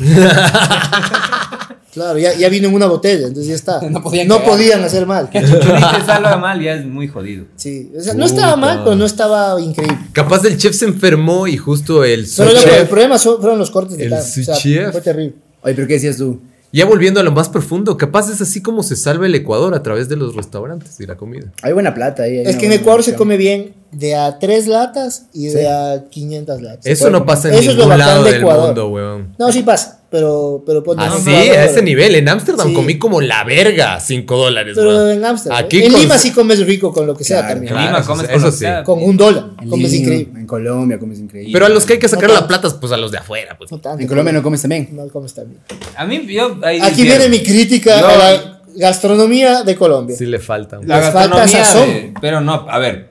S2: claro, ya, ya vino en una botella, entonces ya está.
S1: No podían cagar.
S2: podían hacer mal.
S3: *laughs* Churiste salga mal, ya es muy jodido.
S2: Sí, o sea, no estaba
S4: Puta.
S2: mal, pero no estaba increíble.
S4: Capaz el chef se enfermó y justo el sous
S2: Pero loco, el
S4: chef.
S2: problema so- fueron los cortes de
S4: El
S2: carne. O sea,
S4: sous-chef.
S2: fue terrible.
S5: Oye, pero ¿qué decías tú?
S4: Ya volviendo a lo más profundo, capaz es así como se salva el Ecuador a través de los restaurantes y la comida.
S5: Hay buena plata ahí. hay
S2: Es
S5: una
S2: que en
S5: buena
S2: Ecuador se
S5: opción.
S2: come bien de a tres latas y de a 500 latas.
S4: Eso no pasa en
S2: Eso es lo
S4: ningún
S2: bacán
S4: lado
S2: de
S4: del
S2: Ecuador.
S4: mundo, weón.
S2: No, sí pasa, pero, pero ponte en un
S4: Así,
S2: probador,
S4: Ah, a ese
S2: pero-
S4: nivel. En Ámsterdam
S2: Sí.
S4: comí como la verga 5 dólares,
S2: Pero
S4: weón.
S2: en Ámsterdam. ¿eh?
S4: Aquí
S2: En
S4: con-
S2: Lima sí comes rico con lo que sea
S5: Claro,
S2: también.
S3: En
S4: Claro,
S3: Lima
S4: eso
S3: comes
S4: sí,
S3: con
S4: eso
S3: lo
S4: sí.
S3: que sea.
S2: Con un dólar
S5: En
S2: comes
S5: Lima,
S2: increíble.
S5: En Colombia comes increíble.
S4: Pero a los que hay que sacar
S2: No
S4: las
S2: tanto.
S4: platas, pues a los de afuera. Pues.
S2: No tanto.
S5: En Colombia no comes también.
S2: No comes también.
S3: A mí, yo. ahí
S2: Aquí
S3: difiero.
S2: viene mi crítica
S3: Yo-
S2: a la gastronomía de Colombia.
S4: Sí le faltan.
S3: La
S2: Les falta
S3: gastronomía
S2: sazón.
S3: de- pero no, a ver.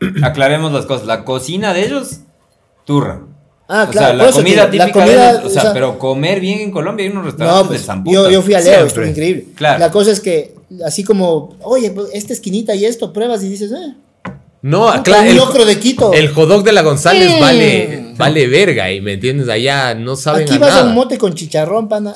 S3: *clears throat* Aclaremos las cosas. La cocina de ellos, turra.
S2: Ah, claro,
S3: o sea,
S2: por
S3: la
S2: eso
S3: comida
S2: te digo, la
S3: típica
S2: comida,
S3: de ellos, o sea,
S2: o sea-
S3: pero comer bien en Colombia hay unos restaurantes
S2: No,
S3: de
S2: pues,
S3: zamputas.
S2: yo, yo fui a Leo,
S4: Siempre.
S2: estuvo increíble.
S3: Claro.
S2: La cosa es que, así como, oye, pues, esta esquinita y esto, pruebas y dices, eh,
S4: No,
S2: puta,
S4: Ah, claro.
S2: un
S4: el-
S2: locro de Quito.
S4: El hot dog de la González
S2: Mm.
S4: vale, vale verga, y me entiendes, allá no saben
S2: Aquí
S4: a
S2: vas
S4: nada.
S2: a un mote con chicharrón, pana,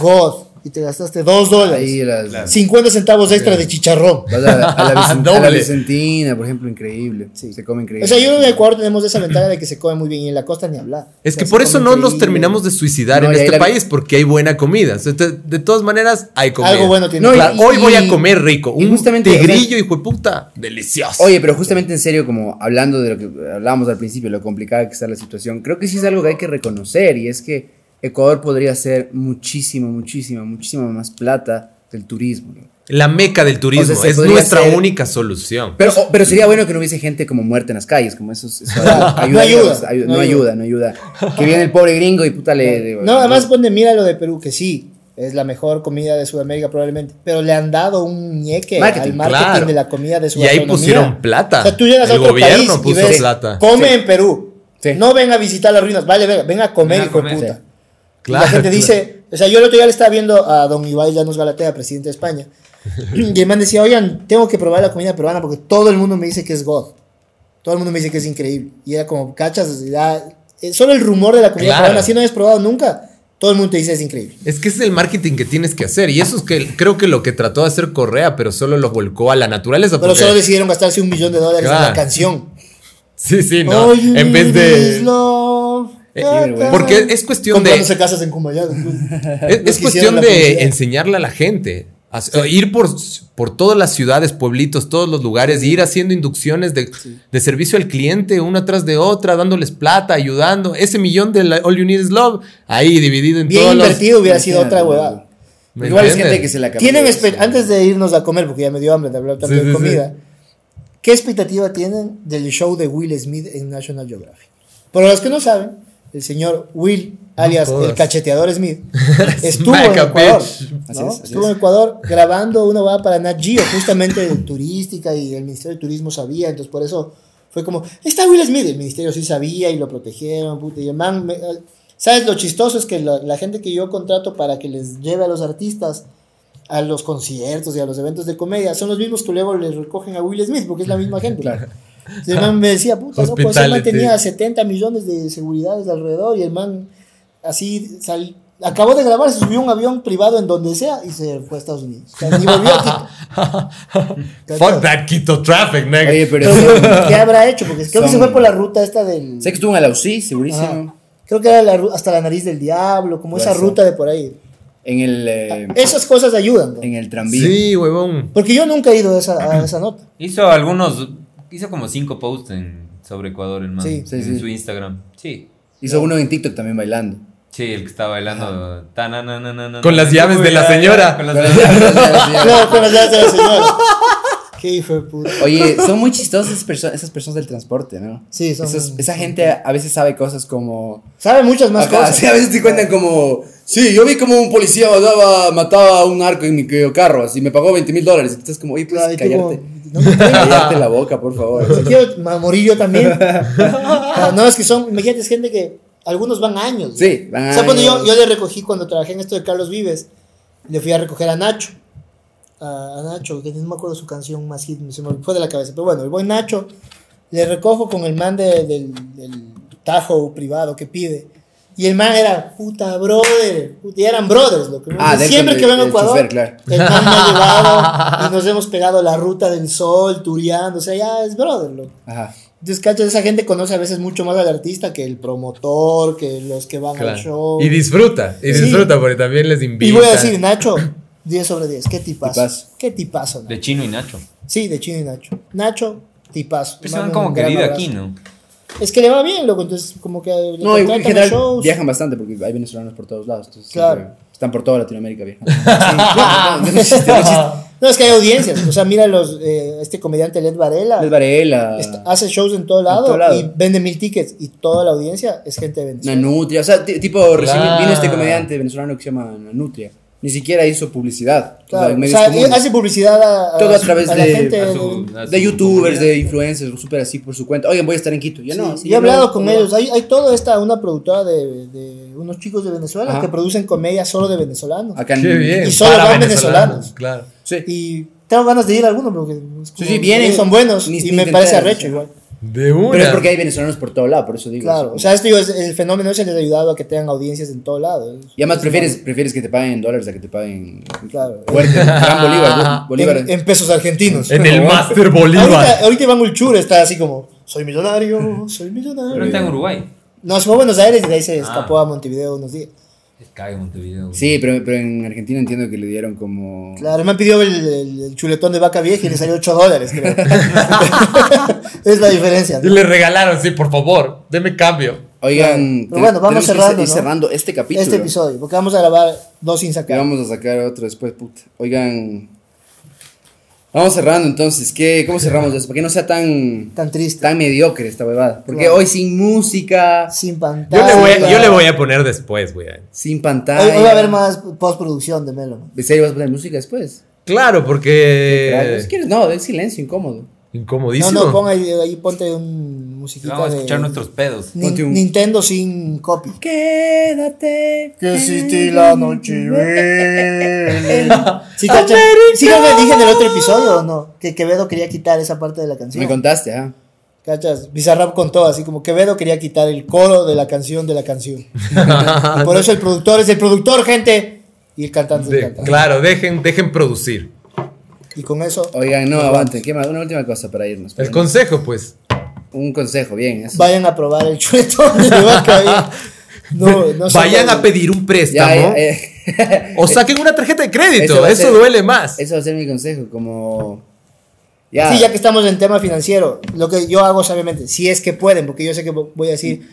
S2: god, y te gastaste dos dólares,
S5: Ahí las.
S2: 50 centavos extra de chicharrón.
S4: *laughs*
S5: Vas a, a la Vicen- a la
S4: Doble.
S5: Vicentina, por ejemplo, increíble. Se come increíble.
S2: O sea, yo creo que en Ecuador tenemos esa ventaja de que se come muy bien y en la costa ni hablar.
S4: Es que
S2: O sea,
S4: por
S2: se
S4: eso
S2: come
S4: no nos
S2: increíble.
S4: terminamos de suicidar
S5: No,
S4: en
S5: y ahí
S4: este
S5: la-
S4: país porque hay buena comida. O sea, te- de todas maneras, hay comida.
S2: Algo bueno tiene.
S4: No,
S2: que
S4: claro,
S2: haber.
S5: y-
S4: hoy voy a
S5: y-
S4: comer rico.
S5: y
S4: Un
S5: justamente,
S4: tigrillo, hijo de puta. Delicioso.
S5: Oye, pero justamente en serio, como hablando de lo que hablábamos al principio, lo complicada que está la situación, creo que sí es algo que hay que reconocer y es que Ecuador podría hacer muchísima, muchísima, muchísima más plata del turismo. ¿no?
S4: la meca del turismo
S5: O sea, se
S4: es
S5: podría
S4: nuestra
S5: hacer-
S4: única solución.
S5: Pero, o- pero sería bueno que no hubiese gente como muerta en las calles, como esos. eso
S2: Pues No ayuda,
S5: ayu-
S2: no
S5: no ayuda, no ayuda. Que viene el pobre gringo y puta le.
S2: No, además pone, mira lo de Perú, que sí, es la mejor comida de Sudamérica probablemente, pero le han dado un ñeque
S5: Marketing,
S2: al marketing
S4: claro.
S2: de la comida de su
S4: Y ahí
S2: gastronomía.
S4: pusieron plata.
S2: O sea, tú llegas a
S4: El
S2: otro
S4: gobierno
S2: país
S4: puso
S2: y ves,
S4: plata.
S2: come en Perú.
S5: Sí.
S2: No ven a visitar las ruinas, vale, venga, ven a comer,
S3: Ven a
S2: hijo de
S3: comer.
S2: puta.
S5: Sí.
S2: Y la gente dice, o sea, yo el otro día le estaba viendo a don Ibai Llanos Galatea, presidente de
S4: *laughs*
S2: España, y el man decía, oigan, tengo que probar la comida peruana porque todo el mundo me dice que es God. Todo el mundo me dice que es increíble. Y era como, cachas, ya, eh, solo el rumor de la comida
S4: Claro.
S2: peruana, si no has probado nunca, todo el mundo te dice es increíble.
S4: Es que ese es el marketing que tienes que hacer. Y eso es que creo que lo que trató de hacer Correa, pero solo lo volcó a la naturaleza.
S2: Pero
S4: porque-
S2: solo decidieron gastarse un millón de dólares en la
S4: Claro. *laughs*
S2: canción.
S4: Sí, sí, no.
S2: All you
S4: en vez
S2: need is
S4: de.
S2: love.
S4: Eh,
S2: Ta, ta.
S4: porque es cuestión de.
S2: Comprándose casas en Cumbayá. después.
S4: *laughs* Es,
S2: Nos
S4: es cuestión
S2: quisieron la
S4: de
S2: publicidad.
S4: enseñarle a la gente. a- a ir por, por todas las ciudades, pueblitos, todos los lugares, ir haciendo inducciones de, de servicio al cliente, una tras de otra, dándoles plata, ayudando. Ese millón de la- All You Need Is Love, ahí dividido en
S2: Bien
S4: todos los-
S2: invertido hubiera sido otra
S5: Imagínate,
S2: huevada.
S4: ¿me
S5: Igual es
S4: entiendes?
S5: gente que se la acaba
S2: ¿Tienen
S5: de-
S2: espe- antes de irnos a comer, porque ya me dio hambre de hablar tanto
S4: Sí,
S2: de
S4: sí,
S2: comida, ¿qué expectativa tienen del show de Will Smith en National Geographic? Para los que no saben, el señor Will, alias el
S4: jodas.
S2: cacheteador
S4: *laughs*
S2: Smith, estuvo en
S4: Smack a
S2: Ecuador.
S4: bitch.
S2: ¿no?
S5: Así es, así
S2: estuvo
S5: es.
S2: en Ecuador grabando una va para Nat Geo, justamente de turística, y el Ministerio de Turismo sabía, entonces por eso fue como, está Will Smith, el Ministerio sí sabía y lo protegieron, puta, y el man... me- eh, ¿Sabes? Lo chistoso es que la, la gente que yo contrato para que les lleve a los artistas a los conciertos y a los eventos de comedia son los mismos que luego les recogen a Will Smith porque es la misma gente. El man me decía, puta, no, pues el man
S4: Hospitality.
S2: tenía 70 millones de seguridades alrededor y el man así sal- acabó de grabar, se subió a un avión privado en donde sea y se fue a Estados Unidos. O sea, ni volvió aquí.
S4: Fuck that Quito traffic, nigga.
S5: Oye,
S2: *laughs*
S5: *laughs* pero
S2: Pero,
S5: *laughs* sí,
S2: ¿Qué habrá hecho? Porque creo que se
S5: Son-
S2: fue por la ruta esta del...
S5: sé que estuvo en Alausí,
S2: Ajá.
S5: segurísimo.
S2: Creo que era la ru- hasta la nariz del diablo, como
S5: Puede
S2: esa
S5: ser.
S2: ruta de por ahí.
S5: En el, eh,
S2: Esas cosas ayudan. ¿no?
S5: en el tranvía.
S4: sí, huevón.
S2: Porque yo nunca he ido a esa, a esa nota. *laughs*
S3: Hizo algunos, hizo como cinco posts en, sobre Ecuador el man,
S2: Sí,
S5: sí,
S3: en
S5: sí.
S3: su Instagram. Sí,
S5: Hizo uno en TikTok
S2: *laughs*
S5: también bailando.
S3: sí, el que estaba bailando. tananananana.
S4: Con las llaves de la señora.
S3: Con las llaves.
S2: Claro, con las llaves de la
S5: *laughs*
S2: señora. Qué hijo de puta.
S5: Oye, son muy chistosas esas, perso- esas personas del transporte, ¿no?
S2: Sí, son-
S5: Esos- esa gente a veces sabe cosas como...
S2: Sabe muchas más
S5: Acá,
S2: cosas.
S5: sí, a veces te cuentan como... Sí, yo vi como un policía mataba, mataba a un arco en mi carro, así me pagó 20 mil dólares. Y Estás como, oye, pues
S2: Claro, y tú
S5: cállate.
S2: como, no me cuentes.
S5: Cállate la boca, por
S2: Si
S5: favor.
S2: quiero ma- morir yo
S5: *laughs*
S2: también. Ah, no, es que son, imagínate, es gente que algunos van años.
S5: Sí, van
S2: O sea, cuando yo,
S5: años.
S2: yo le recogí, cuando trabajé en esto de Carlos Vives, le fui a recoger a Nacho. A, a Nacho, que no me acuerdo su canción más hit, se me fue de la cabeza. Pero bueno, el buen Nacho, le recojo con el man de- del, del Tajo privado que pide. Y el man era, puta, brother. puta, y eran brothers, lo que
S5: Ah, del-
S2: Siempre que
S5: del-
S2: vengo a
S5: del
S2: Ecuador,
S5: chofer, claro.
S2: el man me ha
S5: *laughs*
S2: llevado y nos hemos pegado la ruta del sol, tureando. O sea, ya es brother, loco.
S5: Ajá.
S2: Entonces, cacho, esa gente conoce a veces mucho más al artista que el promotor, que los que van al show.
S4: Y disfruta, y
S2: Sí.
S4: disfruta, porque también les
S2: Y
S4: invitan.
S2: voy a decir,
S3: *coughs*
S2: Nacho, 10 sobre 10. Qué tipazo.
S5: Tipazo.
S2: Qué tipazo, Nacho.
S3: De Chino y Nacho.
S2: Sí, de Chino y Nacho. Nacho, tipazo.
S3: Pero se
S2: Manda
S3: van
S2: un
S3: Pues como que
S2: gran
S3: vive
S2: abrazo.
S3: aquí, ¿no?
S2: Es que le va bien, loco. Entonces, como que le
S5: No, y
S2: contratan
S5: en
S2: a
S5: general
S2: shows.
S5: viajan bastante porque hay venezolanos por todos lados. entonces
S2: Claro.
S5: siempre Están por toda Latinoamérica viajando.
S2: *laughs*
S5: No, no, no, no existe, no existe.
S2: No, es que hay audiencias. O sea, mira los, eh, este comediante Led Varela.
S5: Es Varela.
S2: Está- hace shows en todo, lado,
S5: todo lado.
S2: y vende mil tickets. Y toda la audiencia es gente de
S5: Una
S2: Venezuela.
S5: nutria, o sea, ti- tipo, recién
S4: Claro.
S5: vino este comediante venezolano que se llama Nanutria. Ni siquiera hizo publicidad.
S2: Claro,
S5: O sea, en medios
S2: o sea,
S5: comunes.
S2: hace publicidad a,
S5: Todo a través
S2: la
S5: de-
S2: gente
S3: a
S2: de-
S3: su- a su
S5: de youtubers, de
S3: comunidad.
S5: influencers, súper así por su cuenta. Oigan, voy a estar en Quito. Ya
S2: Sí,
S5: no.
S2: yo
S5: así
S2: he
S5: ya no,
S2: hablado con
S5: no.
S2: ellos. ah. Hay, hay toda esta, una productora de, de unos chicos de Venezuela
S5: Ajá.
S2: que producen comedia solo de venezolanos.
S5: Acá en-
S4: Qué bien.
S2: Y solo
S4: para
S2: van venezolanos.
S4: Claro.
S5: Sí.
S2: Y tengo ganas de ir a algunos porque es como-
S5: sí, vienen.
S2: son buenos
S5: Ni-
S2: y
S5: ni
S2: me parece
S5: intentar,
S2: arrecho
S5: sí.
S2: igual.
S4: De una.
S5: Pero es porque hay venezolanos por todo lado, por eso digo.
S2: Claro, o sea, esto digo, es- el fenómeno se les ha ayudado a que tengan audiencias en todo lado. Es-
S5: y además
S2: es-
S5: prefieres, prefieres que te paguen en dólares a que te paguen en
S2: Claro.
S4: *laughs*
S5: fuerte, gran bolívar, ¿no? bolívar.
S2: En, en pesos argentinos.
S4: En el Master
S2: Ahorita,
S4: Bolívar.
S2: ahorita eh, Iván Ulchur está así como, soy millonario, soy
S3: Pero
S2: millonario.
S3: está en Uruguay.
S2: No, se fue a Buenos Aires y de ahí se
S3: Ah.
S2: escapó a Montevideo unos días.
S3: Es cague Montevideo. güey.
S5: Sí, pero, pero en Argentina entiendo que le dieron como...
S2: Claro, me pidió el, el- el chuletón de vaca vieja y le salió 8 dólares,
S4: *laughs*
S2: creo. es la diferencia.
S4: Y
S2: ¿no?
S4: le regalaron, sí, por favor, deme cambio.
S5: Oigan,
S2: Pero bueno, vamos
S5: tenemos que ir-
S2: cerrando,
S5: ir
S2: ¿no?
S5: cerrando este capítulo.
S2: Este episodio, porque vamos a grabar dos sin
S5: Que
S2: sacar.
S5: vamos a sacar otro después, puta. Oigan. Vamos cerrando entonces. ¿Qué, ¿Cómo cerramos eso? Para que no sea tan,
S2: Tan triste.
S5: tan mediocre esta huevada. Porque
S2: Claro.
S5: hoy sin música,
S2: sin
S4: Yo
S2: pantalla.
S4: le voy a, yo le voy a poner después, güey.
S5: sin
S2: Hoy,
S5: pantalla.
S2: hoy va a haber más postproducción de Melo.
S5: ¿De serio vas a poner música después?
S4: Claro,
S5: Carajo, Si
S4: porque.
S5: quieres, no, es silencio incómodo.
S2: No,
S4: Incomodísimo.
S2: no, pon ahí, ahí ponte un musiquita
S3: Vamos a
S2: de
S3: escuchar nuestros pedos.
S2: Nin-
S5: Ponte un-
S2: Nintendo sin copy.
S5: Quédate.
S2: Que si te la noche Sí, cacha. Sí, creo que dije en el otro episodio o no, que Quevedo quería quitar esa parte de la canción.
S5: Me contaste, ah. ajá.
S2: ¿Cachas? Bizarrap contó así como Quevedo quería quitar el coro de la canción de la canción.
S4: Ah,
S2: Y por eso el productor es el productor, gente. Y el cantante es
S4: De-
S2: el cantante.
S4: claro, dejen, dejen producir.
S2: Y con eso,
S5: Oigan, no, aguante. ¿Qué más? Una última cosa para irnos.
S4: El
S5: Perdón.
S4: consejo, pues.
S5: Un consejo, bien. Eso.
S2: vayan a probar el chuletón de vaca
S4: *laughs*
S2: vieja. No, no se
S4: Vayan
S2: vayan.
S4: a pedir un
S5: Ya,
S4: préstamo
S5: eh, eh.
S4: o saquen una tarjeta de crédito.
S5: Eso
S4: Eso,
S5: va a ser-
S4: duele más.
S5: Eso va a ser mi consejo, como...
S2: Sí, ya que estamos en tema financiero, lo que yo hago sabiamente, si es que pueden, porque yo sé que vo- voy a decir,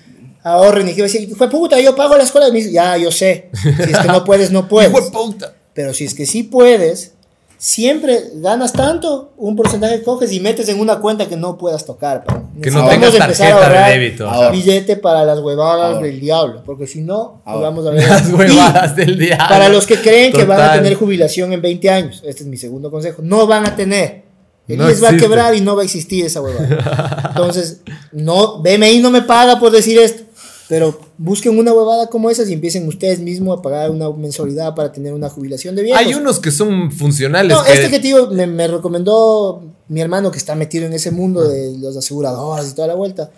S2: ahorren, y que voy a decir, hijo de puta, yo pago la escuela de mis... Ya, yo sé, si es que no puedes, no puedes.
S4: *laughs* Hijo de puta.
S2: Pero si es que sí puedes, siempre ganas tanto, un porcentaje coges y metes en una cuenta que no puedas tocar. pa.
S4: Que no
S2: Necesitamos
S4: tengas
S2: empezar a
S4: tarjeta de
S2: ahorrar
S4: débito.
S5: Ahorra.
S2: Billete para las huevadas
S5: Ahorra.
S2: del diablo, porque si no, pues
S5: Ahorra.
S2: vamos a ver.
S4: *laughs*
S2: *laughs*
S4: Las
S2: Y
S4: huevadas del diablo.
S2: para los que creen que van a
S4: Total.
S2: tener jubilación en 20 años, este es mi segundo consejo, no van a tener. El
S4: No
S2: IES va a
S4: existe.
S2: quebrar y no va a existir esa huevada. Entonces, no, BMI no me paga por decir esto. Pero busquen una huevada como esas y empiecen ustedes mismos a pagar una mensualidad para tener una jubilación de viejos.
S4: Hay unos que son funcionales.
S2: No,
S4: que-
S2: este que te digo me, me recomendó mi hermano que está metido en ese mundo de los aseguradoras y toda la vuelta.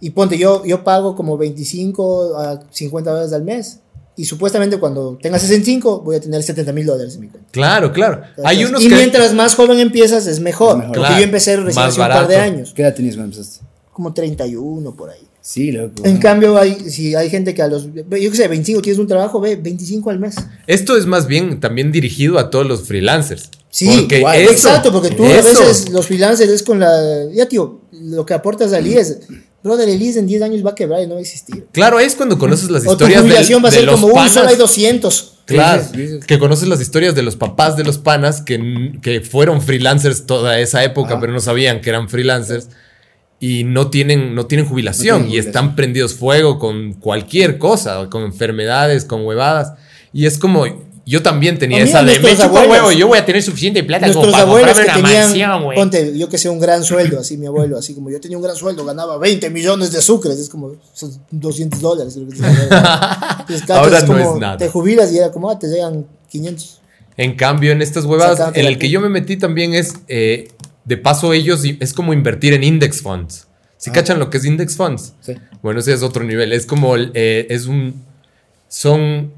S2: Y ponte, yo, yo pago como 25 a 50 dólares al mes. Y supuestamente cuando tenga 65 voy a tener 70 mil dólares en mi cuenta.
S4: Claro, claro. Hay
S2: Entonces,
S4: unos
S2: y
S4: que.
S2: mientras más joven empiezas es mejor.
S5: Es mejor.
S2: Porque
S4: Claro,
S2: yo empecé recién
S4: más
S2: hace un par de
S4: barato.
S2: años.
S5: ¿Qué edad tenías cuando empezaste?
S2: Como 31 por ahí.
S5: Sí, loco.
S2: En cambio, hay, si hay gente que a los, yo qué sé, 25 tienes un trabajo, ve, 25 al mes.
S4: Esto es más bien también dirigido a todos los freelancers.
S2: Sí,
S4: Porque
S5: igual.
S4: eso-
S2: Exacto, porque tú
S4: eso-
S2: a veces los freelancers es con la. Ya, tío, lo que aportas al IES. Brother, el IES en 10 años va a quebrar y no va a existir.
S4: Claro, ahí es cuando conoces las
S2: O tu
S4: historias del-
S2: jubilación va a
S4: de
S2: ser
S4: los
S2: como un
S4: panas.
S2: solo hay 200.
S4: Claro,
S5: Sí, sí, sí.
S4: que conoces las historias de los papás de los panas que, n- que fueron freelancers toda esa época,
S5: Ajá.
S4: pero no sabían que eran freelancers y no tienen, no tienen jubilación
S5: No tienen
S4: y están prendidos fuego con cualquier cosa, con enfermedades, con huevadas. Y es como, yo también tenía
S2: A mí,
S4: esa
S2: a
S4: de, me
S2: nuestros
S4: chupa
S2: abuelos-
S4: huevo, yo voy a tener suficiente plata como
S2: Nuestros
S4: para
S2: abuelos que
S4: comprarme una
S2: tenían,
S4: mansión, güey.
S2: ponte, yo que sé, un gran sueldo, así mi abuelo, así como yo tenía un gran sueldo, ganaba 20 millones de sucres, es como son 200 dólares. lo que te sale, ¿no?
S4: *laughs*
S2: Entonces, cachas,
S4: Ahora no
S2: como
S4: es nada.
S2: Te jubilas y era como, ah, te llegan 500.
S4: En cambio, en estas huevadas,
S2: Sacate
S4: en
S2: la
S4: el que
S2: puta.
S4: yo me metí también es, eh, de paso ellos, y- es como invertir en index funds. ¿Sí
S2: Ah.
S4: cachan lo que es index funds?
S5: Sí.
S4: Bueno, ese es otro nivel. Es como, el, eh, es un, son,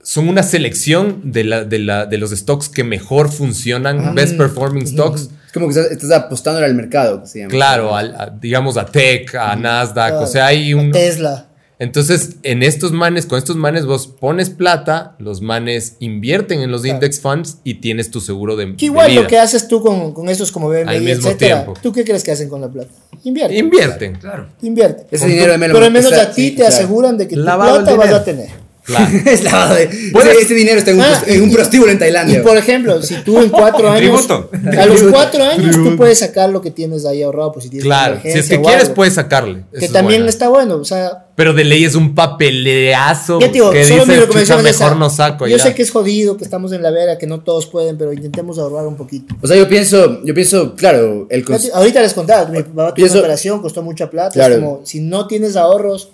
S4: son una selección de, la, de, la, de los stocks que mejor funcionan,
S2: Ah.
S4: best performing stocks.
S5: Es como que estás, estás apostándole al mercado, se llama.
S4: Claro, al- a- digamos a tech, a Nasdaq, o
S2: Claro.
S4: sea, hay un...
S2: Ah, Tesla.
S4: Entonces, en estos manes, con estos manes vos pones plata, los manes invierten en los
S2: Claro.
S4: index funds y tienes tu seguro de,
S2: Que
S4: de
S2: igual lo
S4: vida.
S2: que haces tú con, con estos como BMI,
S4: Al mismo
S2: etcétera.
S4: tiempo.
S2: ¿Tú qué crees que hacen con la plata? Invierte.
S4: Invierten.
S3: Claro.
S2: invierte.
S5: Ese
S2: Con tu-
S5: dinero de Melo
S2: Pero al
S5: Melo,
S2: menos
S5: o sea,
S2: a ti
S5: sí,
S2: te
S5: o sea,
S2: aseguran de que tu
S4: lavado el
S2: plata vas
S4: dinero.
S2: a tener. *laughs*
S4: Claro.
S5: *laughs* es lavado de.
S4: Bueno,
S5: ese, ese dinero está en un,
S2: Ah,
S5: pros- en un
S2: y-
S5: prostíbulo en Tailandia.
S2: Y por ejemplo, si tú
S5: *laughs*
S2: en cuatro años,
S3: Tributo.
S2: a los cuatro años tú puedes sacar lo que tienes ahí ahorrado, por si tienes una
S4: Claro. Si es
S2: emergencia
S4: que
S2: o
S4: quieres,
S2: algo.
S4: puedes sacarle. Eso
S2: Que
S4: es
S2: también
S4: buena.
S2: está bueno, o sea,
S4: Pero de ley es un papeleazo.
S2: Ya te digo,
S4: que
S2: solo mi
S4: dice, "Chucha,
S2: recomendación es esa.
S4: mejor no saco.
S2: Yo
S4: ya".
S2: sé que es jodido, que estamos en la vera, que no todos pueden, pero intentemos ahorrar un poquito.
S5: O sea, yo pienso, yo pienso, claro, el
S2: Ya
S5: cons-
S2: te- ahorita les contaba, mi papá tuvo
S5: Pienso-
S2: una operación, costó mucha plata,
S5: Claro.
S2: es como, si no tienes ahorros,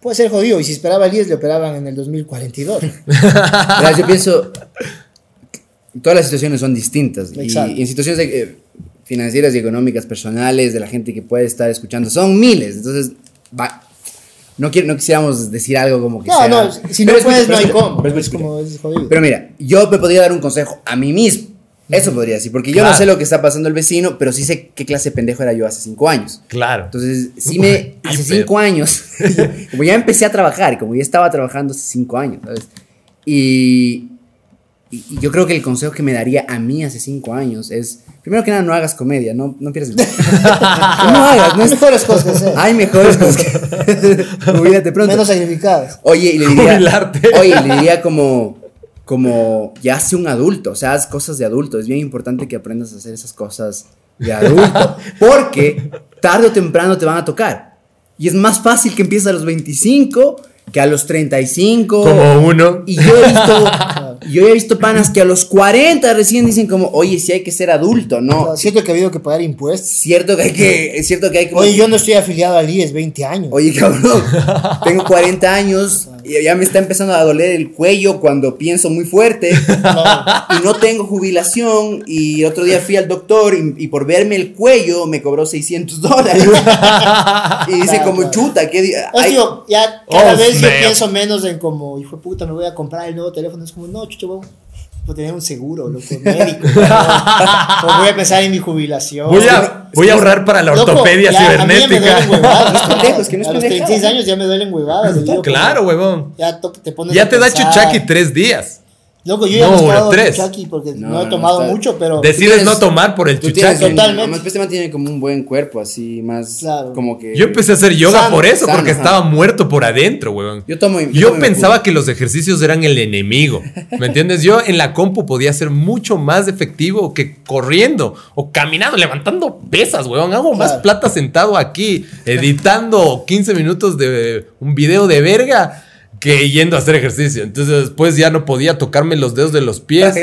S2: puede ser jodido, y si esperaba 10, le operaban en el
S5: *laughs*
S2: 2042.
S5: Verás, yo pienso, todas las situaciones son distintas. Y,
S2: Exacto.
S5: y en situaciones eh, financieras y económicas, personales, de la gente que puede estar escuchando, son miles. Entonces, va- no, quiero, no quisiéramos decir algo como que...
S2: no,
S5: sea-
S2: no, si no
S5: Pero escucha,
S2: puedes, no hay
S5: pero escucha,
S2: cómo,
S5: pero
S2: es
S5: escucha.
S2: como, es jodido.
S5: Pero mira, yo me podría dar un consejo a mí mismo. Eso podría decir, porque yo
S4: Claro.
S5: no sé lo que está pasando el vecino, pero sí sé qué clase de pendejo era yo hace cinco años.
S4: Claro.
S5: Entonces, sí me.
S4: Y
S5: Hace
S4: pero-
S5: cinco años. *laughs* como ya empecé a trabajar, como ya estaba trabajando hace cinco años, ¿sabes? Y, y- y yo creo que el consejo que me daría a mí hace cinco años es: primero que nada, no hagas comedia, no, no pierdas
S4: *laughs*
S5: el tiempo. no hagas, no
S2: Hay
S5: es.
S2: mejores cosas que hacer,
S5: Hay mejores
S4: *laughs*
S5: cosas que. Jubilate pronto.
S2: menos sacrificadas.
S5: Oye, y le diría.
S4: Jubilarte.
S5: *laughs* Oye, y le diría como. Como ya sé un adulto, o sea, haz cosas de adulto. Es bien importante que aprendas a hacer esas cosas
S4: *laughs*
S5: de adulto. Porque tarde o temprano te van a tocar. Y es más fácil que empieces a los 25 que a los 35.
S4: Como uno.
S5: Y yo he visto, yo he visto panas que a los 40 recién dicen como, oye, sí hay que ser adulto, ¿no?
S2: O sea, Siento que ha habido que pagar impuestos.
S5: Cierto que hay que, es cierto que hay que...
S2: Oye, yo no estoy afiliado al IES 20 años.
S5: Oye,
S4: *laughs*
S5: cabrón, tengo 40 años y ya me está empezando a doler el cuello cuando pienso muy fuerte *laughs* y no tengo jubilación y el otro día fui al doctor y, y por verme el cuello me cobró 600 dólares. y dice
S2: Claro,
S5: como
S2: claro.
S5: chuta, ¿qué
S2: O
S5: di-
S2: sea,
S5: ay,
S2: digo, ya cada
S4: Oh,
S2: vez yo
S4: snap.
S2: pienso menos en como, hijo de puta, me voy a comprar el nuevo teléfono. Es como, no, chucho, voy a tener un seguro, loco,
S4: *laughs*
S2: médico. ¿no? o voy a pensar en mi jubilación.
S4: Voy a, voy a ahorrar para la
S2: Loco,
S4: ortopedia
S2: ya, a mí ya me duelen
S4: *laughs* cibernética.
S2: huevadas,
S5: No es pendejo, es que no es
S2: A los
S5: pendejada.
S2: 36 años ya me duelen huevadas. y digo,
S4: claro,
S2: como,
S4: huevón.
S2: Ya to- te pones
S4: Ya
S2: a
S4: te da
S2: pensar.
S4: chuchaqui tres días.
S2: Loco, yo ya
S4: No,
S2: no, he estado
S4: tres.
S2: chuchaqui porque no,
S5: No,
S2: he
S5: no,
S2: tomado
S5: está-
S2: mucho, pero...
S4: Decides
S5: tienes-
S4: no tomar por el
S5: tú tienes
S4: chuchaqui.
S5: un-
S2: Totalmente.
S5: además, pues, este man tiene como un buen cuerpo así, más
S2: Claro.
S5: como que...
S4: Yo empecé a hacer yoga
S5: Sano,
S4: por eso,
S5: sano,
S4: porque
S5: ajá.
S4: estaba muerto por adentro, huevón.
S5: Yo tomo... Yo,
S4: Yo
S5: tomo
S4: pensaba que los ejercicios eran el enemigo. ¿Me entiendes? Yo en la compu podía ser mucho más efectivo que corriendo o caminando, levantando pesas, weón. Hago más
S2: Claro.
S4: plata sentado aquí, editando 15 minutos de un video de verga que yendo a hacer ejercicio. Entonces después ya no podía tocarme los dedos de los
S5: *laughs*
S4: pies.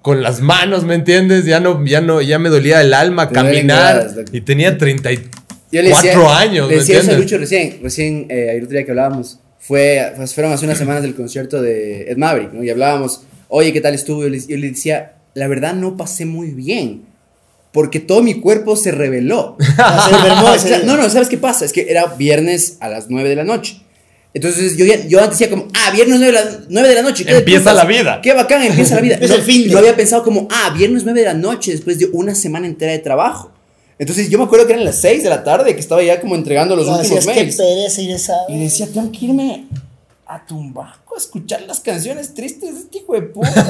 S4: Con las manos, ¿me entiendes? Ya no, ya no, ya me dolía el alma
S5: Te duelen
S4: caminar.
S5: huevadas, loco.
S4: Y tenía 34
S5: Yo le decía,
S4: años,
S5: Le
S4: ¿me
S5: decía eso a
S4: entiendes?
S5: Lucho recién, recién, eh, ayer otro día que hablábamos, fue, pues, fueron hace unas
S4: Mm.
S5: semanas del concierto de Ed Maverick, ¿no? Y hablábamos, oye, ¿qué tal estuvo? Yo le, yo le decía, la verdad no pasé muy bien. porque todo mi cuerpo se reveló.
S2: Se
S4: *laughs*
S2: enfermó
S5: O
S2: ese
S5: sea,
S2: día.
S5: no, no, ¿sabes qué pasa? Es que era viernes a las 9 de la noche. Entonces yo, ya- yo antes decía como, ah, viernes 9 de la, 9 de la noche. qué de
S4: Empieza
S5: putas,
S4: la vida.
S5: Qué bacán, empieza
S4: *laughs*
S5: la vida.
S2: Es
S5: No-
S2: el fin de-
S5: Yo había pensado como, ah, viernes 9 de la noche después de una semana entera de trabajo. Entonces yo me acuerdo que eran las 6 de la tarde que estaba ya como entregando los
S2: No,
S5: últimos
S2: decías, qué
S5: mails.
S2: pereza ir esa.
S5: Y decía, tengo que irme a Tumbaco a escuchar las canciones tristes de este hijo de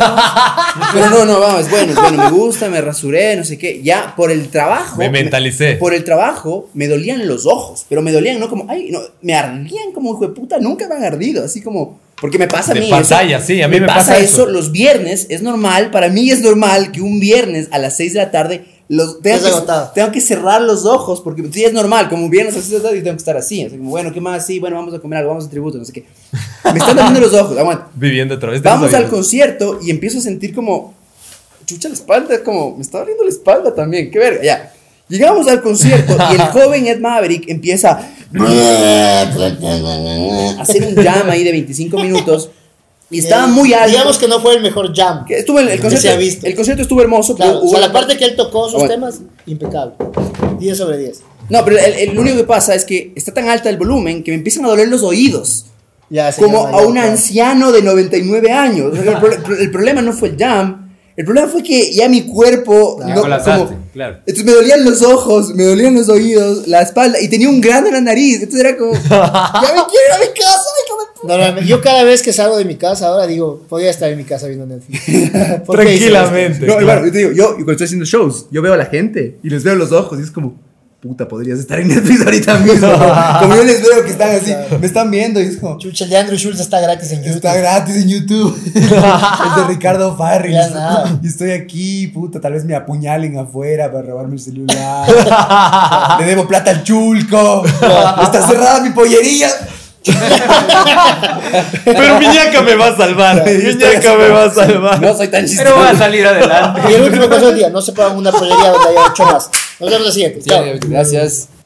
S5: puta. ¿no?". Pero no, no, vamos, bueno, es bueno, me gusta, me rasuré, no sé qué. Ya por el trabajo.
S4: Me mentalicé.
S5: por el trabajo me dolían los ojos, pero me dolían, no como, ay, no, me ardían como hijo de puta, nunca me han ardido, así como. Porque me pasa
S4: De
S5: a mí.
S4: pantalla,
S5: eso,
S4: sí, a mí me pasa eso.
S5: Los viernes es normal, para mí es normal que un viernes a las 6 de la tarde. Los, tengo,
S2: Estás agotado.
S5: que, tengo que cerrar los ojos porque sí es normal, como un viernes a las 6 de la tarde y tengo que estar así. Así como, bueno, ¿qué más? Sí, bueno, vamos a comer algo, vamos a tributo, no sé qué. Me están doliendo los ojos, aguanta.
S4: Viviendo a través de
S5: Vamos
S4: los
S5: al
S4: oídos.
S5: concierto y empiezo a sentir como. Chucha la espalda, como. Me está doliendo la espalda también, qué verga, ya. Llegamos al concierto y el joven Ed Maverick empieza a hacer un jam ahí de 25 minutos y estaba muy alto.
S2: Eh, Digamos que no fue el mejor jam.
S5: Que estuvo el, el
S2: que
S5: concierto,
S2: se ha visto.
S5: el concierto estuvo hermoso.
S2: Claro,
S5: pero
S2: o
S5: hubo
S2: sea,
S5: una
S2: la parte que él tocó, sus
S5: Bueno.
S2: temas, impecable. 10 sobre 10.
S5: No, pero el, el único que pasa es que está tan alta el volumen que me empiezan a doler los oídos.
S2: Ya, se
S5: como
S2: llama
S5: a
S2: ya,
S5: un
S2: claro.
S5: anciano de 99 años. O sea, el, pro- el problema no fue el jam, el problema fue que ya mi cuerpo...
S3: Ya
S5: no,
S3: colapsaste,
S5: como-
S3: claro.
S5: Entonces me dolían los ojos, me dolían los oídos, la espalda, y tenía un grano en la nariz. Entonces era como, ya me quiero ir a mi casa, hijo de puta.
S2: No, no, yo cada vez que salgo de mi casa ahora digo, podría estar en mi casa viendo
S5: *laughs*
S2: Netflix. ¿Por qué hice
S4: Tranquilamente.
S5: No,
S4: claro.
S5: hermano, yo te digo, yo yo cuando estoy haciendo shows, yo veo a la gente y les veo los ojos y es como, puta, podrías estar en Netflix ahorita mismo.
S2: *laughs*
S5: como yo les veo que están así, me están viendo y es como,
S2: esto? Chucha, el de Andrew Schultz está gratis en YouTube.
S1: Está gratis en YouTube.
S5: *laughs*
S1: el de Ricardo Farris.
S2: Ya nada.
S1: Y estoy aquí, puta, tal vez me apuñalen afuera para robarme el
S5: *laughs*
S1: celular. Le debo plata al chulco. Está cerrada mi pollería.
S4: Pero Viñaca me va a
S5: *laughs*
S4: salvar. Viñaca me va a salvar.
S5: no soy tan
S3: Pero
S5: chistoso.
S3: va a salir adelante.
S2: Y el último caso del día, no se pagan una pollería donde haya ocho más. Nos vemos la siguiente. Chao.
S5: Gracias.